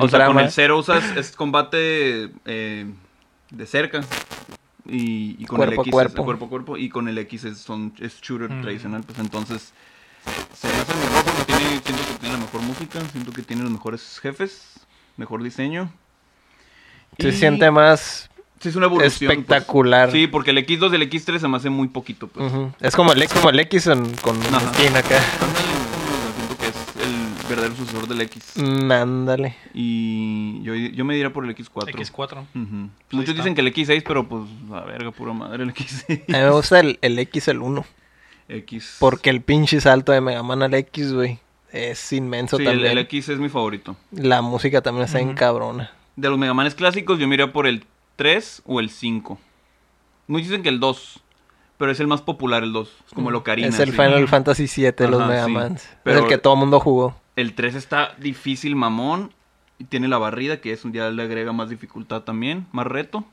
o sea,
drama.
con el cero usas es combate eh, de cerca. Y, y con
Cuerpo a
el X
cuerpo.
es cuerpo a cuerpo. Y con el X es, son, es shooter
Mm.
tradicional. Pues entonces. Se me hace mejor porque tiene, siento que tiene la mejor música. Siento que tiene los mejores jefes. Mejor diseño.
Se
y-
siente más.
sí, es una evolución. pues.
espectacular.
Sí, porque el X2 y el X3 se me hace muy poquito. Pues.
ujú. Es como el, como el X en- con una
Ajá.
esquina acá.
Ándale, no, Siento que es el verdadero sucesor del X.
Mm, ándale.
Y yo, yo me diría por el X4.
X4.
Pues
Ujú.
ahí
Muchos
está.
dicen que el X6, pero pues, la verga, pura madre, el
A mí
X6.
me gusta el, el X, el 1.
X.
Porque el pinche salto de Mega Man al X, güey. Es inmenso
Sí, el,
también.
el X es mi favorito.
La música también está en
Ujú.
cabrona.
De los Megamanes clásicos, yo me iría por el 3 o el 5. Muchos dicen que el 2, pero es el más popular, el 2. Es como lo Ocarina.
es el
sí.
Final Fantasy VII de los
Ajá,
Mega
sí.
Mans.
Pero-
Es el que todo mundo jugó.
El 3 está difícil, mamón. Y tiene la barrida, que es un día le agrega más dificultad también, más reto.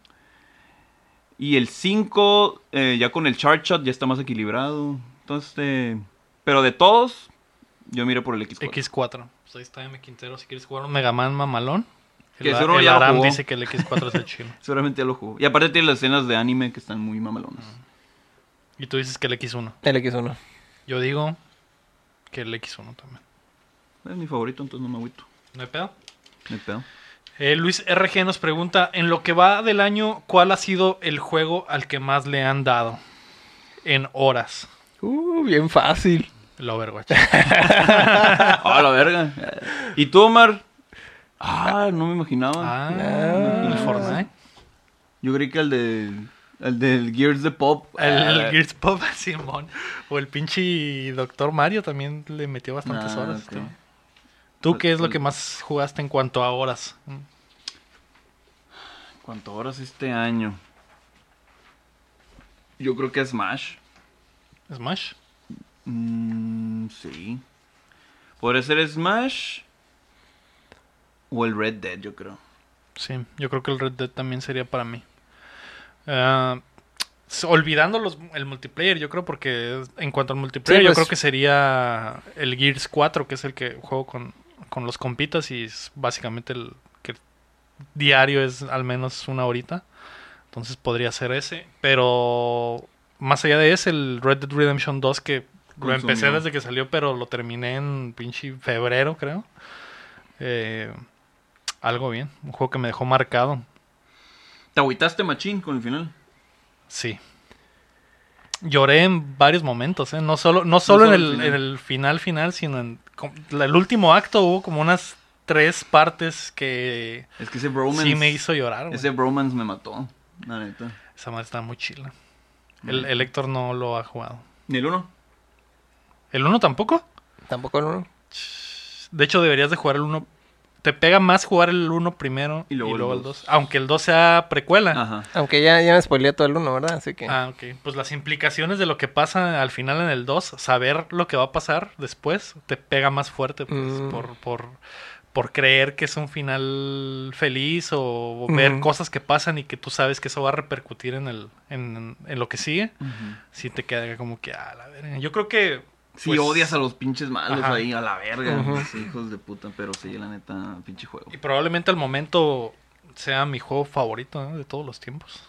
Y el 5, eh, ya con el chart shot, ya está más equilibrado. Entonces, eh, pero de todos, yo miro por el X4.
X4. Pues ahí está M. Quintero. Si quieres jugar un Mega Man mamalón.
Que
el,
seguro
el
ya lo
Aram
jugó.
dice que el X4 es el chido.
Seguramente ya lo jugó. Y aparte tiene las escenas de anime que están muy mamalonas.
Y tú dices que el X1.
El X1.
Yo digo que el X1 también.
Es mi favorito, entonces no me agüito.
¿No hay pedo?
No hay pedo.
Eh, Luis RG nos pregunta, en lo que va del año, ¿cuál ha sido el juego al que más le han dado en horas?
Uh, bien fácil.
El Overwatch.
¡Ah, la verga! ¿Y tú, Omar? Ah, no me imaginaba.
Ah,
Ah.
el Fortnite.
Yo creí que el de... El del Gears de Pop.
El,
Ah,
el Gears Pop, Simón. O el pinche Doctor Mario también le metió bastantes
Ah,
horas.
ok. Pues,
¿tú? ¿Tú qué es lo que más jugaste en cuanto a horas? ¿Mm?
¿Cuántas horas este año? Yo creo que Smash.
¿Smash?
Mm, sí. Podría ser Smash o el Red Dead, yo creo.
Sí, yo creo que el Red Dead también sería para mí. Ah, s- olvidando los, el multiplayer, yo creo, porque es- en cuanto al multiplayer,
Sí,
yo
pues.
creo que sería el Gears 4, que es el que juego con, con los compitas y es básicamente el que diario es al menos una horita. Entonces podría ser ese. Pero más allá de ese, el Red Dead Redemption 2, que lo empecé
Consumió.
desde que salió, pero lo terminé en pinche febrero, creo. Eh, algo bien, un juego que me dejó marcado.
¿Te agüitaste, machín, con el final?
Sí. Lloré en varios momentos, ¿eh? No solo, no solo, en,
solo al
el,
final.
en el final final, sino en com- la- el último acto hubo como unas tres partes que
Es que ese bromance...
sí me hizo llorar. güey.
Ese bromance me mató, la neta.
Esa madre está muy chila. El, el Héctor no lo ha jugado.
¿Ni el uno?
¿El 1 tampoco?
Tampoco el 1.
De hecho, deberías de jugar el 1. Te pega más jugar el 1 primero y luego, el
dos.
2. Aunque el 2 sea precuela.
Ajá.
Aunque ya, ya me spoileé todo el 1, ¿verdad? Así que.
Ah, ok. Pues las implicaciones de lo que pasa al final en el 2, saber lo que va a pasar después, te pega más fuerte pues,
Mm.
por, por, por creer que es un final feliz o, o ver
Ujú.
cosas que pasan y que tú sabes que eso va a repercutir en, el, en, en lo que sigue.
Ujú.
Sí te queda como que, ah, la verga. Yo creo que...
Sí,
pues,
odias a los pinches malos
Ajá.
ahí, a la verga.
Ujú.
sí, hijos de puta, pero sí, la neta, pinche juego.
Y probablemente al momento sea mi juego favorito ¿no? de todos los tiempos.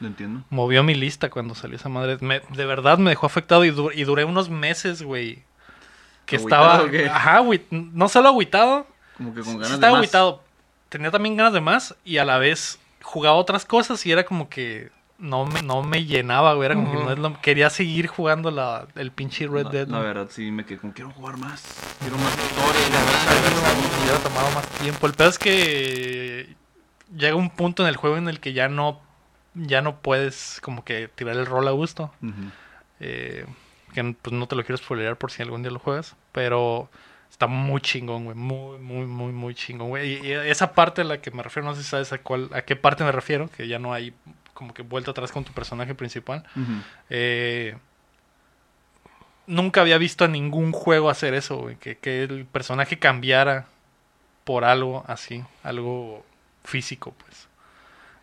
Lo entiendo.
Movió mi lista cuando salió esa madre. Me- de verdad me dejó afectado y, du- y duré unos meses, güey. Que
¿Agüitado
estaba.
o qué?
Ajá, güey. No solo agüitado.
Como que con
sí
ganas de
estaba
más.
agüitado. Tenía también ganas de más y a la vez jugaba otras cosas y era como que no me, no me llenaba, güey. Era como que
Ujú.
no es lo- quería seguir jugando la, el pinche Red
La-
Dead.
La,
¿no?
verdad, sí, me quedé como, quiero jugar más. Quiero más historia. y la verdad,
hubiera tomado más tiempo. El peor es que llega un punto en el juego en el que ya no, ya no puedes como que tirar el rol a gusto.
Ujú.
Eh, que pues no te lo quiero spoilear por si algún día lo juegas. Pero Está muy chingón, güey. Muy, muy, muy, muy chingón, güey. Y, y esa parte a la que me refiero, no sé si sabes a, cuál, a qué parte me refiero, que ya no hay como que vuelta atrás con tu personaje principal.
Ujú.
Eh, nunca había visto a ningún juego hacer eso, güey, que, que el personaje cambiara por algo así, algo físico, pues.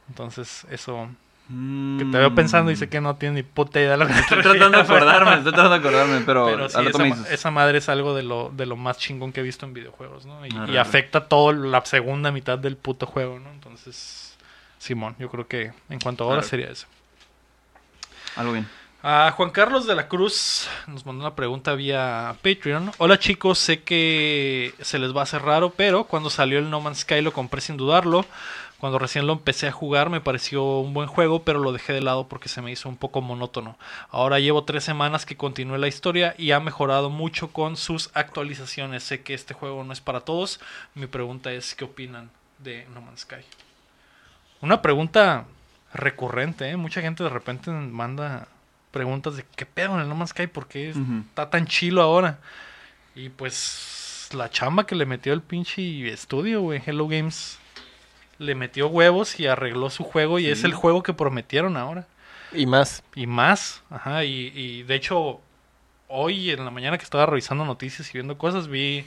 Entonces, eso, que te veo pensando y sé que no tiene ni puta idea de lo que
Mm. Estoy tratando de acordarme, estoy tratando de acordarme, pero,
Pero sí,
al rato
esa,
me
ma-
dices.
esa madre es algo de lo, de lo más chingón que he visto en videojuegos, ¿no? Y, y
Arre, arre.
afecta toda la segunda mitad del puto juego, ¿no? Entonces, Simón, yo creo que en cuanto a ahora
Arre.
sería eso.
Algo bien.
A Juan Carlos de la Cruz nos mandó una pregunta vía Patreon. Hola chicos, sé que se les va a hacer raro, pero cuando salió el No Man's Sky lo compré sin dudarlo. Cuando recién lo empecé a jugar me pareció un buen juego, pero lo dejé de lado porque se me hizo un poco monótono. Ahora llevo tres semanas que continué la historia y ha mejorado mucho con sus actualizaciones. Sé que este juego no es para todos. Mi pregunta es, ¿qué opinan de No Man's Sky? Una pregunta recurrente, ¿eh? Mucha gente de repente manda preguntas de qué pedo en el No Man's Sky, por qué
Ujú.
está tan chilo ahora. Y pues la chamba que le metió el pinche estudio, güey, Hello Games, le metió huevos y arregló su juego y
Sí.
es el juego que prometieron ahora.
Y más.
Y más, ajá, y, y de hecho, hoy en la mañana que estaba revisando noticias y viendo cosas, vi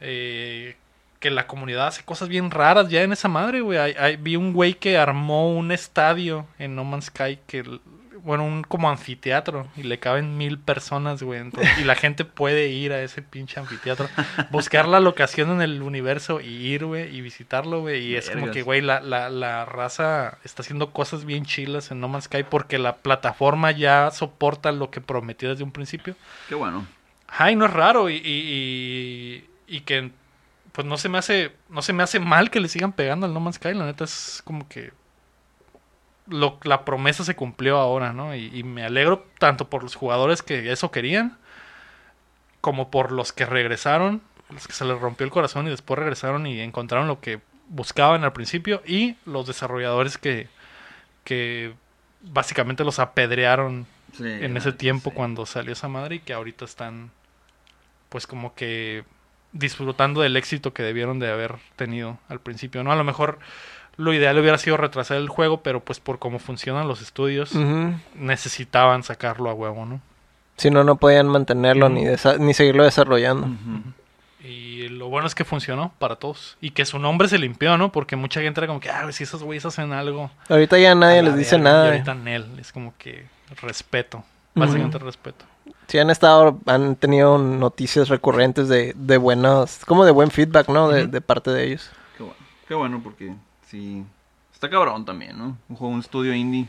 eh, que la comunidad hace cosas bien raras ya en esa madre, güey. Hay- hay- vi un güey que armó un estadio en No Man's Sky, que, l- bueno, un como anfiteatro, y le caben mil personas, güey. entonces- y la gente puede ir a ese pinche anfiteatro, buscar la locación en el universo y ir, güey, y visitarlo, güey. Y es como
Vergas.
que, güey, la, la, la raza está haciendo cosas bien chilas en No Man's Sky porque la plataforma ya soporta lo que prometió desde un principio.
Qué bueno.
Ay, no es raro y, y, y, y que pues no se me hace no se me hace mal que le sigan pegando al No Man's Sky, la neta es como que lo, la promesa se cumplió ahora, ¿no? Y, y me alegro tanto por los jugadores que eso querían como por los que regresaron, los que se les rompió el corazón y después regresaron y encontraron lo que buscaban al principio y los desarrolladores que que básicamente los apedrearon
Sí,
en ese
sí.
tiempo cuando salió esa madre y que ahorita están pues como que disfrutando del éxito que debieron de haber tenido al principio, ¿no? A lo mejor lo ideal hubiera sido retrasar el juego, pero pues por cómo funcionan los estudios
Ujú.
necesitaban sacarlo a huevo, ¿no?
Si no, no podían mantenerlo ni, desa- ni seguirlo desarrollando.
Ujú.
Y lo bueno es que funcionó para todos y que su nombre se limpió, ¿no? Porque mucha gente era como que, ah, si esos güeyes hacen algo,
Ahorita ya
a
nadie
la
les dice
verga",
nada.
y
güey.
ahorita Nel es como que respeto, básicamente respeto.
Sí, han estado, han tenido noticias recurrentes de, de buenos, como de buen feedback, ¿no? De, de parte de ellos.
Qué bueno. Qué bueno porque sí. Está cabrón también, ¿no? Un juego, un estudio indie.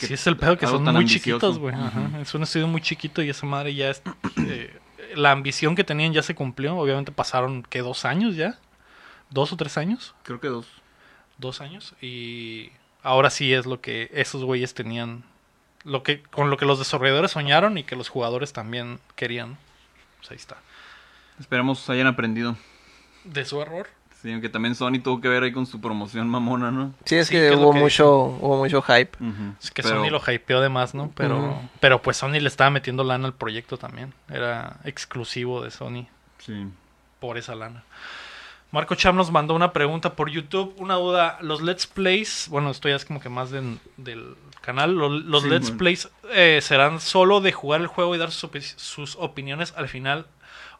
que
Sí, es el pedo que
algo
son
tan
muy
ambicioso.
chiquitos, güey. Ajá.
Ujú.
Es un estudio muy chiquito y esa madre ya es. eh, la ambición que tenían ya se cumplió. Obviamente pasaron, ¿qué? ¿Dos años ya? ¿Dos o tres años?
Creo que dos.
Dos años. Y ahora sí es lo que esos güeyes tenían. Lo que, con lo que los desarrolladores soñaron y que los jugadores también querían. Pues ahí está.
Esperemos hayan aprendido.
De su error.
Sí, aunque también Sony tuvo que ver ahí con su promoción mamona, ¿no?
Sí, es
Sí,
que
que es lo
hubo
que
mucho, hubo mucho hype.
Ujú.
Es que
Pero-
Sony lo hypeó de más, ¿no? Pero,
Ujú.
pero pues Sony le estaba metiendo lana al proyecto también. Era exclusivo de Sony.
Sí.
por esa lana. Marco Cham nos mandó una pregunta por YouTube. Una duda, los Let's Plays, bueno, esto ya es como que más del, del canal, lo- los,
Sí,
Let's
bueno.
Plays eh, serán solo de jugar el juego y dar sus, opi- sus opiniones al final.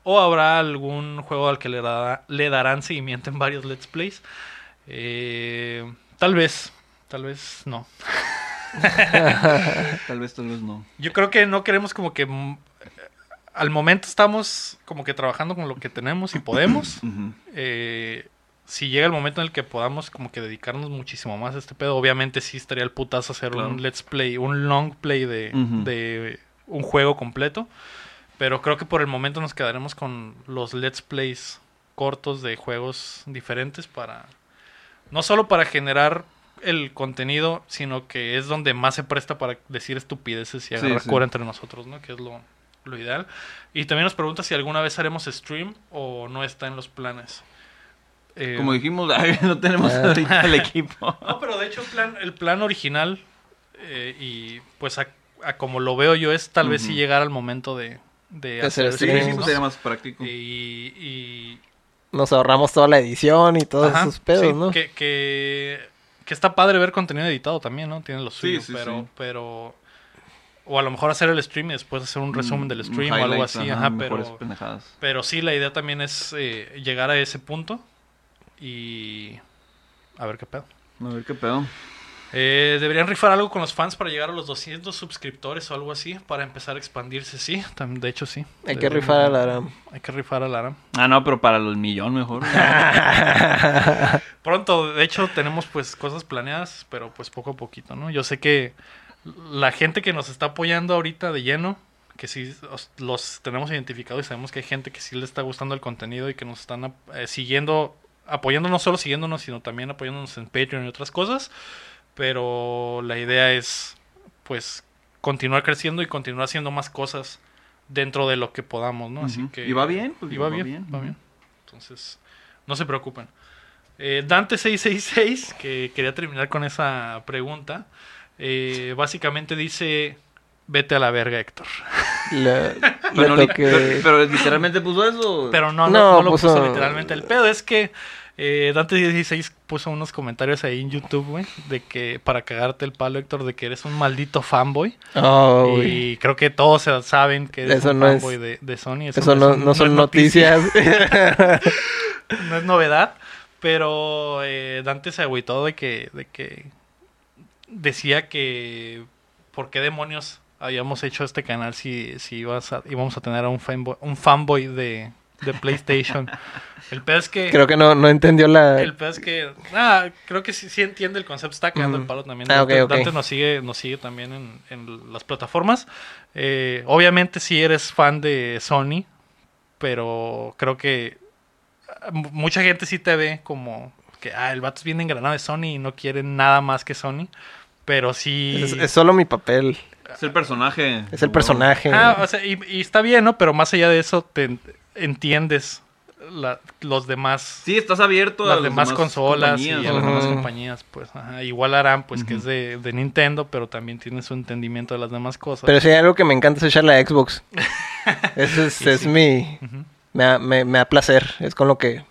¿O habrá algún juego al que le, da- le darán seguimiento en varios Let's Plays? Eh, tal vez, tal vez no.
Tal vez, tal vez no.
Yo creo que no queremos como que... mm, Al momento estamos como que trabajando con lo que tenemos y podemos.
Ujú.
eh, si llega el momento en el que podamos como que dedicarnos muchísimo más a este pedo, obviamente sí estaría el putazo hacer
Claro.
un let's play, un long play de,
Ujú.
de un juego completo. Pero creo que por el momento nos quedaremos con los let's plays cortos de juegos diferentes para... No solo para generar el contenido, sino que es donde más se presta para decir estupideces y
Sí,
agarrar
sí.
cura entre nosotros, ¿no? Que es lo, lo ideal. Y también nos pregunta si alguna vez haremos stream o no está en los planes. Eh,
Como dijimos, ay, no tenemos ahorita el equipo.
no, pero de hecho el plan, el plan original eh, y pues a, a como lo veo yo es tal vez si
Ujú.
llegar al momento de, de
De hacer
hacer
Sí,
streams,
streams,
sí,
¿no?
pues sería más práctico.
Y, y-
Nos ahorramos toda la edición y todos
ajá,
esos pedos,
sí,
¿no?
que, que, que está padre ver contenido editado también, ¿no? Tiene los
Sí,
suyos,
sí,
pero,
sí.
pero... O a lo mejor hacer el stream y después hacer un resumen del
Mm,
stream o algo
highlights,
así, ajá,
mejores
pero...
pendejadas.
Pero sí, la idea también es eh, llegar a ese punto y... A ver qué pedo.
A ver qué pedo.
Eh, deberían rifar algo con los fans para llegar a los 200 suscriptores o algo así, para empezar a expandirse, sí. tam- De hecho, sí.
Hay que
Deberían-
rifar a la Aram.
Hay que rifar al Aram.
Ah, no, pero para los millón mejor.
Pronto, de hecho, tenemos pues cosas planeadas, pero pues poco a poquito, ¿no? Yo sé que la gente que nos está apoyando ahorita de lleno, que sí os- los tenemos identificados y sabemos que hay gente que sí le está gustando el contenido y que nos están ap- eh, siguiendo, apoyando no solo siguiéndonos, sino también apoyándonos en Patreon y otras cosas. Pero la idea es pues continuar creciendo y continuar haciendo más cosas dentro de lo que podamos, ¿no? Así
Ujú.
que
Y va bien, pues,
y va, bien, va bien. Entonces, no se preocupen. Eh, Dante666, que quería terminar con esa pregunta, eh, básicamente dice, vete a la verga, Héctor.
Le, le
Pero, li-
toqué-
pero- pero literalmente puso eso.
Pero no, no,
No,
no lo puso,
puso-
literalmente. El pedo es que eh, Dante16 puso unos comentarios ahí en YouTube, güey, de que para cagarte el palo, Héctor, de que eres un maldito fanboy.
Oh, güey.
y creo que todos se- saben que eres
Eso
un
no es-
fanboy de, de Sony.
Eso,
es
no,
un-
no son
es noticia.
noticias.
no es novedad, pero eh, Dante se agüitó de que, de que decía que por qué demonios habíamos hecho este canal si, si ibas a- íbamos a tener a un fanboy, un fanboy de, de PlayStation. El pedo es que...
Creo que no, no entendió la...
El pedo es que... Ah, creo que sí, sí entiende el concepto. Está cagando el
Mm.
palo también.
Ah,
Dante,
ok, ok.
Dante nos sigue, nos sigue también en, en las plataformas. Eh, obviamente si eres fan de Sony, pero creo que ah, mu- mucha gente sí te ve como que ah, el vato es bien engranado de Sony y no quiere nada más que Sony. Pero sí...
Es, es solo mi papel.
Es el personaje.
Es el personaje.
Ah, o sea, y, y está bien, ¿no? Pero más allá de eso, te en- entiendes la- los demás
Sí, estás abierto a
las
las
demás consolas y
compañías,
a las
¿no?
demás
Ujú.
compañías, pues. ajá. Igual harán, pues, que
Ujú.
es de, de Nintendo, pero también tiene su entendimiento de las demás cosas.
Pero si hay algo que me encanta es echar la Xbox. Ese es, es mi...
Ujú.
Me da, me, me da placer. Es con lo que...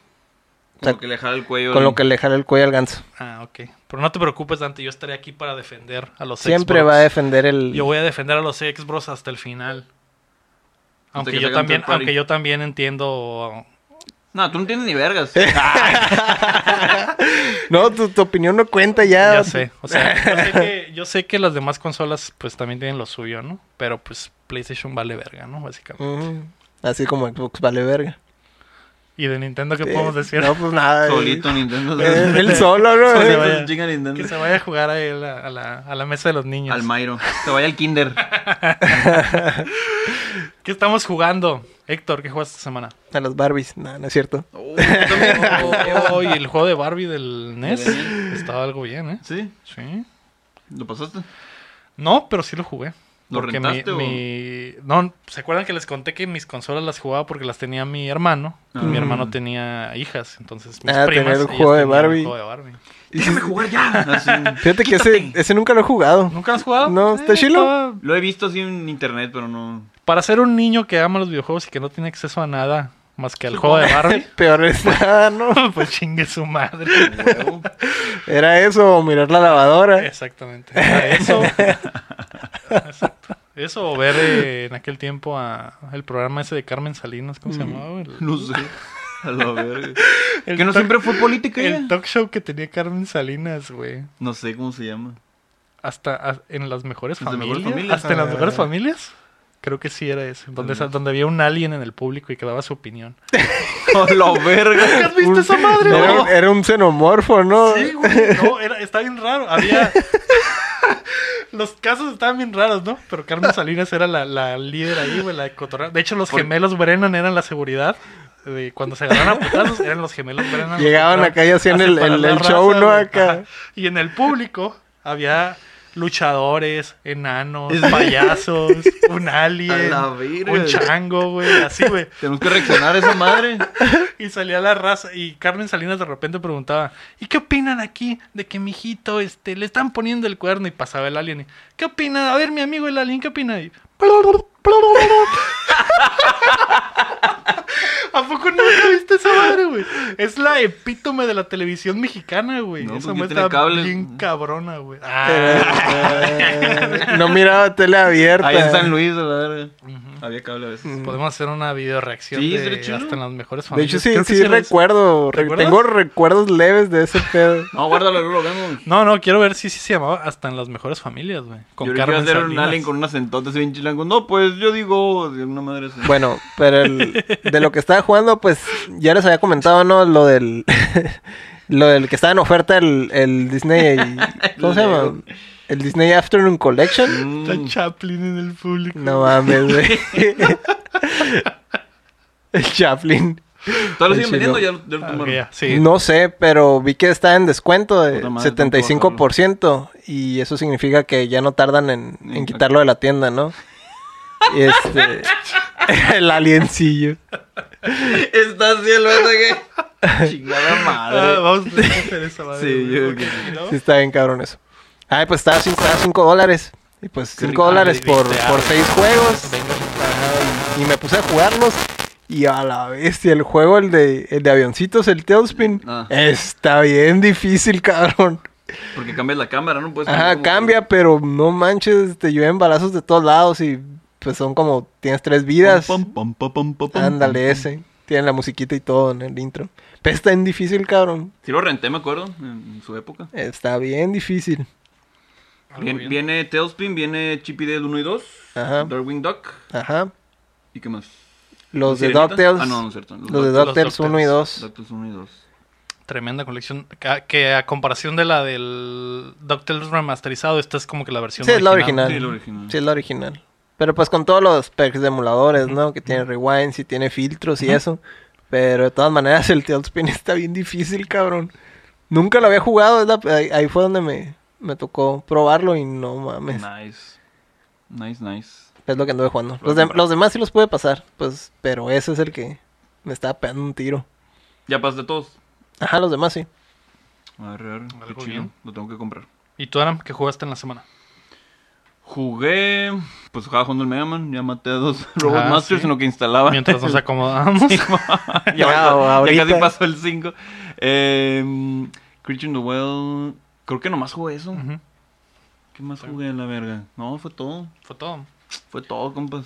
Con lo que le jala el cuello.
Con
al-
lo que le jala el cuello al ganso.
Ah, ok. Pero no te preocupes, Dante, yo estaré aquí para defender a los
Siempre
Xbox.
va a defender el...
Yo voy a defender a los Xbox hasta el final. Aunque
que
yo,
salga un
también,
third party.
aunque yo también entiendo...
No, tú no tienes ni vergas.
No, tu, tu opinión no cuenta ya.
Ya sé. O sea, yo sé, que, yo sé que las demás consolas pues también tienen lo suyo, ¿no? Pero pues PlayStation vale verga, ¿no? Básicamente.
Ujú. Así como Xbox vale verga.
¿Y de Nintendo qué
Sí.
podemos decir?
No, pues nada. eh.
Solito Nintendo.
Eh, Él solo, ¿no?
Solito.
Eh,
vaya.
Chinga Nintendo.
Que se vaya a jugar a, él a- a la, a la mesa de los niños.
Al Mairo. Se vaya al Kinder.
¿Qué estamos jugando? Héctor, ¿qué jugaste esta semana?
A los Barbies. No, no es cierto.
Oh, Hoy el juego de Barbie del NES
NES.
estaba algo bien, ¿eh?
¿Sí?
Sí.
¿Lo pasaste?
No, pero sí lo jugué.
¿Lo
Porque
rentaste o-
mi- No, ¿se acuerdan que les conté que mis consolas las jugaba porque las tenía mi hermano? Y Mi
Ah.
hermano tenía hijas, entonces mis
Ah,
primas...
tener el
ellas
juego de
tenían el
Barbie.
juego de Barbie.
Déjame jugar ya. Así.
Fíjate que ese, ese nunca lo he jugado.
¿Nunca has jugado?
No, está chilo.
estaba-
Lo he visto así en internet, pero no.
Para ser un niño que ama los videojuegos y que no tiene acceso a nada más que al juego de Barbie...
Peor es nada, ¿no?
pues chingue su madre.
Huevo.
Era eso, o mirar la lavadora.
Exactamente. Era Eso. Exacto. Eso o ver eh, en aquel tiempo a, el programa ese de Carmen Salinas, ¿cómo se llamaba? güey? El,
No sé. A la verga.
el
Mm. Que no
talk-
siempre fue política
el
ya.
talk show que tenía Carmen Salinas, güey.
No sé cómo se llama.
Hasta a- en las mejores
Las de
familias.
mejores familias. eh.
Hasta en las
Ah.
mejores familias. Creo que sí era ese. Donde, sa- donde había un alien en el público y que daba su opinión.
A la verga.
¿Has visto esa madre,
Era un, era un xenomorfo, ¿no?
Sí, güey. No, era, está bien raro. Había. Los casos estaban bien raros, ¿no? Pero Carmen Salinas era la, la líder ahí, güey, la de cotorreo. De hecho, los
Por-
gemelos Brennan eran la seguridad. De cuando se agarraron a putazos, eran los gemelos Brennan. los
Llegaban
que
acá y hacían
a
el-
separar
el-
la
el show, ¿no?
güey.
Acá.
Ajá. Y en el público había luchadores, enanos,
Es-
payasos, un alien,
A la verga.
un chango, güey, así, güey.
Tenemos que reaccionar a esa madre.
Y salía la raza. Y Carmen Salinas de repente preguntaba: ¿Y qué opinan aquí de que mi hijito este, le están poniendo el cuerno? Y pasaba el alien. y, ¿Qué opina? A ver, mi amigo el alien, ¿qué opina? Y, nunca viste esa madre, güey. Es la epítome de la televisión mexicana, güey.
No,
esa
porque
madre
tiene
está
cable.
bien cabrona, güey.
Pero,
Ah,
eh, no miraba tele abierta.
Ahí en San Luis, a la verga. Había cable a veces.
podemos hacer una videoreacción
Sí,
de
estaría chido.
hasta en las mejores
De hecho,
familias.
sí,
Creo que
sí
lo hice.
recuerdo. re-
¿Recuerdas?
tengo recuerdos leves de ese pedo.
No, guárdalo, luego lo vemos.
No, no, quiero ver si sí, se llamaba hasta en las mejores familias, güey.
Yo
Con
quiero
Carmen
hacer un
Salinas.
alien con unas entotas bien chilango. No, pues yo digo de una madre así.
Bueno, pero el- de lo que estaba jugando, pues ya les había comentado, ¿no? Lo del. lo del que estaba en oferta el, el Disney. ¿Cómo se
Leo.
llama? El Disney Afternoon Collection.
Mm.
Está Chaplin en el público.
No mames, güey. el Chaplin.
Todavía lo
El
siguen vendiendo, ya,
chino.
lo- ya lo
Ah, ok,
tomaron.
ya, sí.
No sé, pero vi que está en descuento de
Puta madre, tengo que
75%. Y eso significa que ya no tardan en, en
En-
quitarlo de la tienda, ¿no? Y Este, el aliencillo.
Está cielo, que. Chingada
Ah,
madre.
vamos a tener que hacer esa madre.
Sí,
güey.
yo
Ok,
creo que-
¿no?
Sí, está bien cabrón eso. Ay, pues estaba 5 dólares. Y pues
Qué
5
rico.
dólares por,
Viste,
por
ah,
6 juegos.
Venga.
Y me puse a jugarlos. Y a la bestia, el juego, el de, el de avioncitos, el Tailspin,
Ah.
está bien difícil, cabrón.
Porque cambias la cámara, ¿no? Puedes cambiar
Ajá,
Pues, como-
cambia, pero no manches, te llueven balazos de todos lados y pues son como, tienes tres vidas.
Pum, pum, pum, pum, pum, pum,
Ándale,
pum.
ese. Tienen la musiquita y todo en el intro. Pero está bien difícil, cabrón.
Sí lo renté, me acuerdo, en su época.
Está bien difícil.
Algo
Bien-
bien.
viene Tailspin, viene Chippy Dale 1 y 2,
Ajá.
Darwing Duck,
Ajá.
¿y qué más?
Los de
¿Sirenita?
DuckTales.
Ah, no, no es cierto. Los,
Los de
Duck-
DuckTales 1 y 2.
DuckTales 1 y 2.
Tremenda colección. ca- Que a comparación de la del DuckTales remasterizado, esta es como que la versión
Sí, es la
Sí, el
original.
original.
Sí, es la original. Pero pues con todos los perks de emuladores, ¿no? Que tiene rewinds y tiene filtros y eso. Pero de todas maneras el Tailspin está bien difícil, cabrón. Nunca lo había jugado, es la- ahí, ahí fue donde me, me tocó probarlo y no mames.
Nice. Nice, nice.
Es lo que anduve jugando.
Lo
Los, de-
compré.
los demás sí los pude pasar, pues, pero ese es el que me estaba pegando un tiro.
Ya pasaste todos.
Ajá, los demás sí.
Arre, arre, qué
Algo
chido.
bien.
Lo tengo que comprar.
¿Y tú, Aram, qué jugaste en la semana?
Jugué. Pues jugaba jugando el Mega Man. Ya maté a dos Robot
Ah,
Masters
sí.
en lo que instalaba.
Mientras nos acomodamos.
ya,
Ya,
pasó- ya
ahorita.
casi pasó el 5. Eh, Creature in the Well. Creo que nomás jugué eso.
Ujú.
¿Qué más jugué en la verga? No, fue todo.
Fue todo.
Fue todo, compas.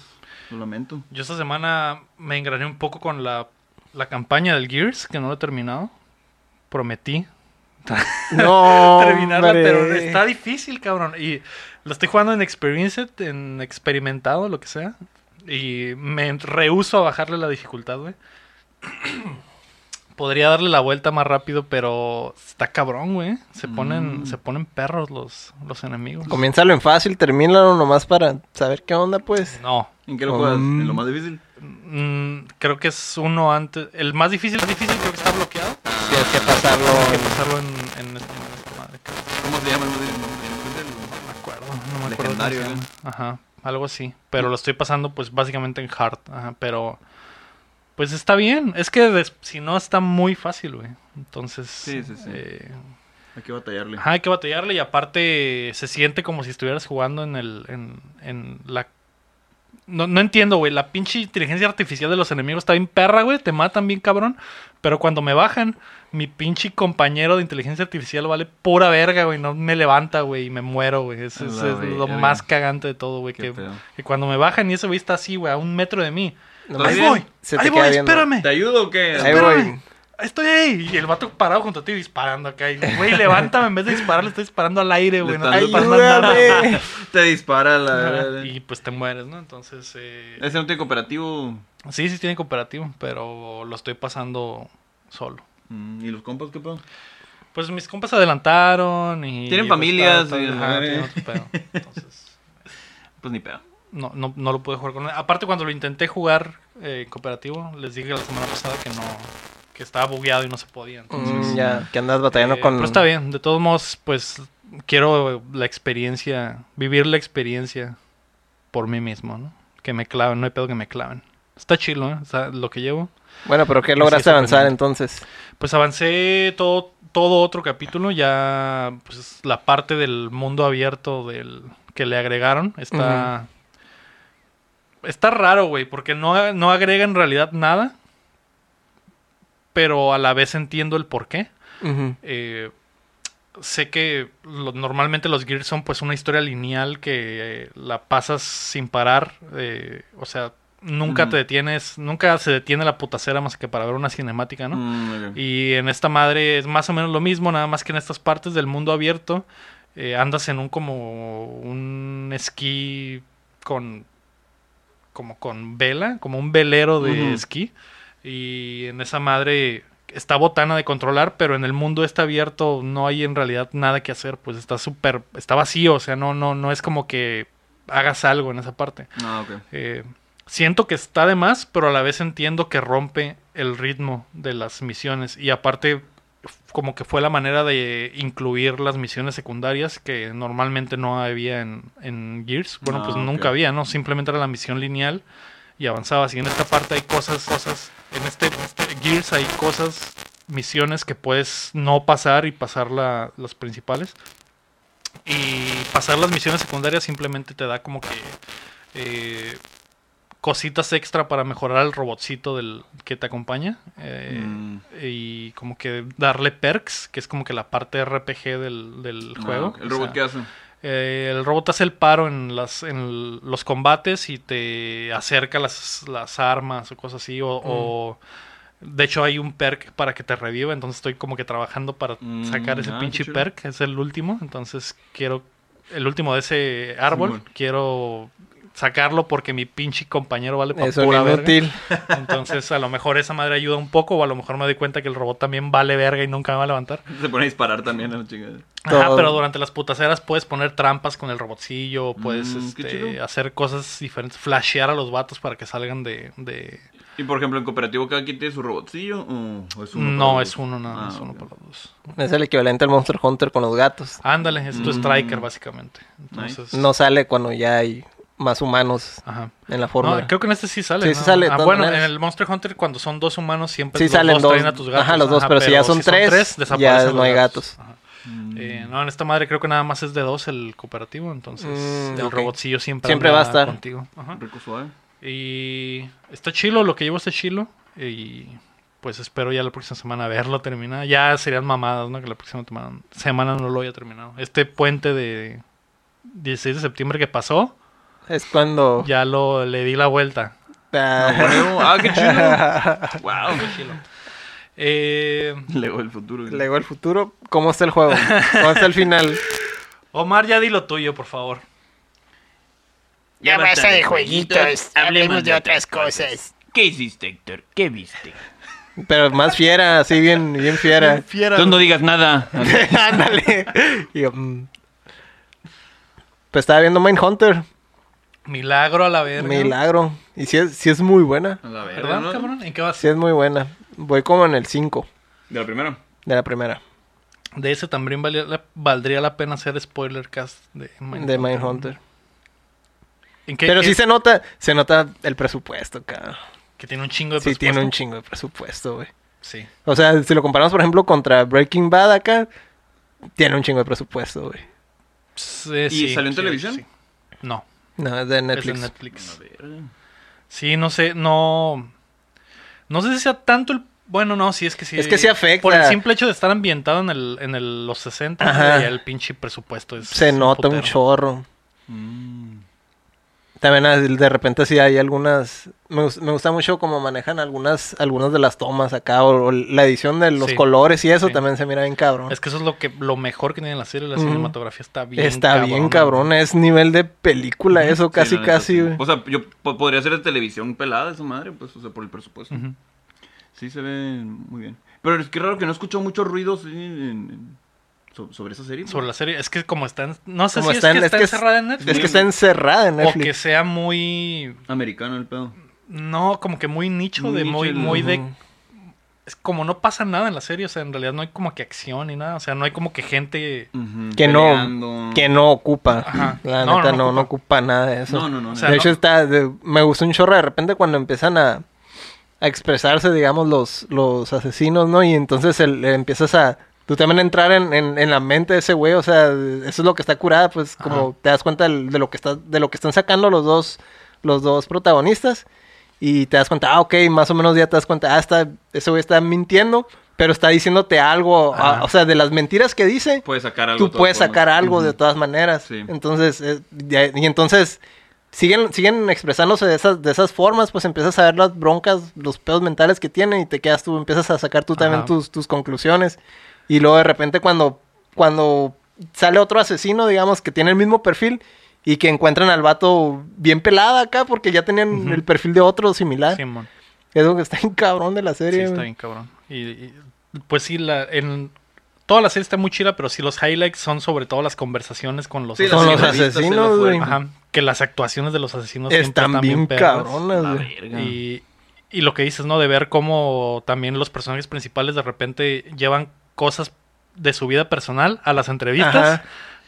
Lo lamento.
Yo esta semana me engrané un poco con la, la campaña del Gears, que no lo he terminado. Prometí
No.
terminarla,
hombre.
pero está difícil, cabrón. Y lo estoy jugando en Experienced, en experimentado, lo que sea. Y me rehuso a bajarle la dificultad, güey. Podría darle la vuelta más rápido, pero está cabrón, güey. Se ponen,
Mm.
se ponen perros los, los enemigos.
Comiénzalo en fácil, termínalo nomás para saber qué onda, pues.
No.
¿En qué lo juegas?
Mm.
¿En lo más difícil?
Mm, creo que es uno antes. El más difícil, más difícil creo que está bloqueado.
Tienes que pasarlo.
Hay que pasarlo en, en este- en esta madre, cabrón.
¿Cómo se llama el más difícil? No, pues, el-
me acuerdo, Ah, no me acuerdo. cómo se
Legendario,
llama.
¿no?
Ajá, algo así. Pero lo estoy pasando, pues, básicamente en hard. Ajá, pero. Pues está bien. Es que des- si no, está muy fácil, güey. Entonces.
Sí, sí, sí.
eh,
Hay que batallarle.
ajá, hay que batallarle y aparte se siente como si estuvieras jugando en el. En, en la. No, no entiendo, güey. La pinche inteligencia artificial de los enemigos está bien perra, güey. Te matan bien, cabrón. Pero cuando me bajan, mi pinche compañero de inteligencia artificial vale pura verga, güey. No me levanta, güey, y me muero, güey. Eso,
A
es-
la
es lo
verga.
más cagante de todo, güey.
Qué
Que,
pedo.
que cuando me bajan y ese güey está así, güey, a un metro de mí.
Nomás
ahí
bien.
voy,
se te
ahí
queda
voy,
viendo.
espérame.
¿Te ayudo o qué?
Ahí
Espérame.
voy.
Estoy ahí. Y el vato parado junto a ti disparando acá. Y, güey, levántame. En vez de disparar, le estoy disparando al aire, güey.
Le
No
estás
estoy disparando nada.
Ayúdame.
Te dispara la
Ajá,
verdad.
Y pues te mueres, ¿no? Entonces, eh,
Ese no tiene cooperativo.
sí, sí tiene cooperativo, pero lo estoy pasando solo.
Mm, ¿Y los compas qué pedo?
Pues mis compas se adelantaron y...
Tienen
pues, tal,
familias
tal,
y-
ajá, tienen otro pedo. Entonces,
Pues ni pedo.
no, no, no lo pude jugar con él. Aparte, cuando lo intenté jugar eh, en cooperativo, les dije la semana pasada que no... Que estaba bugueado y no se podía. Entonces,
Mm, ya, que andas batallando
eh,
con.
Pero está bien. De todos modos, pues, quiero la experiencia... Vivir la experiencia por mí mismo, ¿no? Que me claven. No hay pedo que me claven. Está chilo, ¿eh? O sea, lo que llevo.
Bueno, pero ¿qué
Sí,
lograste
está
avanzar
pendiente.
entonces?
Pues avancé todo, todo otro capítulo, ya pues la parte del mundo abierto del que le agregaron está está raro, güey, porque no, no agrega en realidad nada, pero a la vez entiendo el por qué.
Ujú.
Eh, sé que lo- normalmente los Gears son pues una historia lineal que eh, la pasas sin parar. eh, o sea, nunca
Mm.
te detienes, nunca se detiene la putacera más que para ver una cinemática, ¿no?
Mm, ok.
Y en esta madre es más o menos lo mismo, nada más que en estas partes del mundo abierto eh, andas en un como un esquí con como con vela, como un velero de
Ujú.
esquí y en esa madre está botana de controlar, pero en el mundo está abierto, no hay en realidad nada que hacer, pues está súper está vacío, o sea, no no no es como que hagas algo en esa parte.
Ah, ok.
Eh, siento que está de más, pero a la vez entiendo que rompe el ritmo de las misiones. Y aparte, f- como que fue la manera de incluir las misiones secundarias que normalmente no había en, en Gears. Bueno,
Ah,
pues
ok.
nunca había, ¿no? Simplemente era la misión lineal y avanzabas. Y en esta parte hay cosas, cosas. En este Gears hay cosas, misiones que puedes no pasar y pasar la- las principales. Y pasar las misiones secundarias simplemente te da como que eh, cositas extra para mejorar el robotcito del que te acompaña. eh,
Mm.
Y como que darle perks, que es como que la parte RPG del, del
Ah,
juego.
ok. ¿El
O
robot
sea,
qué hace?
eh, el robot hace el paro en, las, en los combates y te acerca las, las armas o cosas así. O, o-
Mm.
de hecho hay un perk para que te reviva, entonces estoy como que trabajando para
Mm,
sacar ese
ah, qué
pinche
chido.
perk. Es el último, entonces quiero... El último de ese árbol,
Simón.
quiero sacarlo porque mi pinche compañero vale para
Es un
pura verga.
inútil.
Entonces a lo mejor esa madre ayuda un poco o a lo mejor me doy cuenta que el robot también vale verga y nunca me va a levantar.
Se pone a disparar también a la chingada.
Ajá,
Todo.
pero durante las putaceras puedes poner trampas con el robotcillo, puedes
Mm, qué
este,
chido.
hacer cosas diferentes, flashear a los vatos para que salgan de... de-
Y por ejemplo, en cooperativo cada quien tiene su robotcillo o o es uno para
No,
los
es
dos?
uno nada
Ah,
más, uno
ok.
para los dos.
Es el equivalente al Monster Hunter con los gatos.
Ándale, es tu
Mm.
striker básicamente. Entonces...
No sale cuando ya hay más humanos
Ajá.
en la forma.
No, creo que en este sí sale.
Sí, sí
¿no?
sale, de
Ah,
todas
bueno, en
maneras.
el Monster Hunter cuando son dos humanos siempre
Sí
los
salen
dos,
dos.
traen a tus gatos.
Ajá, los dos, pero si ya son tres, ya
desaparecen
no
los
hay
gatos.
gatos.
Ajá.
Mm.
Eh, no, en esta madre creo que nada más es de dos el cooperativo, entonces
Mm,
el
ok.
robotcillo siempre,
Siempre
anda
va a estar.
contigo. Ajá.
Rico suave.
Y está chilo, lo que llevo está chilo. Y pues espero ya la próxima semana verlo terminado. Ya serían mamadas, ¿no? Que la próxima toma- semana no lo haya terminado. Este puente de 16 de septiembre que pasó,
Es cuando...
ya lo le di la vuelta.
Ah,
Huevo. Ah, qué chido. wow.
Chilo. Eh,
Lego del futuro. güey.
Lego el futuro. ¿Cómo está el juego? ¿Cómo está el final?
Omar, ya di lo tuyo, por favor.
Ya basta de jueguitos, este, hablemos de otras cosas.
¿Qué hiciste, Héctor? ¿Qué viste?
Pero más fiera, así bien, bien fiera.
Fiera.
Tú no digas nada.
Ándale. Y yo, mm. Pues estaba viendo Mindhunter.
Milagro a la verga.
Milagro. Y sí es, sí es muy buena.
A la
¿Verdad, cabrón? ¿En qué vas?
Sí es muy buena. Voy como en el 5
De la primera.
de la primera.
De ese también valía la- valdría la pena hacer spoiler cast de Mindhunter.
De Mindhunter.
¿En qué-
Pero
qué-
sí se nota, se nota el presupuesto, cabrón.
Que tiene un chingo de
Sí tiene un
presupuesto.
chingo de presupuesto, güey.
Sí.
O sea, si lo comparamos, por ejemplo, contra Breaking Bad acá, tiene un chingo de presupuesto, güey.
Sí,
¿Y
sí,
salió en
sí,
televisión?
sí. No,
No, es de
es
Netflix.
de Netflix.
verga.
Sí, no sé, no. No sé si sea tanto el. Bueno, no, sí, es que sí.
Es que sí afecta.
Por el simple hecho de estar ambientado en, el, en el- los 60,
Ajá.
y el pinche presupuesto es.
se
un
nota un
putero.
chorro.
Mm.
También ah, de repente sí hay algunas... Me, gus- me gusta mucho cómo manejan algunas algunas de las tomas acá, o, o la edición de los
Sí.
colores y eso
Sí.
también se mira bien cabrón.
Es que eso es lo que lo mejor que tiene la serie. La
Ujú.
cinematografía está bien
Está bien
cabrona.
cabrón, es nivel de película eso,
Sí, Pues,
casi
la neta,
casi,
sí.
güey.
O sea, yo po- podría ser de televisión pelada esa madre, pues, o sea, por el presupuesto.
Ujú.
Sí, se ve muy bien. Pero es que raro que no escuchó mucho ruido sí, en- en- so- sobre esa serie.
Sobre la serie. Es que como están. No sé
Como
si
está en-
es que
es
está
que es-
encerrada en
Es
Netflix.
que está encerrada en
O que
Netflix.
sea muy.
Americano el pedo.
No, como que muy nicho, de
Nicho,
muy, muy de
Ujú.
es como no pasa nada en la serie, o sea, en realidad no hay como que acción ni nada, o sea, no hay como que gente...
Que no-
Peleando.
Que no ocupa.
Ajá.
La
No,
neta
no,
no,
no
no, ocupa nada de eso.
No, no, no.
O
no.
sea,
de
no-
hecho, está de- me gustó un chorro de repente cuando empiezan a, a expresarse, digamos, los, los asesinos, ¿no? Y entonces el- le empiezas a... Tú también entrar en, en- en la mente de ese güey, o sea, eso es lo que está curada, pues como te das cuenta del- de, lo que está, de lo que están sacando los dos, los dos protagonistas. Y te das cuenta, ah, ok, más o menos ya te das cuenta, ah, está, ese güey está mintiendo, pero está diciéndote algo.
Ajá.
ah, o sea, de las mentiras que dice,
Puedes sacar algo.
tú puedes sacar algo de todas maneras.
Sí.
Entonces, eh, ya- y entonces siguen, siguen expresándose de esas, de esas formas, pues empiezas a ver las broncas, los pedos mentales que tienen y te quedas tú, empiezas a sacar tú también
Ajá.
tus, tus conclusiones. Y luego de repente cuando, cuando sale otro asesino, digamos, que tiene el mismo perfil y que encuentran al vato bien pelada acá porque ya tenían
Ujú.
el perfil de otro similar.
Simón.
Es lo que ¿Ah? está en cabrón de la
Sí,
serie.
está
güey.
bien cabrón. Y, y, pues sí, la, en, toda la serie está muy chida, pero sí los highlights son sobre todo las conversaciones con los
Sí,
Son
asesinos.
los
entrevistas en la
asesinos, güey.
fuerza.
Ajá, que las actuaciones de los asesinos siempre
Están bien
perras.
cabronas,
La
güey.
verga.
Y, y lo que dices, ¿no? De ver cómo también los personajes principales de repente llevan cosas de su vida personal a las entrevistas.
Ajá.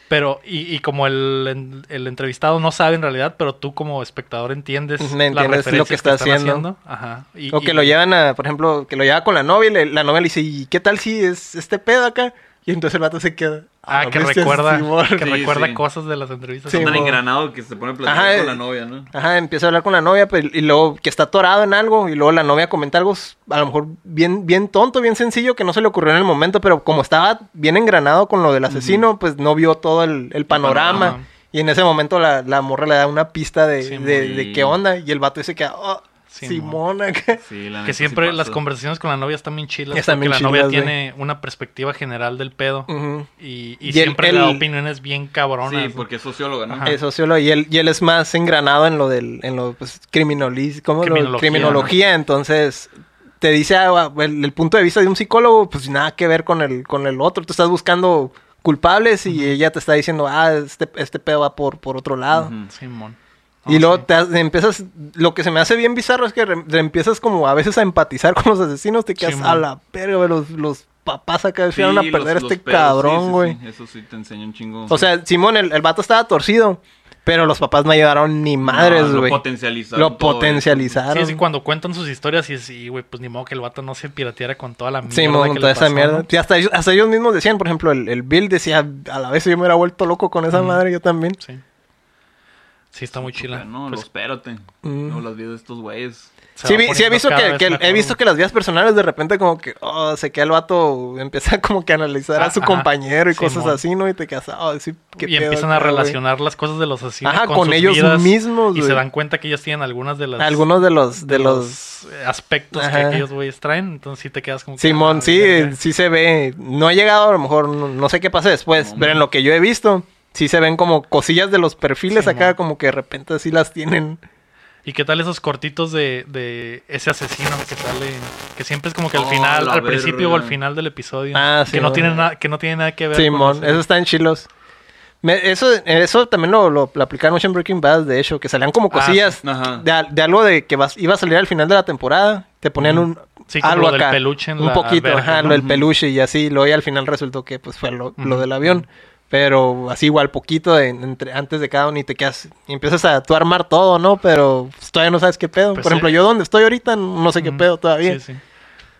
Pero, y, y como el, el entrevistado no sabe en realidad, pero tú como espectador entiendes,
Ujú,
las
entiendes lo
referencias
que está
están
haciendo.
Ajá. Y-
O que
y-
lo llevan a, por ejemplo, que lo lleva con la novia y le- la novia le dice, ¿y qué tal si es este pedo acá? Y entonces el vato se queda.
Ah,
¿lo
que
viste?
recuerda,
Simón.
que
Sí,
recuerda
sí.
cosas de las entrevistas.
Sí,
Tan
mo-
engranado que se pone a platicar
Ajá,
con la
eh.
novia, ¿no?
Ajá, empieza a hablar con la novia pero- y luego que está atorado en algo y luego la novia comenta algo s- a lo mejor bien, bien tonto, bien sencillo que no se le ocurrió en el momento, pero como estaba bien engranado con lo del asesino, pues no vio todo el, el panorama.
panorama.
Y en ese momento la, la morra le da una pista de,
Sí,
de-
mo-
de qué onda y el vato dice que, oh,
Sí,
Simón acá.
Sí, la neta
Que
sí
siempre
pasa.
las conversaciones con la novia están bien chilas.
Están
porque
bien
la novia
chilas, güey.
tiene una perspectiva general del pedo.
Ujú.
Y, y
Y el-
siempre da
el-
opiniones bien cabronas.
Sí, porque es socióloga, ¿no?
Ajá.
Es sociólogo y él, y él es más engranado en lo del en lo pues, criminoliz- ¿cómo lo-
Criminología,
criminología, entonces te dice ah, el, el punto de vista de un psicólogo pues nada que ver con el con el otro, tú estás buscando culpables y ella te está diciendo, "Ah, este este pedo va por por otro lado."
Ujú.
Simón.
Y
Oh,
luego
sí.
te has- empiezas, lo que se me hace bien bizarro es que re- te empiezas como a veces a empatizar con los asesinos, te quedas
Sí,
a
man.
la verga, güey, los, los papás acá
Sí,
decidieron a
los-
perder a
los
este
pedos, sí, sí,
cabrón, güey.
sí, Eso sí te enseña un chingo.
O sea, Simón, el, el vato estaba torcido, pero los papás no ayudaron ni madres,
No,
güey.
Ah, Lo potencializaron.
Lo
todo eh. eso.
potencializaron.
Sí, sí, cuando cuentan sus historias y sí, güey, pues ni modo que el vato no se pirateara con toda la mierda.
Simón,
que le
toda esa
pasó,
mierda.
¿no?
Sí, hasta, ellos, hasta ellos mismos decían, por ejemplo, el, el Bill decía, a la vez yo me hubiera vuelto loco con esa
Mm.
madre, yo también.
Sí. Sí, está muy chila.
No,
Pues,
lo espérate.
Mm.
No las vidas de estos güeyes.
se
Sí,
va
vi- sí he
poniendo
visto
cada
que,
vez
que el- he
mejor,
visto
güey.
que las vidas personales de repente como que oh, se queda el vato, empieza como que a analizar a
Ah,
su
ajá.
compañero y cosas
Simón.
así, ¿no? Y te quedas, oh, sí, qué
Y
pedo
empiezan a
acá, güey".
relacionar las cosas de los asesinos
Ajá,
con,
con
sus
ellos
vidas,
mismos,
Y se
güey.
dan cuenta que ellos tienen algunas de las...
Algunos de los, de los
eh, aspectos que
Ajá.
aquellos güeyes traen. Entonces sí te quedas como... que,
Simón,
ah,
sí, eh.
verga.
sí se ve. No ha llegado, a lo mejor, no, no sé qué pasa después,
No,
pero en
man.
lo que yo he visto, sí se ven como cosillas de los perfiles
Sí,
acá,
man.
como que de repente sí las tienen.
¿Y qué tal esos cortitos de, de ese asesino que sale? Que siempre es como que al
Oh,
final,
la
al principio o al
verga.
final del episodio.
Ah, sí,
que, no
güey.
tiene nada, que no tiene nada que ver. con
Simón,
los-
eso está en chilos. Me- eso, eso también lo, lo, lo aplicaron mucho en Breaking Bad, de hecho, que salían como
Ah,
cosillas
Ajá.
de, al- de algo de que vas- iba a salir al final de la temporada. Te ponían un
Sí, como
algo
lo del
acá,
peluche en
un
la
poquito,
alberca,
ajá,
¿no?
lo del
Ujú.
peluche y así. Luego ya al final resultó que pues fue lo, lo
Ujú.
del avión. Pero así igual poquito de- entre, antes de cada uno y te quedas y empiezas a tú armar todo, ¿no? Pero pues, todavía no sabes qué pedo.
Pues
Por
sí.
ejemplo, yo donde estoy ahorita no sé qué
Ujú.
pedo todavía.
Sí, sí.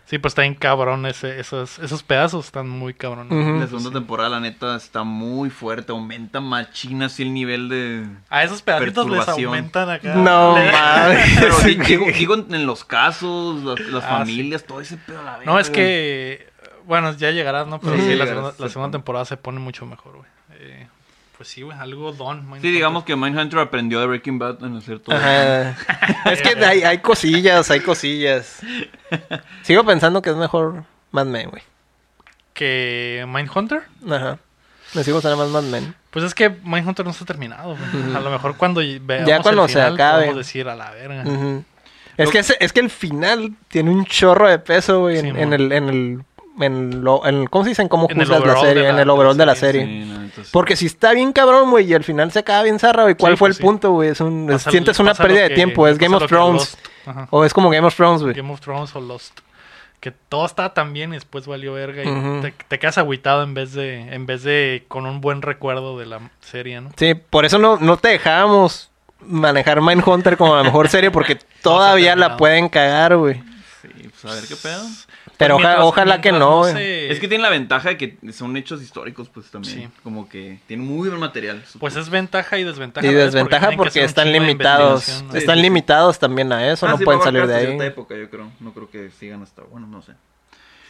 Sí, pues está bien cabrón ese, esos, esos pedazos están muy cabrones.
Ujú.
La segunda temporada, la neta, está muy fuerte. Aumenta machina así el nivel de.
A esos pedacitos les
Perturbación.
aumentan acá.
No
Le-
mames.
Pero
Sí,
sí, digo, digo en los casos, las, las
Ah,
familias, todo ese pedo. a La
No, es
verga.
que. Bueno, ya llegarás, ¿no? Pero
Sí,
sí, la,
llegarás,
segunda, la
sí.
segunda temporada se pone mucho mejor, güey. Eh, pues sí, güey, algo don.
Sí, digamos que Mindhunter aprendió de Breaking Bad en hacer todo.
Ajá. es que hay, hay cosillas, hay cosillas. Sigo pensando que es mejor Mad Men, güey.
Que Mindhunter.
Ajá. Me sigo gustando más Mad Men.
Pues es que Mindhunter no está terminado. güey.
Ujú.
A lo mejor cuando y- veamos
cuando
el
se
final,
acabe.
podemos decir a la verga.
Ujú. Es,
Lo-
que ese- es que el final tiene un chorro de peso, güey, en,
Sí,
en
mon.
el, en el, en lo- en el- ¿cómo se dice? En cómo
En el
juzgas la
overall de
serie,
la-
en el overall de la serie.
Sí, no, entonces-
Porque si está bien cabrón, güey, y al final se acaba bien zarra, güey, ¿cuál
Sí,
fue
pues
el
sí.
punto, güey? Es un,
Pasa-
sientes una
pasa lo
pérdida de
que-
tiempo, es
pasa
Game of
lo que
Thrones,
Lost. Ajá.
o es como Game of Thrones, güey.
Game of Thrones o Lost. Que todo estaba tan bien y después valió verga y
Ujú.
te, te quedas agüitado en vez de en vez de con un buen recuerdo de la serie, ¿no?
Sí, por eso no, no te dejábamos manejar Mindhunter como la mejor serie, porque todavía la
terminado.
pueden cagar, güey.
Sí, pues a ver qué pedo.
Pero oja-
Mientras-
ojalá
mientras
que no, eh. güey.
se-
Es que tiene la ventaja de que son hechos históricos, pues también.
Eh. Sí.
Como que tiene muy buen material. supongo.
Pues es ventaja y desventaja.
Y
a la vez,
desventaja
tienen que
porque
hacer un
están
chingo de
limitados.
investigación, ¿no?
Sí,
Están
sí, sí.
limitados también a eso,
Ah,
no
sí,
pueden
va a
salir de
abarcar hasta
ahí.
cierta época, yo creo. No creo que sigan hasta. Bueno, no sé.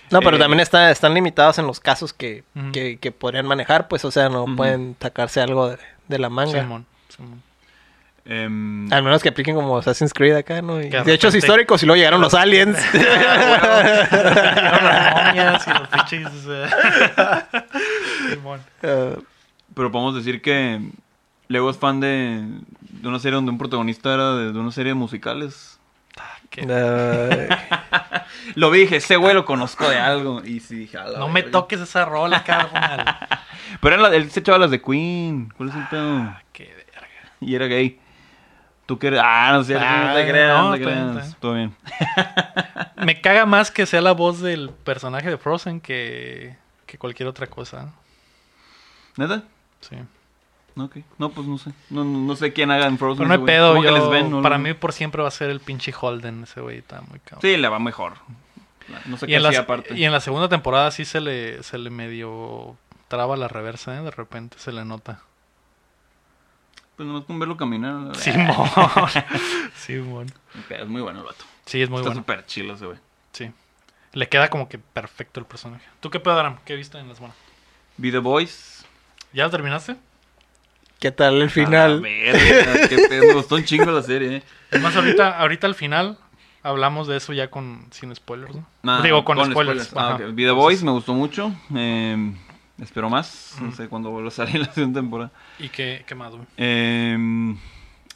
No, pero
Eh,
también está, están limitados en los casos que,
Ujú.
que, que podrían manejar, pues, o sea, no
Ujú.
pueden sacarse algo de, de la manga.
Simón, Simón.
Em,
Ah.
Al menos que apliquen como Assassin's Creed acá, ¿no? Y-
Que Ah, de
de hechos
repente-
históricos y luego llegaron los aliens.
Pero las momias y los pinches, eh. Simón.
Eh,
pero podemos decir que Lego es fan de, de una serie donde un protagonista era de, de una serie de musicales.
Que-
eh,
Lo vi, dije, ese güey lo conozco de algo. Y sí, dije, "A la
No me
verga".
toques esa rola, carnal.
Pero eran las- él se echaba las de Queen. ¿Cuál es el pedo?
Qué verga.
Y era gay. Tú que eres. Ah, no sé.
Ah,
no te creas,
no,
no te
está bien,
creas.
está bien.
Todo bien.
Me caga más que sea la voz del personaje de Frozen que, que cualquier otra cosa.
¿Neta?
Sí.
No, ok. No, pues no sé. No, no- no sé quién haga en
Pero
Frozen.
no hay
ese Pues güey.
pedo,
Supongo que
yo-
les ven, no
para
lo-
mí por siempre va a ser el pinche Holden, ese güey está muy cabrón.
Sí, le va mejor. No sé
y,
qué
en la,
hacía aparte.
y en la segunda temporada sí se le, se le medio traba la reversa, ¿eh? de repente se le nota.
Pues nomás con verlo caminar. la verdad.
Simón. Simón.
Es muy bueno el vato.
Sí, es muy
Está
bueno.
súper chido ese güey.
Sí. Le queda como que perfecto el personaje. ¿Tú qué pedo, Aram? ¿Qué viste en la semana?
Vi The Voice.
¿Ya lo terminaste?
¿Qué tal
Ah,
el
A
final?
ver, qué pedo. Me gustó un chingo la serie, eh.
Es más, ahorita, ahorita al final hablamos de eso ya con sin spoilers, ¿no?
Nah,
Digo, con, spoilers. ajá.
Ah, ok. Vi The Voice, me gustó mucho. Eh, espero más. No sé cuándo vuelva a salir la segunda temporada.
¿Y qué, qué más, güey?
Eh,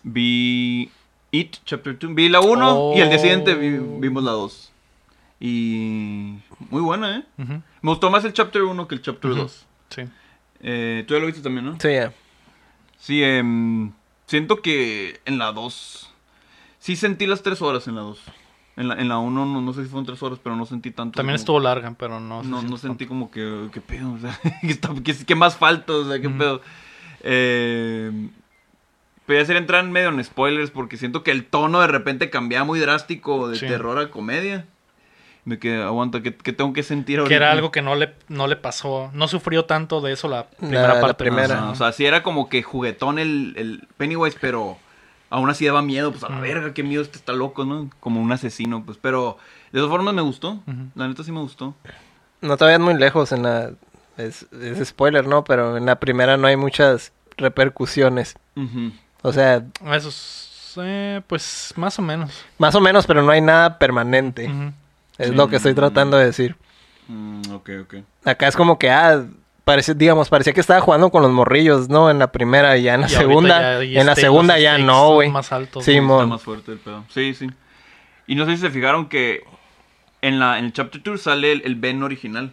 vi It, Chapter 2. Vi la 1 y el día siguiente vi-
Oh.
vimos la 2. Y muy buena, ¿eh?
Ujú,
Me gustó más el Chapter 1 que el Chapter
Ujú.
2.
Sí.
Eh, Tú ya lo viste también, ¿no?
Sí, eh.
Sí, em, siento que en la 2. Sí sentí las 3 horas en la 2. En la 1 en la uno no, no sé si fueron 3 horas, pero no sentí tanto.
También
como-
estuvo larga, pero no. se
No,
siente
no sentí
tanto.
como que, ¿qué pedo? O sea, ¿qué, está- qué- qué más falta? O sea, ¿qué
Ujú.
pedo? Eh, pero ya sería entrar en medio en spoilers porque siento que el tono de repente cambiaba muy drástico de
Sí.
terror a comedia. Me quedé, aguanta, ¿qué, qué tengo que sentir ahorita?
Que era algo que no le, no le pasó. No sufrió tanto de eso la primera
la
parte. ¿no?
primera.
Ajá, o sea, sí era como que juguetón el, el Pennywise, pero aún así daba miedo. Pues a la
Ujú.
verga, qué miedo, este está loco, ¿no? Como un asesino, pues. Pero de todas formas me gustó.
Ujú.
La neta sí me gustó.
No te vayas muy lejos en la... Es, es spoiler, ¿no? Pero en la primera no hay muchas repercusiones.
Ujú.
O sea,
Eso es, eh, pues más o menos.
más o menos, pero no hay nada permanente.
Ujú.
Es
Sí.
lo que estoy tratando de decir.
Mm, ok, ok.
Acá es como que, ah, parece, digamos, parecía que estaba jugando con los morrillos, ¿no? En la primera y ya en la
Y ahorita
segunda.
ya- y
en la
este-
segunda
los
ya
stakes
no,
son
güey.
Más altos.
Sí,
¿no?
mo-
Está más fuerte el pedo. Sí, sí. Y no sé si se fijaron que en, la, en el Chapter Tour sale el, el Ben original.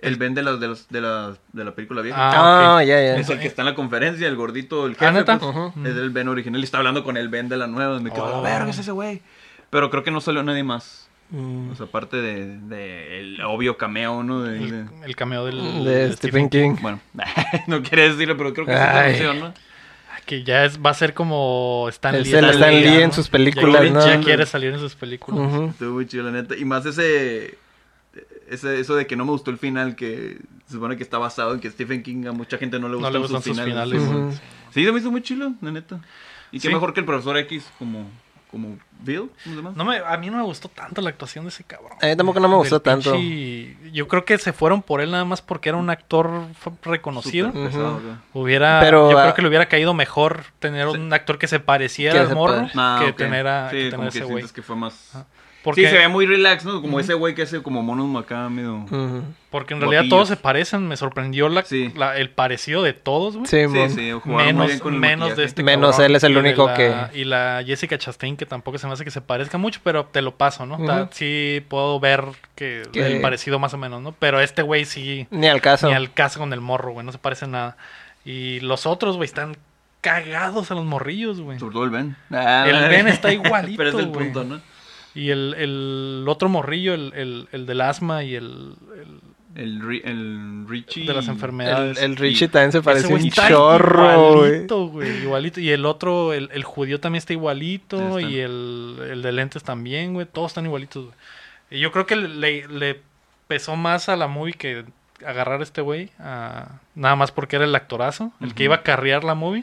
El Ben de las de, las- de, las- de la película vieja.
Ah,
Ah,
ok.
ya, ya.
es el que está en la conferencia, el gordito, el jefe.
Ah, ¿neta?
pues,
Ujú.
Es el Ben original. Y está hablando con el Ben de la nueva. Me quedo,
Oh.
"A la verga es ese güey. Pero creo que no salió nadie más.
Mm.
O sea, aparte de, de el obvio cameo, ¿no? De- de-
El, el cameo del
De Stephen King.
Bueno, no quiere decirlo, pero creo que sí
Ay.
se anunció, ¿no?
Ah, Que ya es, va a ser como Stan
Es
Lee.
el Stan
ya,
Lee en
¿no?
sus
ya,
películas,
quiere-
¿no?
ya quiere salir en sus películas.
Ujú.
Estuvo muy chido, la neta. Y más ese, ese. Eso de que no me gustó el final, que se supone que está basado en que Stephen King a mucha gente no le
No
gustan,
le gustan
sus,
sus
finales.
finales.
Ujú.
sí.
Sí, se me hizo muy chido, la neta. Y qué
Sí.
mejor que el profesor X como. Como Bill, ¿cómo se llama?
No me, a mí no me gustó tanto la actuación de ese cabrón.
A mí tampoco no me
Del
gustó tanto.
pinche- Yo creo que se fueron por él nada más porque era un actor f- reconocido.
Súper pesado,
Ujú.
güey.
Hubiera,
Pero,
yo
ah,
creo que le hubiera caído mejor tener
Sí.
un actor que se pareciera
Que
al
se
morro
pare-
Ah,
que
ok.
tener a
Sí,
que tener
como
a ese
que
güey.
sientes que fue más.
Ajá.
Sí,
Porque,
se ve muy relax, ¿no? Como ese güey que hace como monos macá, medio.
Ujú.
porque en realidad
Botillos.
todos se parecen. Me sorprendió la,
Sí.
la- el parecido de todos, güey.
Sí,
Sí,
mon.
sí, jugaba muy bien
Menos,
con el
menos de
maquillaje.
este
Menos
cabrón.
él es el
Y de
único
la-
que-
Y la Jessica Chastain, que tampoco se me hace que se parezca mucho, pero te lo paso, ¿no?
Ujú.
Ta- sí puedo ver que
Que-
el parecido más o menos, ¿no? Pero este güey sí...
Ni al caso.
Ni al caso con el morro, güey. No se parece nada. Y los otros, güey, están cagados a los morrillos, güey.
Sobre todo el Ben. Ah,
El Ben está igualito,
Pero es el
güey.
punto, ¿no?
Y el, el otro morrillo, el, el, el del asma y el, el
El, Ri- el Richie.
de las
El,
enfermedades.
el Richie también se
Ese
parece
güey
un
está
chorro, güey.
Igualito, güey. Igualito. Y el otro, el, el judío también está igualito.
Sí, está.
Y el, el de lentes también, güey. Todos están igualitos, güey. Y yo creo que le, le pesó más a la movie que agarrar a este güey. a- nada más porque era el actorazo, el que iba a carrear la movie.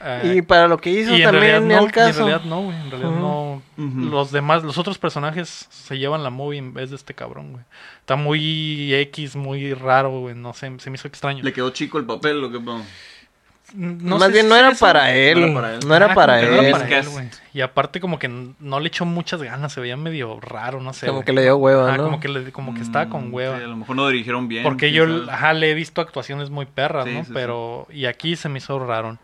Ah,
Y para lo que hizo
y en realidad
también, ni
no,
al caso.
en realidad no, güey. En realidad
Ujú.
no.
Ujú.
Los demás, los otros personajes se llevan la movie en vez de este cabrón, güey. Está muy X, muy raro, güey. No sé, se me hizo extraño.
Le quedó chico el papel, lo que
No
Más
sé
bien,
si
no era,
eso-
para él,
No era para él.
no era
Ah, como
para
que no era
él.
para él,
Cast.
güey. Y aparte como que n- no le echó muchas ganas, se veía medio raro, no sé.
Como
güey.
que le dio hueva,
Ah,
¿no?
como que le- como que estaba con
Mm,
hueva.
sí, a lo mejor no dirigieron bien.
Porque
quién
yo
sabe.
ajá, le he visto actuaciones muy perras,
Sí,
¿no?
sí, sí.
Pero y aquí se me hizo raro.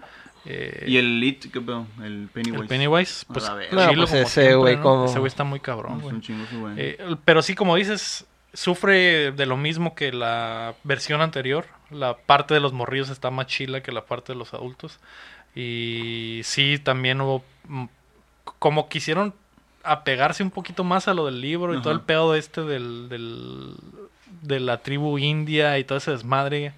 Eh,
Y el It, ¿qué pedo? El Pennywise.
el Pennywise,
A
pues,
la verga.
No,
chilo
pues
como
ese
siempre,
güey
¿no?
como-
Ese güey está muy
No,
cabrón,
es
güey.
un chingo ese güey.
Eh, pero sí, como dices, sufre de lo mismo que la versión anterior. La parte de los morrillos está más chila que la parte de los adultos. Y sí, también hubo... mm, Como quisieron apegarse un poquito más a lo del libro y todo el
Ajá.
pedo este del, del- de la tribu india y todo ese desmadre.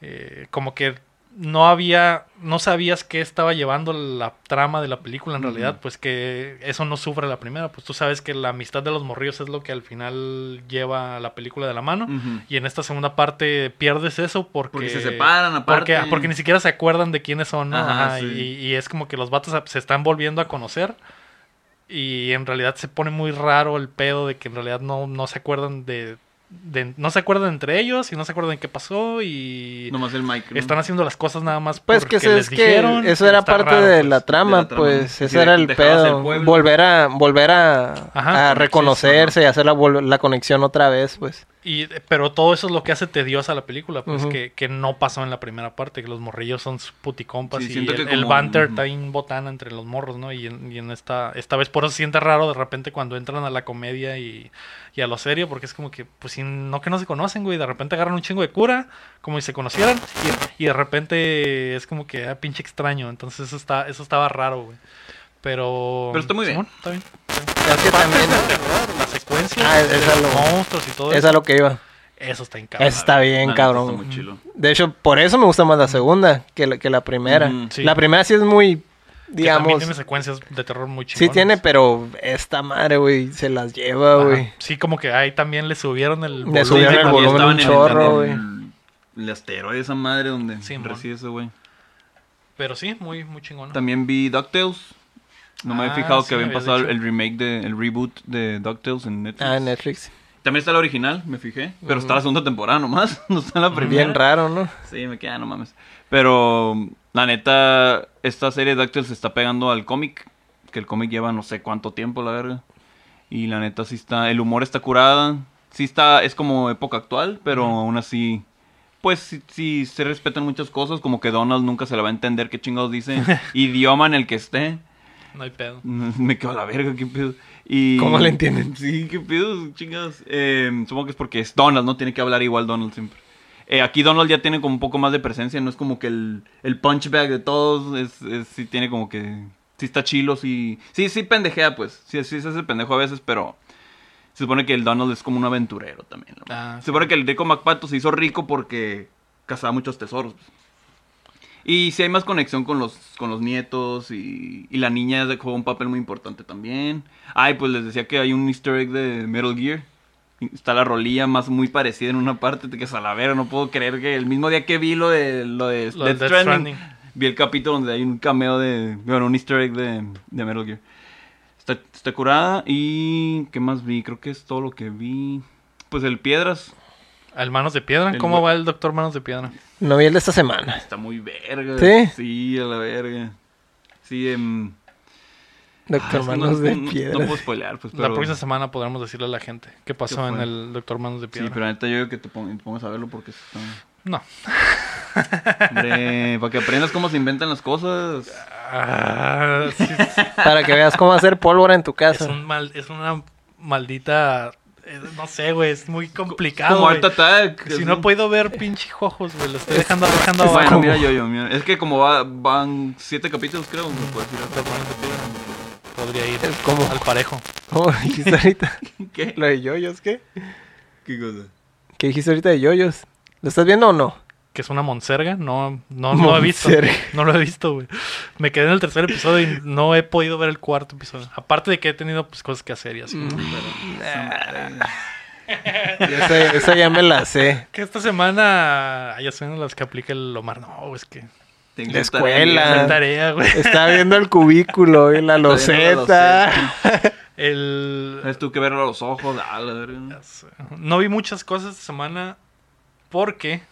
eh, como que no había, no sabías qué estaba llevando la trama de la película en
Ujú.
realidad, pues que eso no sufre la primera, pues tú sabes que la amistad de los morrillos es lo que al final lleva la película de la mano.
Mm.
Ujú.
Y en esta segunda parte pierdes eso porque...
Porque se separan, aparte.
Porque, ah, porque ni siquiera se acuerdan de quiénes son, ¿no?
Ajá,
Ajá,
sí.
y, y es como que los vatos se están volviendo a conocer. Y en realidad se pone muy raro el pedo de que en realidad no, no se acuerdan de, de- No se acuerdan entre ellos y no se acuerdan qué pasó y...
Nomás el Mike. ¿no?
Están haciendo las cosas nada más
Pues
porque
que, se-
les
es que
dijeron.
eso era
Está
parte
raro,
de,
pues.
la trama,
De la trama.
pues
Sí,
ese era el
dejabas el
pedo.
pueblo.
volver a, volver a,
Ajá.
a reconocerse y hacer la, vol- la conexión otra vez, pues.
Y, pero todo eso es lo que hace tediosa la película, pues
Ujú.
que, que no pasó en la primera parte, que los morrillos son sus puticompas
Sí,
y
siento
el,
que
el
como-
banter
ujú.
está bien botana entre los morros, ¿no? Y en, y en esta, esta vez por eso se siente raro de repente cuando entran a la comedia y, y a lo serio, porque es como que, pues si no que no se conocen, güey, de repente agarran un chingo de cura, como si se conocieran, y, y de repente es como que, ah, pinche extraño, entonces eso, está, eso estaba raro, güey. Pero...
Pero está muy bien.
Simón, está bien.
Es que también
La secuencia,
Ah,
de
es
los
a lo-
monstruos y todo
es
eso,
a lo que iba.
eso está encabronado.
Eso está
La
bien,
neta
cabrón.
Está muy chilo.
De hecho, por eso me gusta más la segunda que la, que la primera.
Ujú.
Sí.
La primera sí es muy,
Que también
digamos,
tiene secuencias de terror muy chingonas.
sí tiene, pero esta madre, güey, se las lleva,
Ajá.
güey.
Sí, como que ahí también le subieron el volumen.
Le subieron el
Cuando ya
volumen un
estaban en
chorro,
el, el, asteroide, esa madre donde
Sí, mon.
reside ese güey.
Pero sí, muy, muy chingón.
También vi DuckTales. No me
Ah,
había fijado
sí,
que habían
me habías
pasado
dicho.
el remake, de, el reboot de DuckTales en Netflix.
Ah, en Netflix.
También está la original, me fijé. Pero está
Mm.
la segunda temporada nomás. No está la primera.
Bien raro, ¿no?
Sí, me queda, no mames. Pero la neta, esta serie de DuckTales se está pegando al cómic. Que el cómic lleva no sé cuánto tiempo, la verga. Y la neta, sí está. El humor está curada. Sí está, es como época actual, pero aún así. Pues sí, sí se respetan muchas cosas, como que Donald nunca se le va a entender qué chingados dice, idioma en el que esté.
No hay pedo.
Me quedo a la verga, qué pedo. Y...
¿Cómo le entienden?
Sí, qué pedo, chingados. Eh, supongo que es porque es Donald, ¿no? Tiene que hablar igual Donald siempre. Eh, aquí Donald ya tiene como un poco más de presencia, no es como que el, el punchback de todos, es, es- sí tiene como que... Sí está chilo, sí... Sí, sí pendejea, pues. Sí, sí se hace pendejo a veces, pero... Se supone que el Donald es como un aventurero también. ¿no?
Ah,
se supone que el rico MacPato se hizo rico porque cazaba muchos tesoros. Y si hay más conexión con los, con los nietos y, y la niña de- juega un papel muy importante también. Ay, pues les decía que hay un easter egg de Metal Gear. Está la rolilla más muy parecida en una parte de que salavera, no puedo creer que el mismo día que vi lo de lo de
Lo de
Death
Death
Stranding,
Stranding.
vi el capítulo donde hay un cameo de bueno, un easter egg de, de Metal Gear. Está, está curada y ¿qué más vi? Creo que es todo lo que vi. Pues el Piedras
¿Al Manos de Piedra?
El
¿Cómo
güey-
va el Doctor Manos de Piedra?
No vi el de esta semana.
está muy verga.
¿Sí?
Sí, a la verga. Sí, em, Ah,
Doctor
es que
Manos
no,
de
no-
Piedra.
No puedo spoilear, pues.
La
pero-
próxima semana podremos decirle a la gente qué pasó
¿Qué
en
fue?
el Doctor Manos de Piedra.
Sí, pero ahorita yo digo que te pon- te pongas a verlo porque está...
No.
Hombre, para que aprendas cómo se inventan las cosas.
Ah, sí, es-
Para que veas cómo hacer pólvora en tu
es,
casa.
un mal, es una maldita... eh, No sé, güey, es muy complicado.
Como
güey.
Art Attack.
Si
así.
no puedo ver pinche ojos, güey, lo estoy dejando, dejando
Bueno,
abajo.
mira, yo, yo, mira. Es que como va- van siete capítulos, creo, me puedes ir a
Doctor Manos de Piedra. Podría ir
Es como-
al parejo.
¿Cómo dijiste ahorita?
¿Qué?
¿Lo de yoyos qué?
¿Qué cosa?
¿Qué dijiste ahorita de yoyos? ¿Lo estás viendo o no?
que es una monserga. No, no, no he visto.
Monserga.
No lo he visto, güey. Me quedé en el tercer episodio y no he podido ver el cuarto episodio. Aparte de que he tenido pues, cosas que hacer y así.
Mm. Esa, esa ya me la sé.
Que esta semana hay escenas en las que aplica el Omar. No, güey, es que.
Tengo
La
tarea.
escuela. Ah.
Tarea, güey.
Está viendo el cubículo y la
Está viendo
loseta.
la
El.
Tienes tú que verlo a los ojos. ah, la verga.
No vi muchas cosas esta semana porque.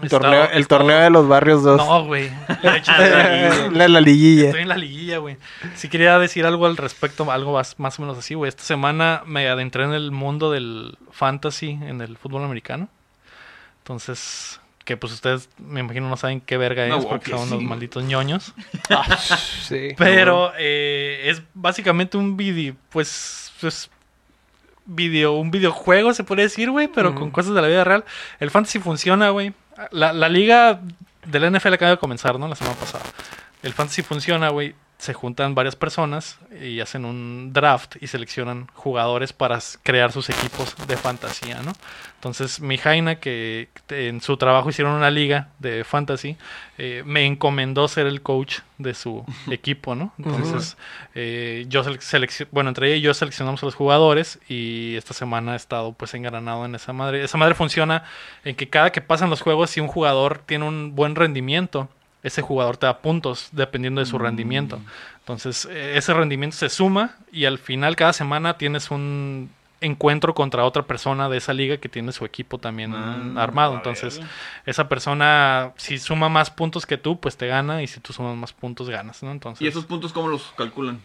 El torneo, el torneo de los barrios 2.
No, güey. De hecho,
la, la liguilla.
Estoy en la liguilla, güey. Si quería decir algo al respecto, algo más, más o menos así, güey. Esta semana me adentré en el mundo del fantasy en el fútbol americano. Entonces, que pues ustedes me imagino no saben qué verga
No,
es
wow,
porque
que
son
sí.
unos malditos ñoños.
Sí.
Pero eh, es básicamente un video, pues, pues, video, un videojuego se podría decir, güey, pero con cosas de la vida real. El fantasy funciona, güey. La, la liga de la NFL acaba de comenzar, ¿no? La semana pasada. El fantasy funciona, güey. Se juntan varias personas y hacen un draft y seleccionan jugadores para s- crear sus equipos de fantasía, ¿no? Entonces, mi Jaina, que en su trabajo hicieron una liga de fantasy, eh, me encomendó ser el coach de su equipo, ¿no? Entonces, eh, yo selec- selec- bueno, entre ella y yo seleccionamos a los jugadores y esta semana he estado pues engranado en esa madre. Esa madre funciona en que cada que pasan los juegos, si un jugador tiene un buen rendimiento, ese jugador te da puntos dependiendo de su
Mm.
rendimiento. Entonces, eh, ese rendimiento se suma y al final cada semana tienes un encuentro contra otra persona de esa liga que tiene su equipo también
Ah,
armado.
la
Entonces,
verga.
esa persona, si suma más puntos que tú, pues te gana. Y si tú sumas más puntos, ganas, ¿no? Entonces,
¿Y esos puntos cómo los calculan?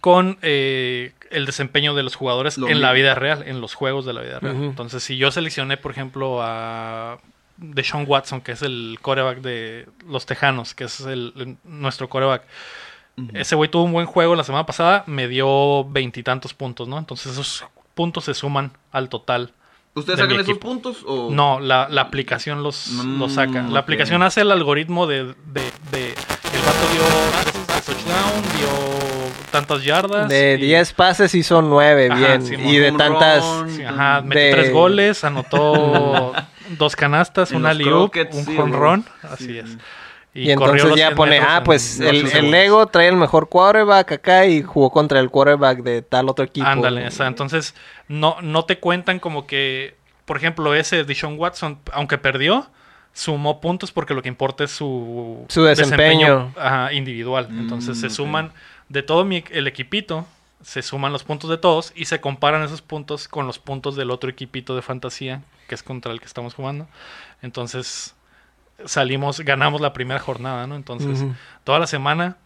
con eh, el desempeño de los jugadores
Lo
en la
mismo.
vida real, en los juegos de la vida real.
Ujú.
Entonces, si yo seleccioné, por ejemplo, a Deshaun Watson, que es el coreback de los Tejanos, que es el, el- nuestro coreback. Ese güey tuvo un buen juego la semana pasada, me dio veintitantos puntos, ¿no? Entonces esos puntos se suman al total
¿Ustedes
de mi
sacan esos
equipo.
puntos o...?
no, la, la aplicación los,
Mm,
los saca.
ok.
La aplicación hace el algoritmo de. de, de el vato dio tantos touchdown, dio tantas yardas.
De
y-
10 pases hizo 9,
Ajá,
Ah,
bien.
Simón.
y de
Home
tantas.
run,
sí, ajá, metió
de-
tres goles, anotó dos canastas,
En
una
los
liup,
croquettes,
un
sí,
jonrón.
güey.
Así
Sí,
es.
sí.
Y, entonces
los
ya
100
pone,
metros
ah,
en
pues
ocho
el, el
segundos.
Lego trae el mejor quarterback acá y jugó contra el quarterback de tal otro equipo.
Ándale, o sea, entonces no, no te cuentan como que, por ejemplo, ese Dishon Watson, aunque perdió, sumó puntos porque lo que importa es su,
Su desempeño.
ajá, individual. Entonces se suman de todo mi- el equipito, se suman los puntos de todos y se comparan esos puntos con los puntos del otro equipito de fantasía, que es contra el que estamos jugando. Entonces salimos, ganamos la primera jornada, ¿no? Entonces,
Ujú.
toda la semana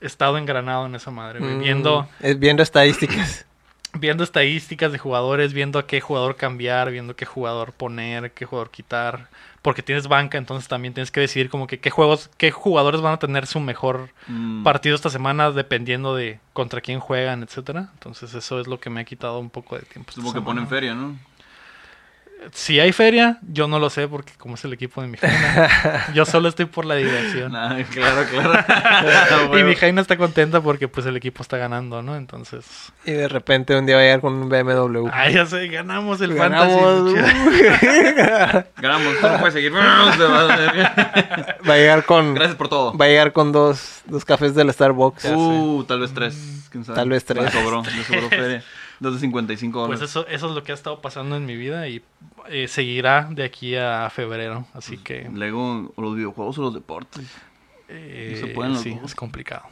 he estado engranado en esa madre, güey,
Mm,
viendo
es viendo estadísticas.
viendo estadísticas de jugadores, viendo a qué jugador cambiar, viendo qué jugador poner, qué jugador quitar, porque tienes banca, entonces también tienes que decidir como que qué juegos, qué jugadores van a tener su mejor
Mm.
partido esta semana dependiendo de contra quién juegan, etcétera. Entonces eso es lo que me ha quitado un poco de tiempo. esta
Supongo que
semana.
ponen feria, ¿no?
Si hay feria, yo no lo sé porque como es el equipo de mi Jaina, yo solo estoy por la diversión.
Nah, Ah, claro, claro.
y mi Jaina está contenta porque pues el equipo está ganando, ¿no? Entonces,
y de repente un día va a llegar con un BMW.
ay, ya sé, ganamos Ah, el
Ganamos,
fantasy.
Ganamos, tú no puedes seguir. Se va a hacer.
va a llegar con.
Gracias por todo.
Va a llegar con dos, dos cafés del Starbucks.
Uh, tal vez tres. ¿quién sabe?
Tal vez tres.
Le sobró, le sobró feria. Dos de 55 dólares.
Pues eso, eso es lo que ha estado pasando en mi vida y eh, seguirá de aquí a febrero.
Pues,
Así que
Luego, o los videojuegos o los deportes.
eh,
no se pueden los
sí,
dos.
es complicado.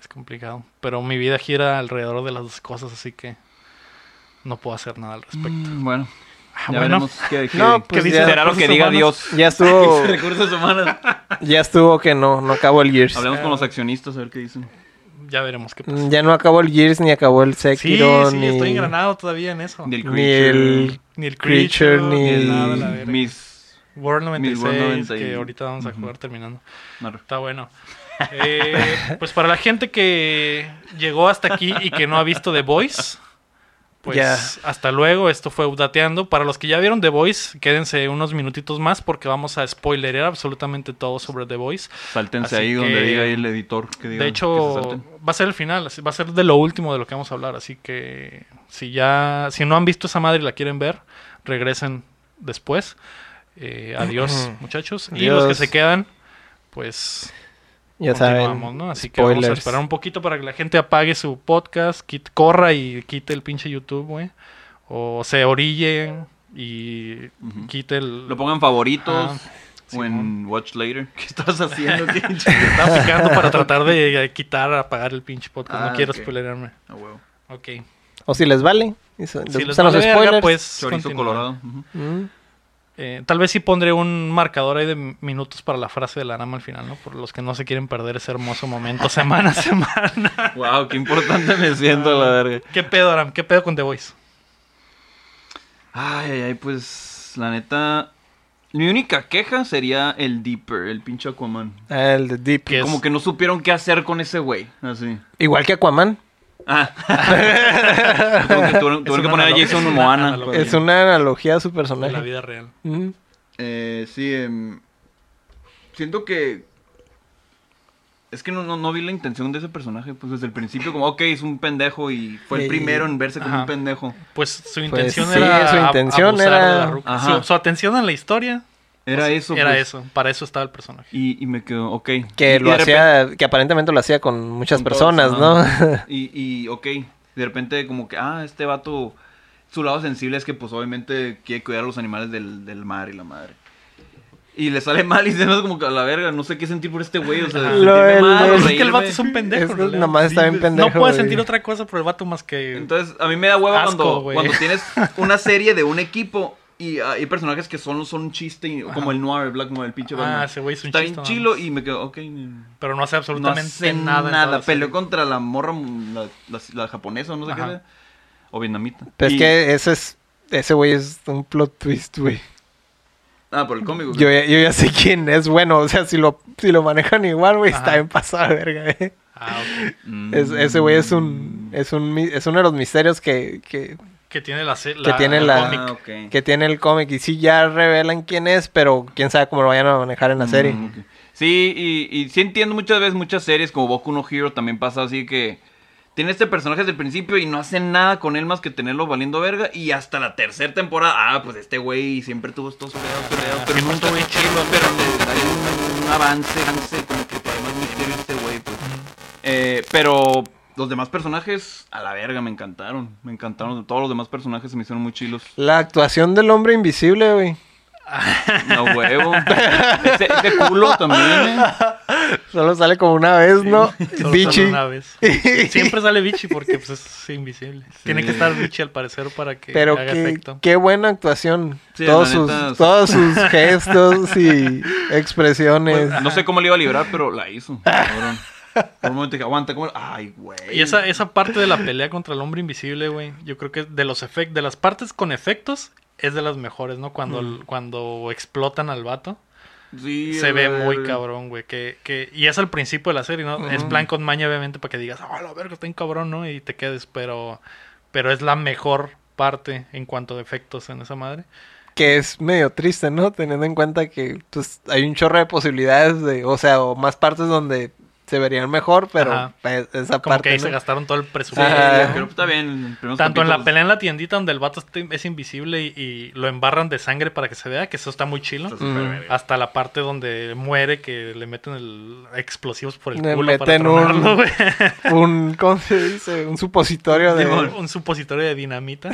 Es complicado. Pero mi vida gira alrededor de las dos cosas, así que no puedo hacer nada al respecto.
Mm, Bueno,
Ah,
ya
bueno,
veremos qué, qué,
No,
qué
pues
dice.
ya-
Será lo que diga
recursos
Dios.
Ya estuvo,
Recursos humanos.
ya estuvo que no, no acabó el Gears.
Hablemos con los accionistas a ver qué dicen.
ya veremos qué pasa.
Mm, Ya no acabó el Gears ni acabó el
Sí,
Sekiro
sí,
ni,
estoy engranado todavía en eso.
Del
ni el
Ni el Creature,
Creature,
ni
ni-
nada, la verga.
Miss.
World
Mil
96,
World
que
96.
ahorita vamos a jugar terminando.
Marro.
Está bueno. Eh, pues para la gente que llegó hasta aquí y que no ha visto The Voice, pues
Ya.
hasta luego. Esto fue Updateando. Para los que ya vieron The Voice, quédense unos minutitos más porque vamos a spoilerear absolutamente todo sobre The Voice.
Sáltense
Así
ahí
que-
donde diga ahí el editor que diga
De
que se
hecho,
salten.
va a ser el final, así- va a ser de lo último de lo que vamos a hablar. Así que si ya, si no han visto esa madre y la quieren ver, regresen después. Eh, adiós, muchachos. Y
Adiós.
los que se quedan, pues
Ya
continuamos,
saben.
¿no? Así que vamos a
spoilers.
esperar un poquito para que la gente apague su podcast, quit- corra y quite el pinche YouTube, güey. O se orille y quite el.
Lo pongan favoritos
Ajá,
o en
Simón.
Watch Later. ¿Qué estás haciendo? ¿Qué?
Estaba picando para tratar de eh, quitar, apagar el pinche podcast.
Ah,
no quiero
ok.
spoilerarme.
A Ah, huevo.
Ok.
O si les vale. y so- les
Si les
gustan
vale
los
verga,
spoilers.
pues.
Chorizo
continúen.
colorado. ujú.
Mm.
Eh, tal vez sí pondré un marcador ahí de minutos para la frase de la Nama al final, ¿no? Por los que no se quieren perder ese hermoso momento semana a semana.
Wow, qué importante me siento a la verga.
¿Qué pedo, Aram? ¿Qué pedo con The Voice?
Ay, ay, ay, pues la neta. Mi única queja sería el Deeper, el pinche Aquaman.
Ah, El de Deep.
¿Qué? Es-
Como que no supieron qué hacer con ese güey. Así.
Igual que Aquaman.
Ah. Como que tuvieron,
Es
tuvieron que
una
poner a
analogía, es
Jason
una
Moana.
analogía.
Es una analogía a su
De la
personaje.
vida real.
Mm.
Eh, sí, em, siento que... Es que no, no, no vi la intención de ese personaje, pues desde el principio, como, ok, es un pendejo y fue el
Y-
primero en verse como
ajá.
un pendejo.
Pues su
Pues
intención
sí,
era.
su
ab-
intención
abusar
era-
de la ruca.
Ajá.
Su, su atención en la historia
Era eso.
era
pues,
eso. Para eso estaba el personaje.
Y, y me quedo, ok.
Que
Y
lo
de repente-
hacía, que aparentemente lo hacía con muchas
con
personas,
todos,
¿no?
ajá. Y, y, ok, de repente como que, ah, este vato, su lado sensible es que pues obviamente quiere cuidar a los animales del, del mar y la madre. Y le sale mal y se me hace como que a la verga, no sé qué sentir por este güey, o sea,
Lo-
sentirme
el-
mal,
el-
o
Ah, Es que el vato
Ah, pues reírme.
es un pendejo.
Es que
en realidad.
nomás está bien
güey.
pendejo,
No puedes
güey.
sentir otra cosa por el vato más que.
Entonces, a mí me da hueva
Asco,
cuando,
güey.
cuando tienes una serie de un equipo y ah, hay personajes que solo son un chiste, y- como el Noir, el Black Noir, el pinche Batman.
ah, ese güey es un
Está
chiste,
bien
nada
chilo
más.
y me quedo, ok. mm,
Pero no hace
No
absolutamente
hace
nada.
nada.
en toda la serie.
Peleó contra la morra, mm, la, la- la japonesa o no sé
Ajá.
qué era. O vietnamita.
Pero
Y-
es que ese es. Ese güey es un plot twist, güey.
Ah, por el cómico.
Yo, ya- yo ya sé quién es bueno. O sea, si lo, si lo manejan igual, güey,
Ajá.
está bien pasada de verga, güey.
Ah, ok.
Mm.
Es- ese güey es un, es un. mi- Es uno de los misterios que, que,
Que tiene la. se-
Que tiene
el
la-
cómic.
Ah, ok.
que tiene el cómic. Y sí, ya revelan quién es, pero quién sabe cómo lo vayan a manejar en la serie.
Mm, ok. Sí, y, y sí entiendo muchas veces muchas series como Boku no Hero también pasa así que tiene este personaje desde el principio y no hacen nada con él más que tenerlo valiendo verga y hasta la tercera temporada, ah, pues este güey siempre tuvo estos peleados, peleados, pero
Siempre
nunca
estuvo
fue
bien
chido, pero te- hay un, un avance, avance, como que trae más misterio este güey, pues. Eh, pero los demás personajes, a la verga, me encantaron, me encantaron, todos los demás personajes se me hicieron muy chilos.
La actuación del hombre invisible, güey.
No huevo. Ese, ese culo también, eh.
Solo sale como una vez, ¿no?
Solo sale
Bichi.
una vez. Siempre sale bichi porque pues, es invisible. Tiene que estar bichi al parecer para que
Pero
haga
qué,
efecto.
qué buena actuación.
Sí,
todos,
la
sus,
neta, sí.
todos sus gestos y expresiones.
No sé cómo le iba a librar, pero la hizo. cabrón. Por un momento dije, aguanta, ¿cómo? Ay, güey.
Y esa, esa parte de la pelea contra el hombre invisible, güey, yo creo que de los efectos, de las partes con efectos, es de las mejores, ¿no? Cuando,
Mm.
el- cuando explotan al vato,
Sí,
se ve
güey.
muy cabrón, güey. Que, que, y es al principio de la serie, ¿no? Es plan con maña, obviamente, para que digas, ah, la verga, está bien cabrón, ¿no? Y te quedes, pero, pero es la mejor parte en cuanto a efectos en esa madre.
Que es medio triste, ¿no? Teniendo en cuenta que pues, hay un chorro de posibilidades de, o sea, o más partes donde se verían mejor, pero
Ajá.
pues, esa
Como que
parte.
ahí
¿no?
se gastaron todo el
Sí,
presupuesto.
Ajá.
creo que está bien. en los primeros
Tanto en la
capítulos.
pelea en la tiendita donde el vato está- es invisible y, y lo embarran de sangre para que se vea, que eso está muy chilo.
Está súper
Mm.
verga.
Hasta la parte donde muere, que le meten el explosivos por el
Le
culo para
meten un-
tronarlo, güey.
un, ¿cómo se dice? Un supositorio de...
Simón.
Un supositorio de dinamita.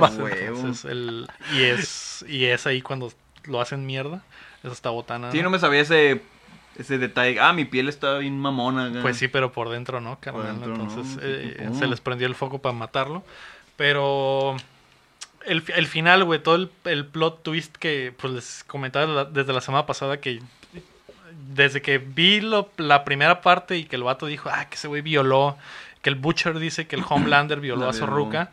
mames.
Sí, entonces, el- y, es, y es ahí cuando lo hacen mierda. Eso está botana.
Sí,
¿no?
no me sabía ese, ese detalle. Ah, mi piel está bien mamona. acá.
Pues sí, pero por dentro no, carnal.
dentro no,
Entonces
sí, uh.
eh,
supongo.
se les prendió el foco para matarlo. Pero el, fi- el final, güey, todo el, el plot twist que pues les comentaba la- desde la semana pasada que desde que vi lo- la primera parte y que el vato dijo, ah, que ese güey violó, que el Butcher dice que el Homelander violó
La
a su
violó.
ruca,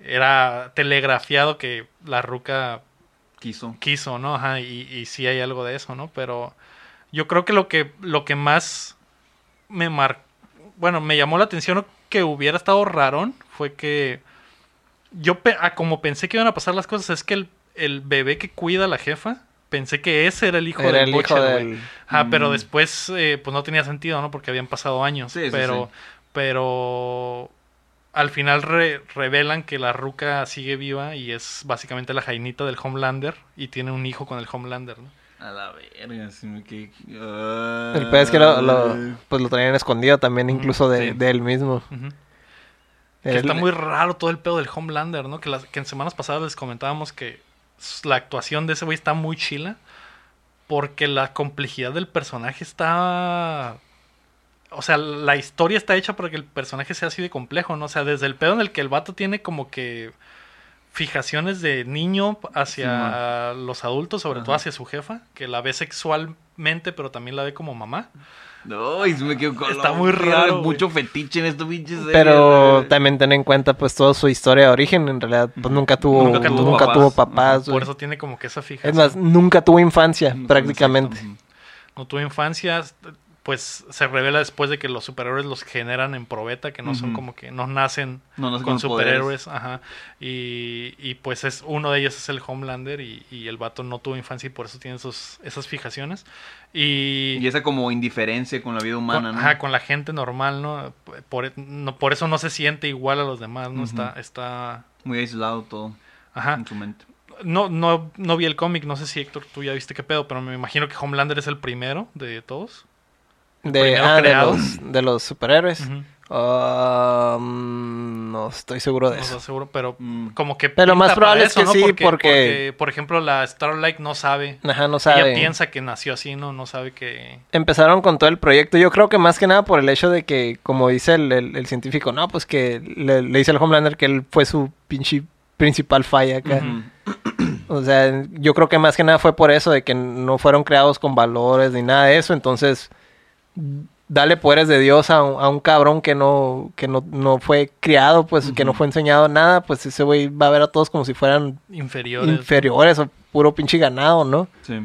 era telegrafiado que la ruca
Quiso.
quiso, ¿no? Ajá, y, y sí hay algo de eso, ¿no? Pero yo creo que lo que, lo que más me mar... bueno, me llamó la atención o que hubiera estado rarón fue que yo, pe- a como pensé que iban a pasar las cosas, es que el, el bebé que cuida a la jefa, pensé que ese era el hijo
Era
del
el hijo
Butcher, güey.
del...
Ah, pero
Mm.
después, eh, pues no tenía sentido, ¿no? Porque habían pasado años.
Sí, sí,
pero,
sí.
pero al final re- revelan que la ruca sigue viva y es básicamente la jainita del Homelander y tiene un hijo con el Homelander, ¿no?
A la verga, sí me que.
El peor es que lo,
Ah.
lo- pues lo traían escondido también, incluso de,
sí.
de él mismo.
Ujú. Que
Él-
está muy raro todo el pedo del Homelander, ¿no? Que, las, que en semanas pasadas les comentábamos que s- la actuación de ese güey está muy chila. Porque la complejidad del personaje está. O sea, la historia está hecha para que el personaje sea así de complejo, ¿no? O sea, desde el pedo en el que el vato tiene como que fijaciones de niño hacia los adultos, sobre todo
Ajá.
hacia su jefa, que la ve sexualmente, pero también la ve como mamá.
No, y se me quedó con
Está
la
muy
verga,
raro, güey.
Mucho fetiche en esto, pinche serie,
Pero
güey.
también ten en cuenta pues toda su historia de origen, en realidad pues nunca tuvo
Nunca
nunca,
tuvo
tuvo,
papás.
papás.
Por
güey.
eso tiene como que esa fijación.
es más, nunca tuvo infancia
Ujú,
prácticamente.
exacto, ujú.
no tuvo infancia, pues se revela después de que los superhéroes los generan en probeta, que no son
Ujú.
como que no nacen
No, no sé
con
con poderes.
superhéroes, ajá. Y, y, pues es uno de ellos es el Homelander y, y el vato no tuvo infancia y por eso tiene esos, esas fijaciones. Y,
Y esa como indiferencia con la vida
con,
humana, ¿no?
ajá, con la gente normal, ¿no? Por, no- por eso no se siente igual a los demás, ¿no?
Ujú.
Está, está,
Muy aislado todo
ajá.
en su mente.
No, no, no vi el cómic, no sé si Héctor tú ya viste qué pedo, pero me imagino que Homelander es el primero de todos.
De,
primero
ah, de
creado.
los, de los superhéroes.
Ujú.
Ah, mm, no estoy seguro de
No
eso.
estoy seguro, pero
Mm.
como que.
Pero lo
pinta
más probable
para
es que sí, porque-
Por ejemplo, la Starlight no sabe.
Ajá, no
Ella
sabe.
piensa que nació así, ¿no? No sabe que.
Empezaron con todo el proyecto. Yo creo que más que nada por el hecho de que, como dice el, el- el científico, no, pues que le, le dice al Homelander que él fue su pinche principal falla acá.
Ujú.
Mm.
O sea, yo creo que más que nada fue por eso, de que no fueron creados con valores ni nada de eso. Entonces, dale poderes de Dios a un, a un cabrón que no, que no, no fue criado, pues, que no
Ujú.
fue enseñado nada, pues ese güey va a ver a todos como si fueran
Inferiores.
inferiores o puro pinche ganado, ¿no?
Sí.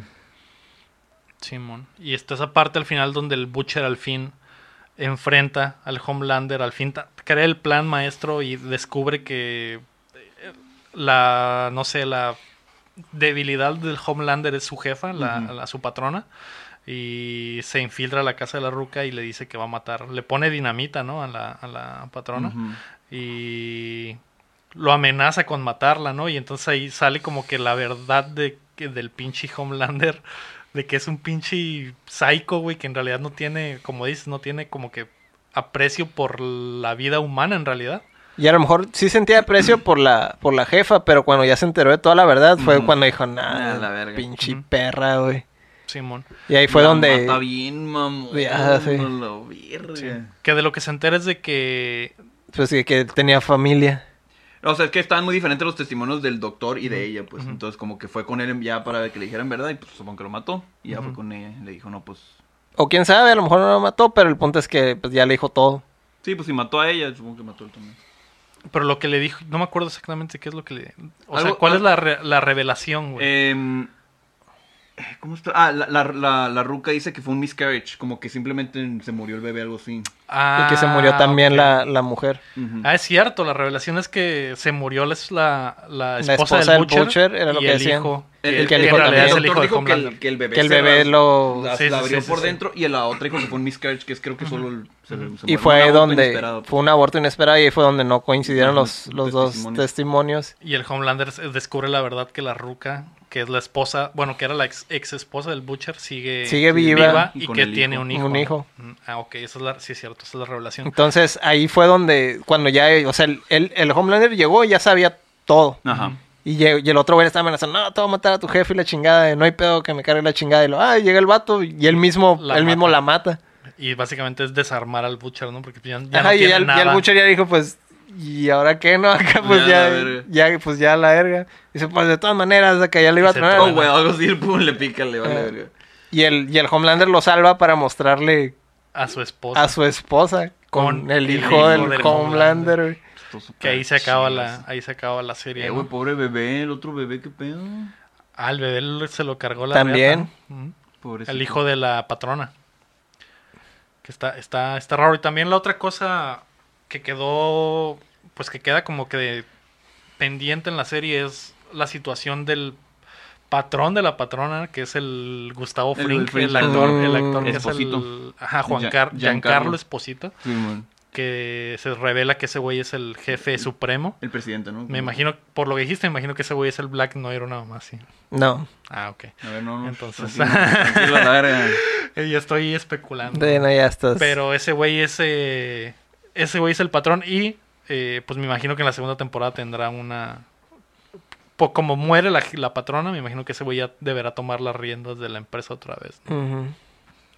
Simón. Y está esa parte al final donde el Butcher al fin enfrenta al Homelander, al fin ta- crea el plan maestro y descubre que eh, la, no sé, la debilidad del Homelander es su jefa, la,
Ujú.
la- su patrona, y se infiltra a la casa de la ruca y le dice que va a matar, le pone dinamita, ¿no? A la, a la patrona
Ujú.
y lo amenaza con matarla, ¿no? Y entonces ahí sale como que la verdad de que del pinche Homelander, de que es un pinche psycho, güey, que en realidad no tiene, como dices, no tiene como que aprecio por la vida humana en realidad.
Y a lo mejor sí sentía aprecio por la, por la jefa, pero cuando ya se enteró de toda la verdad, fue
Ujú.
cuando dijo, nada,
Ah, la verga.
pinche
Ujú.
perra, güey.
Simón.
Y ahí fue
La
donde...
Mata bien, mamón.
Ya, sí.
a la verga.
Que de lo que se entera es de que
Pues sí, que tenía familia.
O sea, es que estaban muy diferentes los testimonios del doctor y de ella, pues.
ujú.
Entonces, como que fue con él ya para que le dijeran verdad y pues supongo que lo mató. Y ya
Ujú.
fue con ella. y Le dijo, no, pues.
O quién sabe, a lo mejor no lo mató, pero el punto es que pues, ya le dijo todo.
Sí, pues si mató a ella, supongo que mató a él también.
pero lo que le dijo, no me acuerdo exactamente qué es lo que le o sea,
Algo-
cuál es la, re- la revelación, güey.
Em, eh, ¿Cómo está? Ah, la, la, la, la ruca dice que fue un miscarriage. Como que simplemente se murió el bebé, algo así.
Ah,
y que se murió también
ok.
la, la mujer.
Ujú.
Ah, es cierto, la revelación es que se murió la, la, la
La
esposa,
esposa
del
del
Butcher,
Butcher, era lo
y
que
el
decían.
hijo.
El-
que-
el que
que
dijo
en realidad
también.
es el hijo
doctor
de
dijo que el-
Homelander.
que el bebé,
Que el
se
bebé
la-
lo...
la,
Sí, sí,
la abrió
sí, sí,
por
sí.
dentro y la otra dijo que fue un miscarriage, que es creo que solo se, le- se
Y
murió un
fue
aborto
donde...
inesperado. pues.
Fue un aborto inesperado y ahí fue donde no coincidieron
Ajá,
los, los
los
dos
testimonios.
testimonios.
Y el Homelander se- descubre la verdad que la ruca, que es la esposa, bueno, que era la ex, ex esposa del Butcher, sigue,
Sigue
viva,
viva.
y,
Y con
que
el
tiene
hijo.
un hijo.
Un hijo.
Mm, Ah, ok, esa es la, sí es cierto, esa es la revelación.
Entonces ahí fue donde... Cuando ya... O sea, el, el, el Homelander llegó y ya sabía todo.
Ajá.
Y, lle- y el otro güey le estaba amenazando, no, te voy a matar a tu jefe y la chingada, y no hay pedo que me cargue la chingada. Y lo, ah, llega el vato y él mismo,
La
él mismo
mata.
la mata.
Y básicamente es desarmar al Butcher, ¿no? Porque ya, ya
Ajá,
no
y
tiene
ya, el- ya
nada.
el Butcher ya dijo, pues, ¿y ahora qué? No, acá pues
Ya,
ya,
la verga.
ya, pues ya la verga. Dice, pues de todas maneras, acá ya le iba
Y
a
se
tronar.
truena.
Oh, güey, algo así, pum, le pica, le vale
Ah.
verga.
Y el, y el Homelander lo salva para mostrarle
a su esposa.
a su esposa con,
Con
el
el
hijo,
hijo
del,
del Homelander.
Homelander. güey.
Que ahí se acaba la, ahí se acaba la serie.
Eh,
¿no?
güey, pobre bebé, el otro bebé, qué pedo.
Ah, el bebé lo- se lo cargó la
También.
reata, ¿no? Mm.
Pobrecito.
El hijo de la patrona. Que está, está, está raro. Y también la otra cosa que quedó, pues que queda como que de- pendiente en la serie es la situación del patrón de la patrona, que es el Gustavo
El- el
Frink, el,
Fring, Mm.
actor,
ajá.
el actor que es
Esposito.
el... Ajá, Juan
Gian-
Car-
Giancarlo.
Giancarlo Esposito.
Sí, man.
que se revela que ese güey es el jefe supremo.
El presidente, ¿no?
Me imagino, por lo que dijiste, me imagino que ese güey es el Black Noir o nada más, sí.
No.
Ah, ok.
A ver, no, no.
Entonces-
tranquilo, tranquilo, a la verga.
Eh, Ya estoy especulando.
Bueno, ya estás.
Pero ese güey es, eh, ese güey es el patrón y eh, pues me imagino que en la segunda temporada tendrá una... po- como muere la, la patrona, me imagino que ese güey ya deberá tomar las riendas de la empresa otra vez.
Ujú.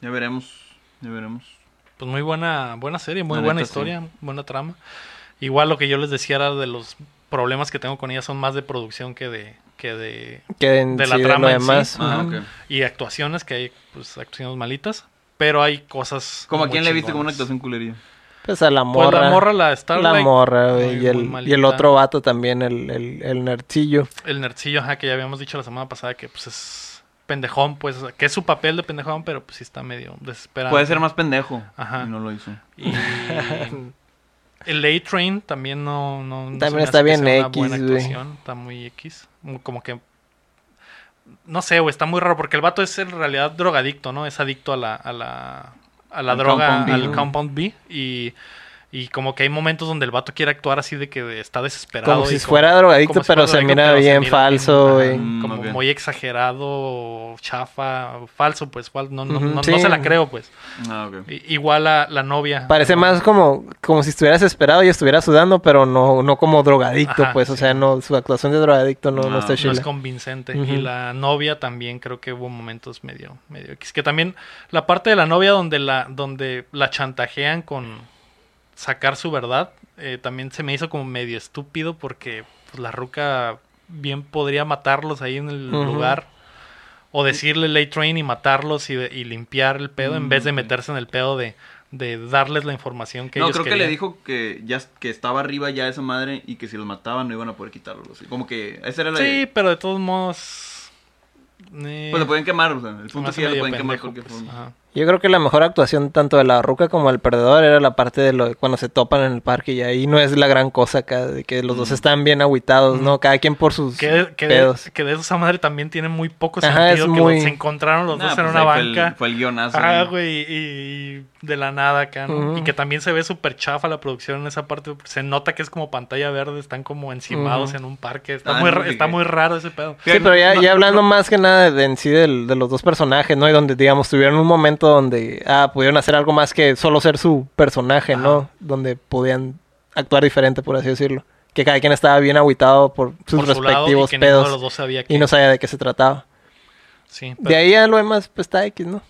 Ya veremos. Ya veremos.
Pues muy buena, buena serie, muy
La
buena
neta,
historia, buena trama. Igual lo que yo les decía era de los problemas que tengo con ella son más de producción que de... Que de
Que en
de la
sí, de
trama
lo
en sí.
demás.
Ah,
ujú.
ok.
y actuaciones, que hay pues actuaciones malitas, pero hay cosas...
¿Cómo a
muy
quién le viste como una
chingonas.
actuación culería?
Pues a la
Pues
morra.
la morra, la
La
Starlight.
morra,
muy-
güey,
muy
y, el, y
malita.
el otro vato también, el, el, el nercillo.
El nercillo, ajá, que ya habíamos dicho la semana pasada que pues es pendejón, pues, o sea, que es su papel de pendejón, pero pues sí está medio desesperado.
Puede ser más pendejo.
Ajá.
Y no lo hizo.
Y el A Train también no, no, no
También
se me
está
hace que
bien
sea una
X,
buena
güey.
actuación, está muy X. Muy- Como que no sé, güey, está muy raro porque el vato es en realidad drogadicto, ¿no? Es adicto a la, a la, a la
Al
droga,
Compound B,
al
¿no?
Compound B y, y como que hay momentos donde el vato quiere actuar así de que está desesperado.
Como
y
si fuera drogadicto,
como si fuera
pero se
drogadicto,
mira
pero se
bien
mira bien,
falso, güey.
ajá,
Mm,
como
ok.
muy exagerado, chafa, falso, pues, fal- no, no,
Ujú,
no- no
sí.
se la creo, pues.
Ah, ok.
I- igual a la novia.
Parece
¿no?
más como, como si estuviera desesperado y estuviera sudando, pero no, no como drogadicto,
Ajá,
pues. O
sí.
sea, no, su actuación de drogadicto no, no,
No,
está
no
no
chila.
es convincente.
Ujú.
Y la novia también creo que hubo momentos medio, medio X. Que también la parte de la novia donde la, donde la chantajean con sacar su verdad, eh, también se me hizo como medio estúpido porque pues, la ruca bien podría matarlos ahí en el
Ujú.
lugar. O decirle late train y matarlos y, de- y limpiar el pedo en
Mm,
vez de
ok.
meterse en el pedo de, de darles la información que
no,
ellos
creo que le
querían.
dijo que ya que estaba arriba ya esa madre y que si los mataban no iban a poder quitarlo. así. Como que esa era la...
Sí, eh, pero de todos modos... eh,
Pues lo pueden quemar, o sea, el
se me
punto es
hace
que ya lo
medio
pueden quemar
pendejo,
cualquier
pues,
forma.
ajá.
Yo creo que la mejor actuación tanto de la ruca como del perdedor era la parte de lo de cuando se topan en el parque y ahí no es la gran cosa acá, de que los dos
Mm.
están bien aguitados,
Mm.
¿no? Cada quien por sus
Que, de- que,
pedos.
de, que de eso esa madre también tiene muy poco
Ajá, es
sentido que
muy-
los- se encontraron los
Nah,
dos en
pues
una
ahí fue el-
banca.
Fue el guionazo.
Ajá,
¿no?
güey, y, y de la nada acá, ¿no?
Ujú.
Y que también se ve súper chafa la producción en esa parte. Se nota que es como pantalla verde, están como encimados
Ujú.
en un parque. Está,
Ah,
muy,
no
ra-
sé
está
qué.
muy raro ese pedo.
Sí, pero ya, ya hablando más que nada de, de en sí del- de los dos personajes, ¿no? Y donde, digamos, tuvieron un momento donde, ah, pudieron hacer algo más que solo ser su personaje, ¿no? Donde podían actuar diferente, por así decirlo. Que cada quien estaba bien aguitado por sus
Por su lado, y
respectivos
que ninguno
pedos
de los dos sabía que.
y no sabía de qué se trataba.
Sí, pero-
De ahí a lo demás, pues está X, ¿no?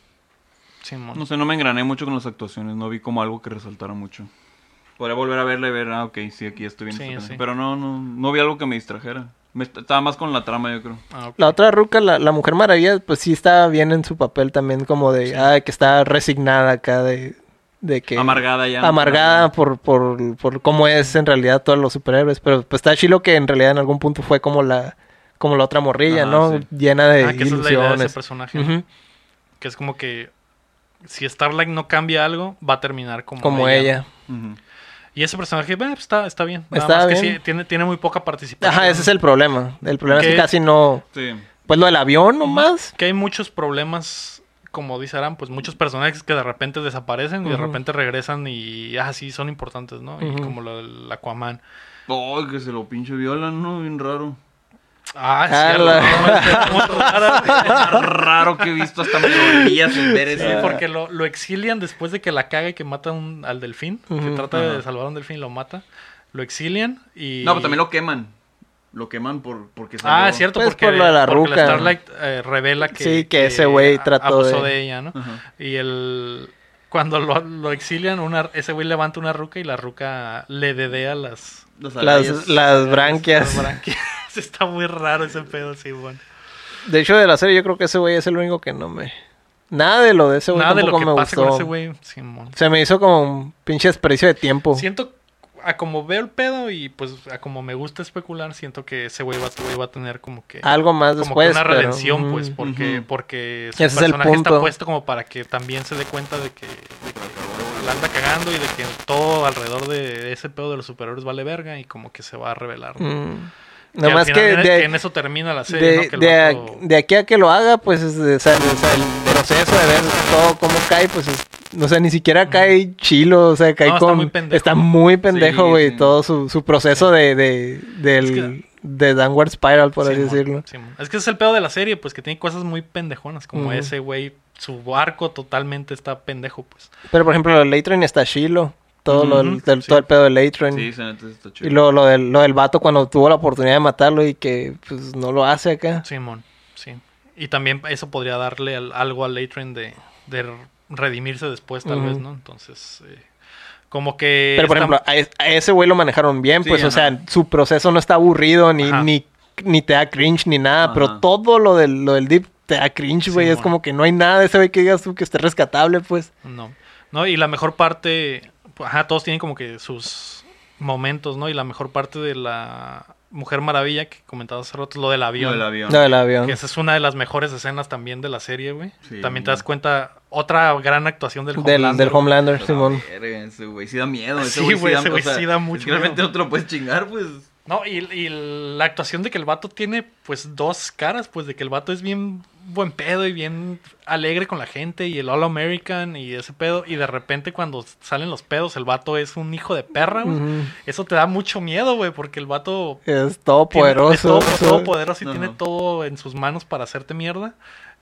Simón.
No sé, no me engrané mucho con las actuaciones, no vi como algo que resaltara mucho. Podría volver a verla y ver, ah, ok, sí, aquí estoy viendo
Sí,
esta película.
sí.
Pero no, no, no vi algo que me distrajera. Me est- estaba más con la trama, yo creo.
Ah, ok.
La otra ruca, la, la Mujer Maravilla, pues sí está bien en su papel también, como de, ah, que está resignada acá de, de que...
Amargada ya.
amargada por, por, por cómo es en realidad todos los superhéroes. Pero pues está chilo que en realidad en algún punto fue como la, como la otra morrilla,
Ajá,
¿no?
sí.
Llena de
Ah, que esa es la idea de ese
ilusiones.
personaje.
Ujú,
Que es como que si Starlight no cambia algo, va a terminar como,
Como ella.
Ujú.
Y ese personaje, bueno, pues, está, está bien. Nada
Está
más que
bien.
sí, tiene, tiene muy poca participación.
Ajá, ese es el problema. El problema es
Que-
que casi no...
Sí.
Pues lo del avión nomás.
Que hay muchos problemas, como dice Aram, pues muchos personajes que de repente desaparecen y de
Ujú.
repente regresan y, ah, sí, son importantes, ¿no? Y
Ujú.
como lo del Aquaman.
Oh, que se lo pinche violan, ¿no? Bien raro.
Ah, es
Ah,
cierto,
la-
¿no? Está muy rara.
raro que he visto hasta me dolía sin ver
Ah.
Sí,
eso.
porque lo, lo exilian después de que la caga y que mata un- al delfín. Que
Ujú.
trata
Ajá.
de salvar a un delfín y lo mata. Lo exilian y...
No, pero también lo queman. Lo queman por, porque
Ah,
salió-
es cierto,
Pues,
porque,
por lo de la
porque
ruca.
Starlight eh, revela que...
Sí, que ese güey
a-
trató
abusó
de-
de ella, ¿no?
Ajá.
Y el. Cuando lo, lo exilian, una, ese güey levanta una ruca y la ruca le dedea las.
Los
Las,
alayas.
las branquias.
las branquias. Está muy raro ese pedo, sí, bueno.
De hecho, de la serie yo creo que ese güey es el único que no me... Nada de lo de ese güey
Nada de
tampoco
lo que
me
pasa
gustó.
con ese güey, Simón.
Se me hizo como un pinche desperdicio de tiempo.
Siento. A como veo el pedo y pues a como me gusta especular, siento que ese güey va, va a tener como que.
Algo más
como
después.
que una
pero,
redención,
mm.
pues, porque,
Ujú.
porque
Ese
su
es el
personaje está
punto.
puesto como para que también se dé cuenta de que, de que la anda cagando y de que todo alrededor de ese pedo de los superhéroes vale verga y como que se va a revelar. ¿no?
Mm.
Y al
Nada más que
final en-
de,
en eso termina la serie,
de,
¿no? Que el
de a-
vato-
de aquí a que lo haga, pues es de- o sea, el, o sea, el proceso de ver todo cómo cae, pues es O sea, ni siquiera cae chilo, o sea, cae
No, está
con...
muy pendejo.
Está muy pendejo,
Sí,
güey,
sí.
todo su, su proceso de, de, del,
que-
de Downward Spiral, por así
Simón,
decirlo.
Simón. Es que ese es el pedo de la serie, pues que tiene cosas muy pendejonas, como
Ujú.
ese güey, su barco totalmente está pendejo, pues.
Pero, por ejemplo, lo del A-Train está chilo. Todo, lo del-
Ujú,
del-
sí.
todo el pedo del A-Train.
Sí, esa neta está
y
chido.
luego lo del, lo del vato cuando tuvo la oportunidad de matarlo y que, pues, no lo hace acá.
Simón, sí. Y también eso podría darle al- algo al A-Train de, de redimirse después, tal
Ujú.
vez, ¿no? Entonces, eh, como que...
Pero, por
esta-
ejemplo, a, es- a ese güey lo manejaron bien,
Sí,
pues, o
ajá.
sea, su proceso no está aburrido, ni,
Ajá.
ni, ni te da cringe, ni nada,
Ajá.
pero todo lo del, lo del Deep te da cringe, güey. es
Simón.
como que no hay nada de ese güey que digas tú que esté rescatable, pues.
No. No, y la mejor parte, pues, ajá, todos tienen como que sus momentos, ¿no? Y la mejor parte de la Mujer Maravilla que comentabas hace rato, lo del avión.
Lo del avión.
Lo del avión.
Que esa es una de las mejores escenas también de la serie, güey.
Sí.
También te das cuenta, otra gran actuación del
Del del Homelander,
Homelander.
La
Simón.
verga, ese güey sí da miedo.
Sí, güey, ese
o
güey
sea,
sí da
es
mucho
que realmente
miedo.
no te lo puedes chingar, pues.
No, y, y la actuación de que el vato tiene, pues, dos caras, pues, de que el vato es bien buen pedo y bien alegre con la gente y el All American y ese pedo. Y de repente cuando salen los pedos, el vato es un hijo de perra, güey.
Ujú.
Eso te da mucho miedo, güey, porque el vato
Es
tiene- es
todopoderoso.
todo,
poderoso.
todo poderoso y tiene
Ajá.
todo en sus manos para hacerte mierda.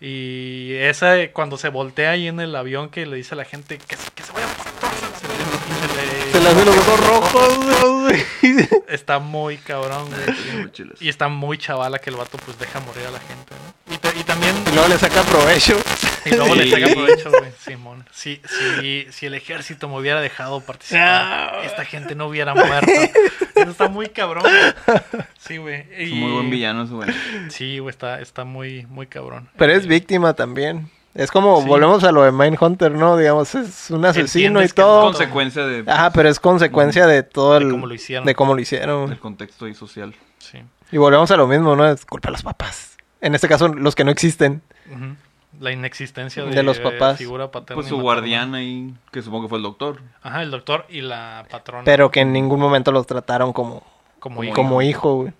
Y esa, eh, cuando se voltea ahí en el avión, que le dice a la gente que, se- que se vaya por todas las- se le-
Se le hacen los ojos rojos, güey.
Está muy cabrón, güey.
Chiles.
Y está muy chavala que el vato pues deja morir a la gente, ¿no? Y, te- y también...
Y luego le saca provecho.
Y luego le
Sí.
saca provecho, güey. Simón. Si, si, si el ejército me hubiera dejado participar,
Ah.
esta gente no hubiera muerto. Eso está muy cabrón, güey. Sí, güey.
Es
Y-
un muy buen villano ese güey.
Sí, güey, está, está muy, muy cabrón.
Pero es víctima también. Es como,
Sí.
volvemos a lo de Mindhunter, ¿no? Digamos, es un asesino y
Entiendes que es
todo.
conse-
Consecuencia de,
Ajá, pero es consecuencia de todo
De
el...
cómo lo hicieron.
De cómo lo hicieron.
del contexto y social.
Sí.
Y volvemos a lo mismo, ¿no? Es culpa de los papás. En este caso, los que no existen.
Ujú. La inexistencia de,
De los papás.
Figura paterna
Pues
y
su
materna.
guardián ahí, que supongo que fue el doctor.
Ajá, el doctor y la patrona.
Pero que en ningún momento los trataron como,
como,
como hijo,
hijo.
güey.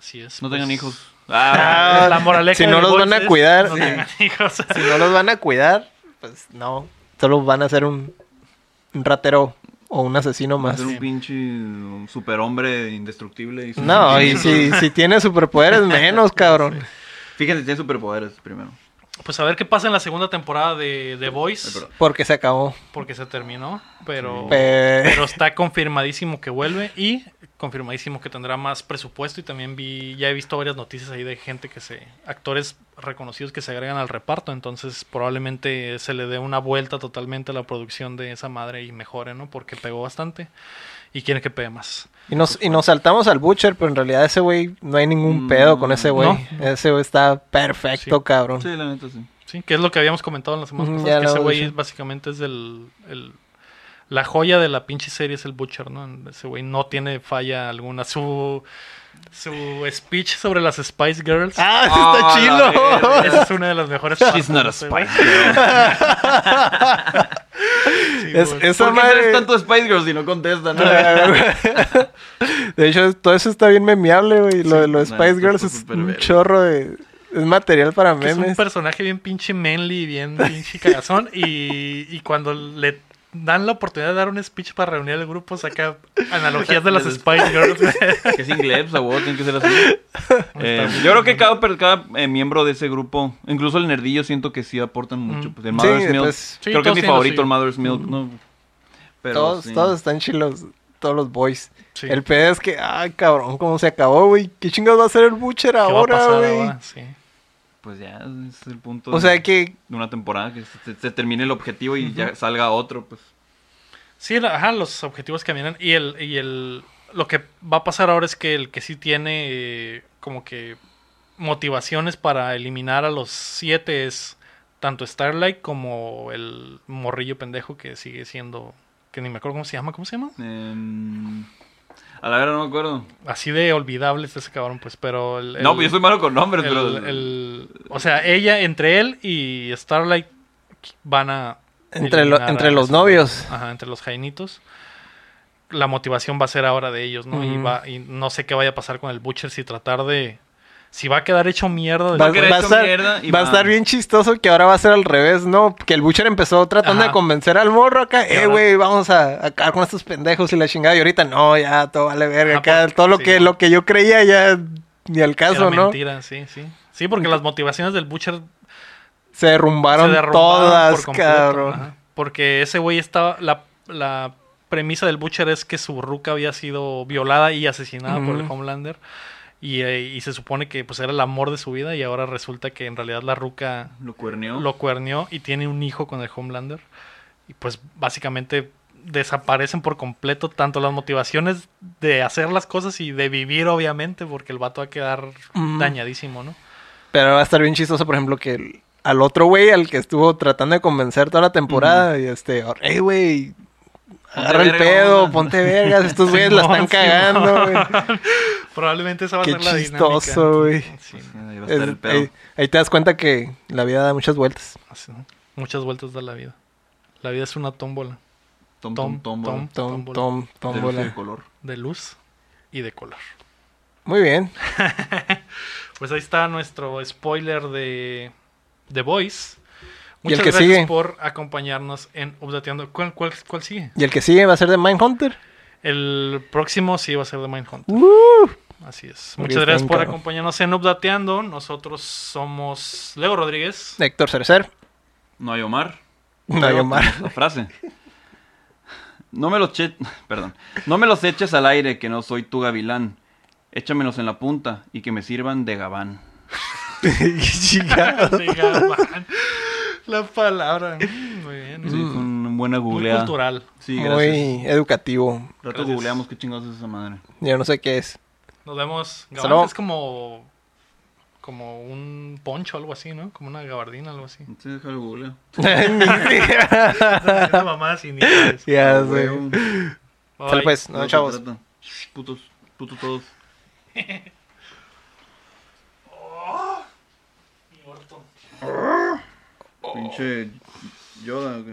Así es.
No
pues.
tengan hijos.
Ah,
La moraleja
si no
del
los
Boys
van a
es,
cuidar,
no
sí.
tengan hijos.
Si no los van a cuidar, pues no. Solo van a ser un, un ratero o un asesino
Va a
más.
ser un pinche un superhombre indestructible. y-
No, y si, si tiene superpoderes, menos, cabrón.
Fíjense, tiene superpoderes primero.
Pues a ver qué pasa en la segunda temporada de The
Ay,
Voice,
perdón.
Porque se acabó.
porque se terminó, pero,
Pe-
pero está confirmadísimo que vuelve y confirmadísimo que tendrá más presupuesto y también vi, ya he visto varias noticias ahí de gente que se, actores reconocidos que se agregan al reparto, entonces probablemente se le dé una vuelta totalmente a la producción de esa madre y mejore, ¿no? Porque pegó bastante y quiere que pegue más.
Y nos, y nos saltamos al Butcher, pero en realidad ese güey no hay ningún
Mm,
pedo con ese güey.
no.
Ese güey está perfecto,
Sí.
cabrón.
Sí, la neta sí.
Sí, que es lo que habíamos comentado en las semanas
Ujú,
pasadas,
ya
que
lo
ese güey
dije.
es- básicamente es el, el- La joya de la pinche serie es el Butcher, ¿no? Ese güey no tiene falla alguna. Su... Su speech sobre las Spice Girls...
Ah, sí
Ah, la verga.
está chilo.
Esa es una de las mejores
She's
partes
not
de
a
ese güey.
Spice Girl.
Sí,
Es-
güey.
esa
¿Por qué eres
madre.
tanto Spice Girl si no contestan?
de hecho, todo eso está bien memeable, güey. Lo de los
Sí,
Spice
no,
Girls
está
es
súper
un
verga.
chorro de. Es material para
Que es un
memes.
personaje bien pinche manly, bien pinche cagazón. y, y cuando le dan la oportunidad de dar un speech para reunir al grupo, saca analogías de las Spice Girls. güey.
Que es inglés, a huevo, tiene que ser así. Eh, yo creo que cada, per- cada eh, miembro de ese grupo, incluso el nerdillo, siento que sí aportan mucho.
Mm.
Pues, el Mother's
Sí,
Milk.
pues,
Sí,
creo que
todos
es mi
tienen
favorito,
así.
el Mother's Milk. ¿no? Pero
todos,
sí.
todos están chilos. Todos los boys.
Sí.
El pedo es que, ay, cabrón, cómo se acabó, güey. ¿Qué chingados va a hacer el Butcher
¿Qué va a
ahora,
pasar
güey?
ahora? Sí.
Pues ya, es el punto.
O
de-
sea que
de una temporada que se, se termine el objetivo y ya salga otro, pues.
Sí, la- ajá, los objetivos caminan. Y el, y el. Lo que va a pasar ahora es que el que sí tiene eh, como que motivaciones para eliminar a los siete es tanto Starlight como el morrillo pendejo que sigue siendo. Que ni me acuerdo cómo se llama, ¿cómo se llama?
Em, a la verdad no me acuerdo.
Así de olvidable está ese cabrón, pues, pero el.
no,
el-
pues yo soy malo con nombres,
el-
pero.
el- o sea, ella, entre él y Starlight van a.
Entre lo-
eliminar
entre
a
los
esos-
novios.
Ajá, entre los jainitos. La motivación va a ser ahora de ellos, ¿no? y,
Ujú.
va, y no sé qué vaya a pasar con el Butcher si tratar de si va a quedar hecho mierda. de-
Va,
a quedar
va a
hecho
estar,
mierda y
va a
va-
estar bien chistoso que ahora va a ser al revés, ¿no? Que el Butcher empezó tratando
Ajá.
de convencer al morro acá. Eh,
ahora-
güey, vamos a a acabar con estos pendejos y la chingada. Y ahorita, no, ya, todo vale verga.
Ajá,
Acá,
porque-
todo lo,
sí.
que, lo que yo creía ya ni al
era
caso, ¿no?
mentira, sí, sí. Sí, porque las motivaciones del Butcher
Se derrumbaron,
se derrumbaron
todas,
por completo,
cabrón.
ajá. Porque ese güey estaba. La, la premisa del Butcher es que su ruca había sido violada y asesinada por el
Ujú.
Homelander. Y, eh, y se supone que pues era el amor de su vida. Y ahora resulta que en realidad la ruca
Lo cuerneó.
lo cuernió y tiene un hijo con el Homelander. Y pues básicamente desaparecen por completo tanto las motivaciones de hacer las cosas y de vivir obviamente porque el vato va a quedar
Ujú.
dañadísimo, ¿no?
Pero va a estar bien chistoso, por ejemplo, que el- al otro güey, al que estuvo tratando de convencer toda la temporada, y este, hey, güey, agarra el
verga,
pedo,
onda".
ponte vergas, estos güeyes la están
Simón,
cagando, güey.
Probablemente esa va a
Qué
ser la
chistoso, güey.
dinámica. Sí,
Sí, ahí va a
Es-
estar el pedo.
ahí, ahí te das cuenta que la vida da muchas vueltas.
así, ¿no? Muchas vueltas da la vida. La vida es una tómbola
Tom,
Tom,
tom, tom.
Tom.
Tom,
Tómbola.
tom,
De
tómbola.
color.
de luz y de color.
Muy bien.
Pues ahí está nuestro spoiler de The Voice.
¿Y el
Muchas
que
gracias
sigue?
por acompañarnos en Updateando. ¿Cuál, cuál, cuál sigue?
Y el que sigue va a ser de Mindhunter.
El próximo sí va a ser de Mindhunter.
¡Uh!
Así es.
Porque
Muchas
está
gracias
bien
por
cabrón.
acompañarnos en Updateando. Nosotros somos Leo Rodríguez.
Héctor Cercer.
No hay Omar.
No hay Omar.
La frase. No me los che- perdón. No me los eches al aire que no soy tu gavilán. Échamelos en la punta y que me sirvan de gabán.
Chingado.
Sí, Galván. La palabra. Muy bien.
Mm,
Sí, fue una buena
Mm. Muy
googleada.
cultural.
Sí, gracias.
Muy educativo.
Rato
Gracias.
googleamos qué chingados es esa madre.
Yo no sé qué es.
Nos vemos.
Hasta
Gabán
luego.
es como como un poncho, algo así, ¿no? Como una gabardina, algo así.
Sí, déjalo googleo.
Haciendo mamadas iniciales.
ya sé.
Ah, Huevo.
Bye.
Sale pues,
De lo
no,
que
chavos.
trata. Putos, putos todos. Pinche Yoda. ¿o qué?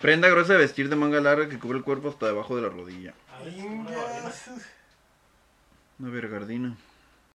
Prenda gruesa de vestir de manga larga que cubre el cuerpo hasta debajo de la rodilla. Una vergardina.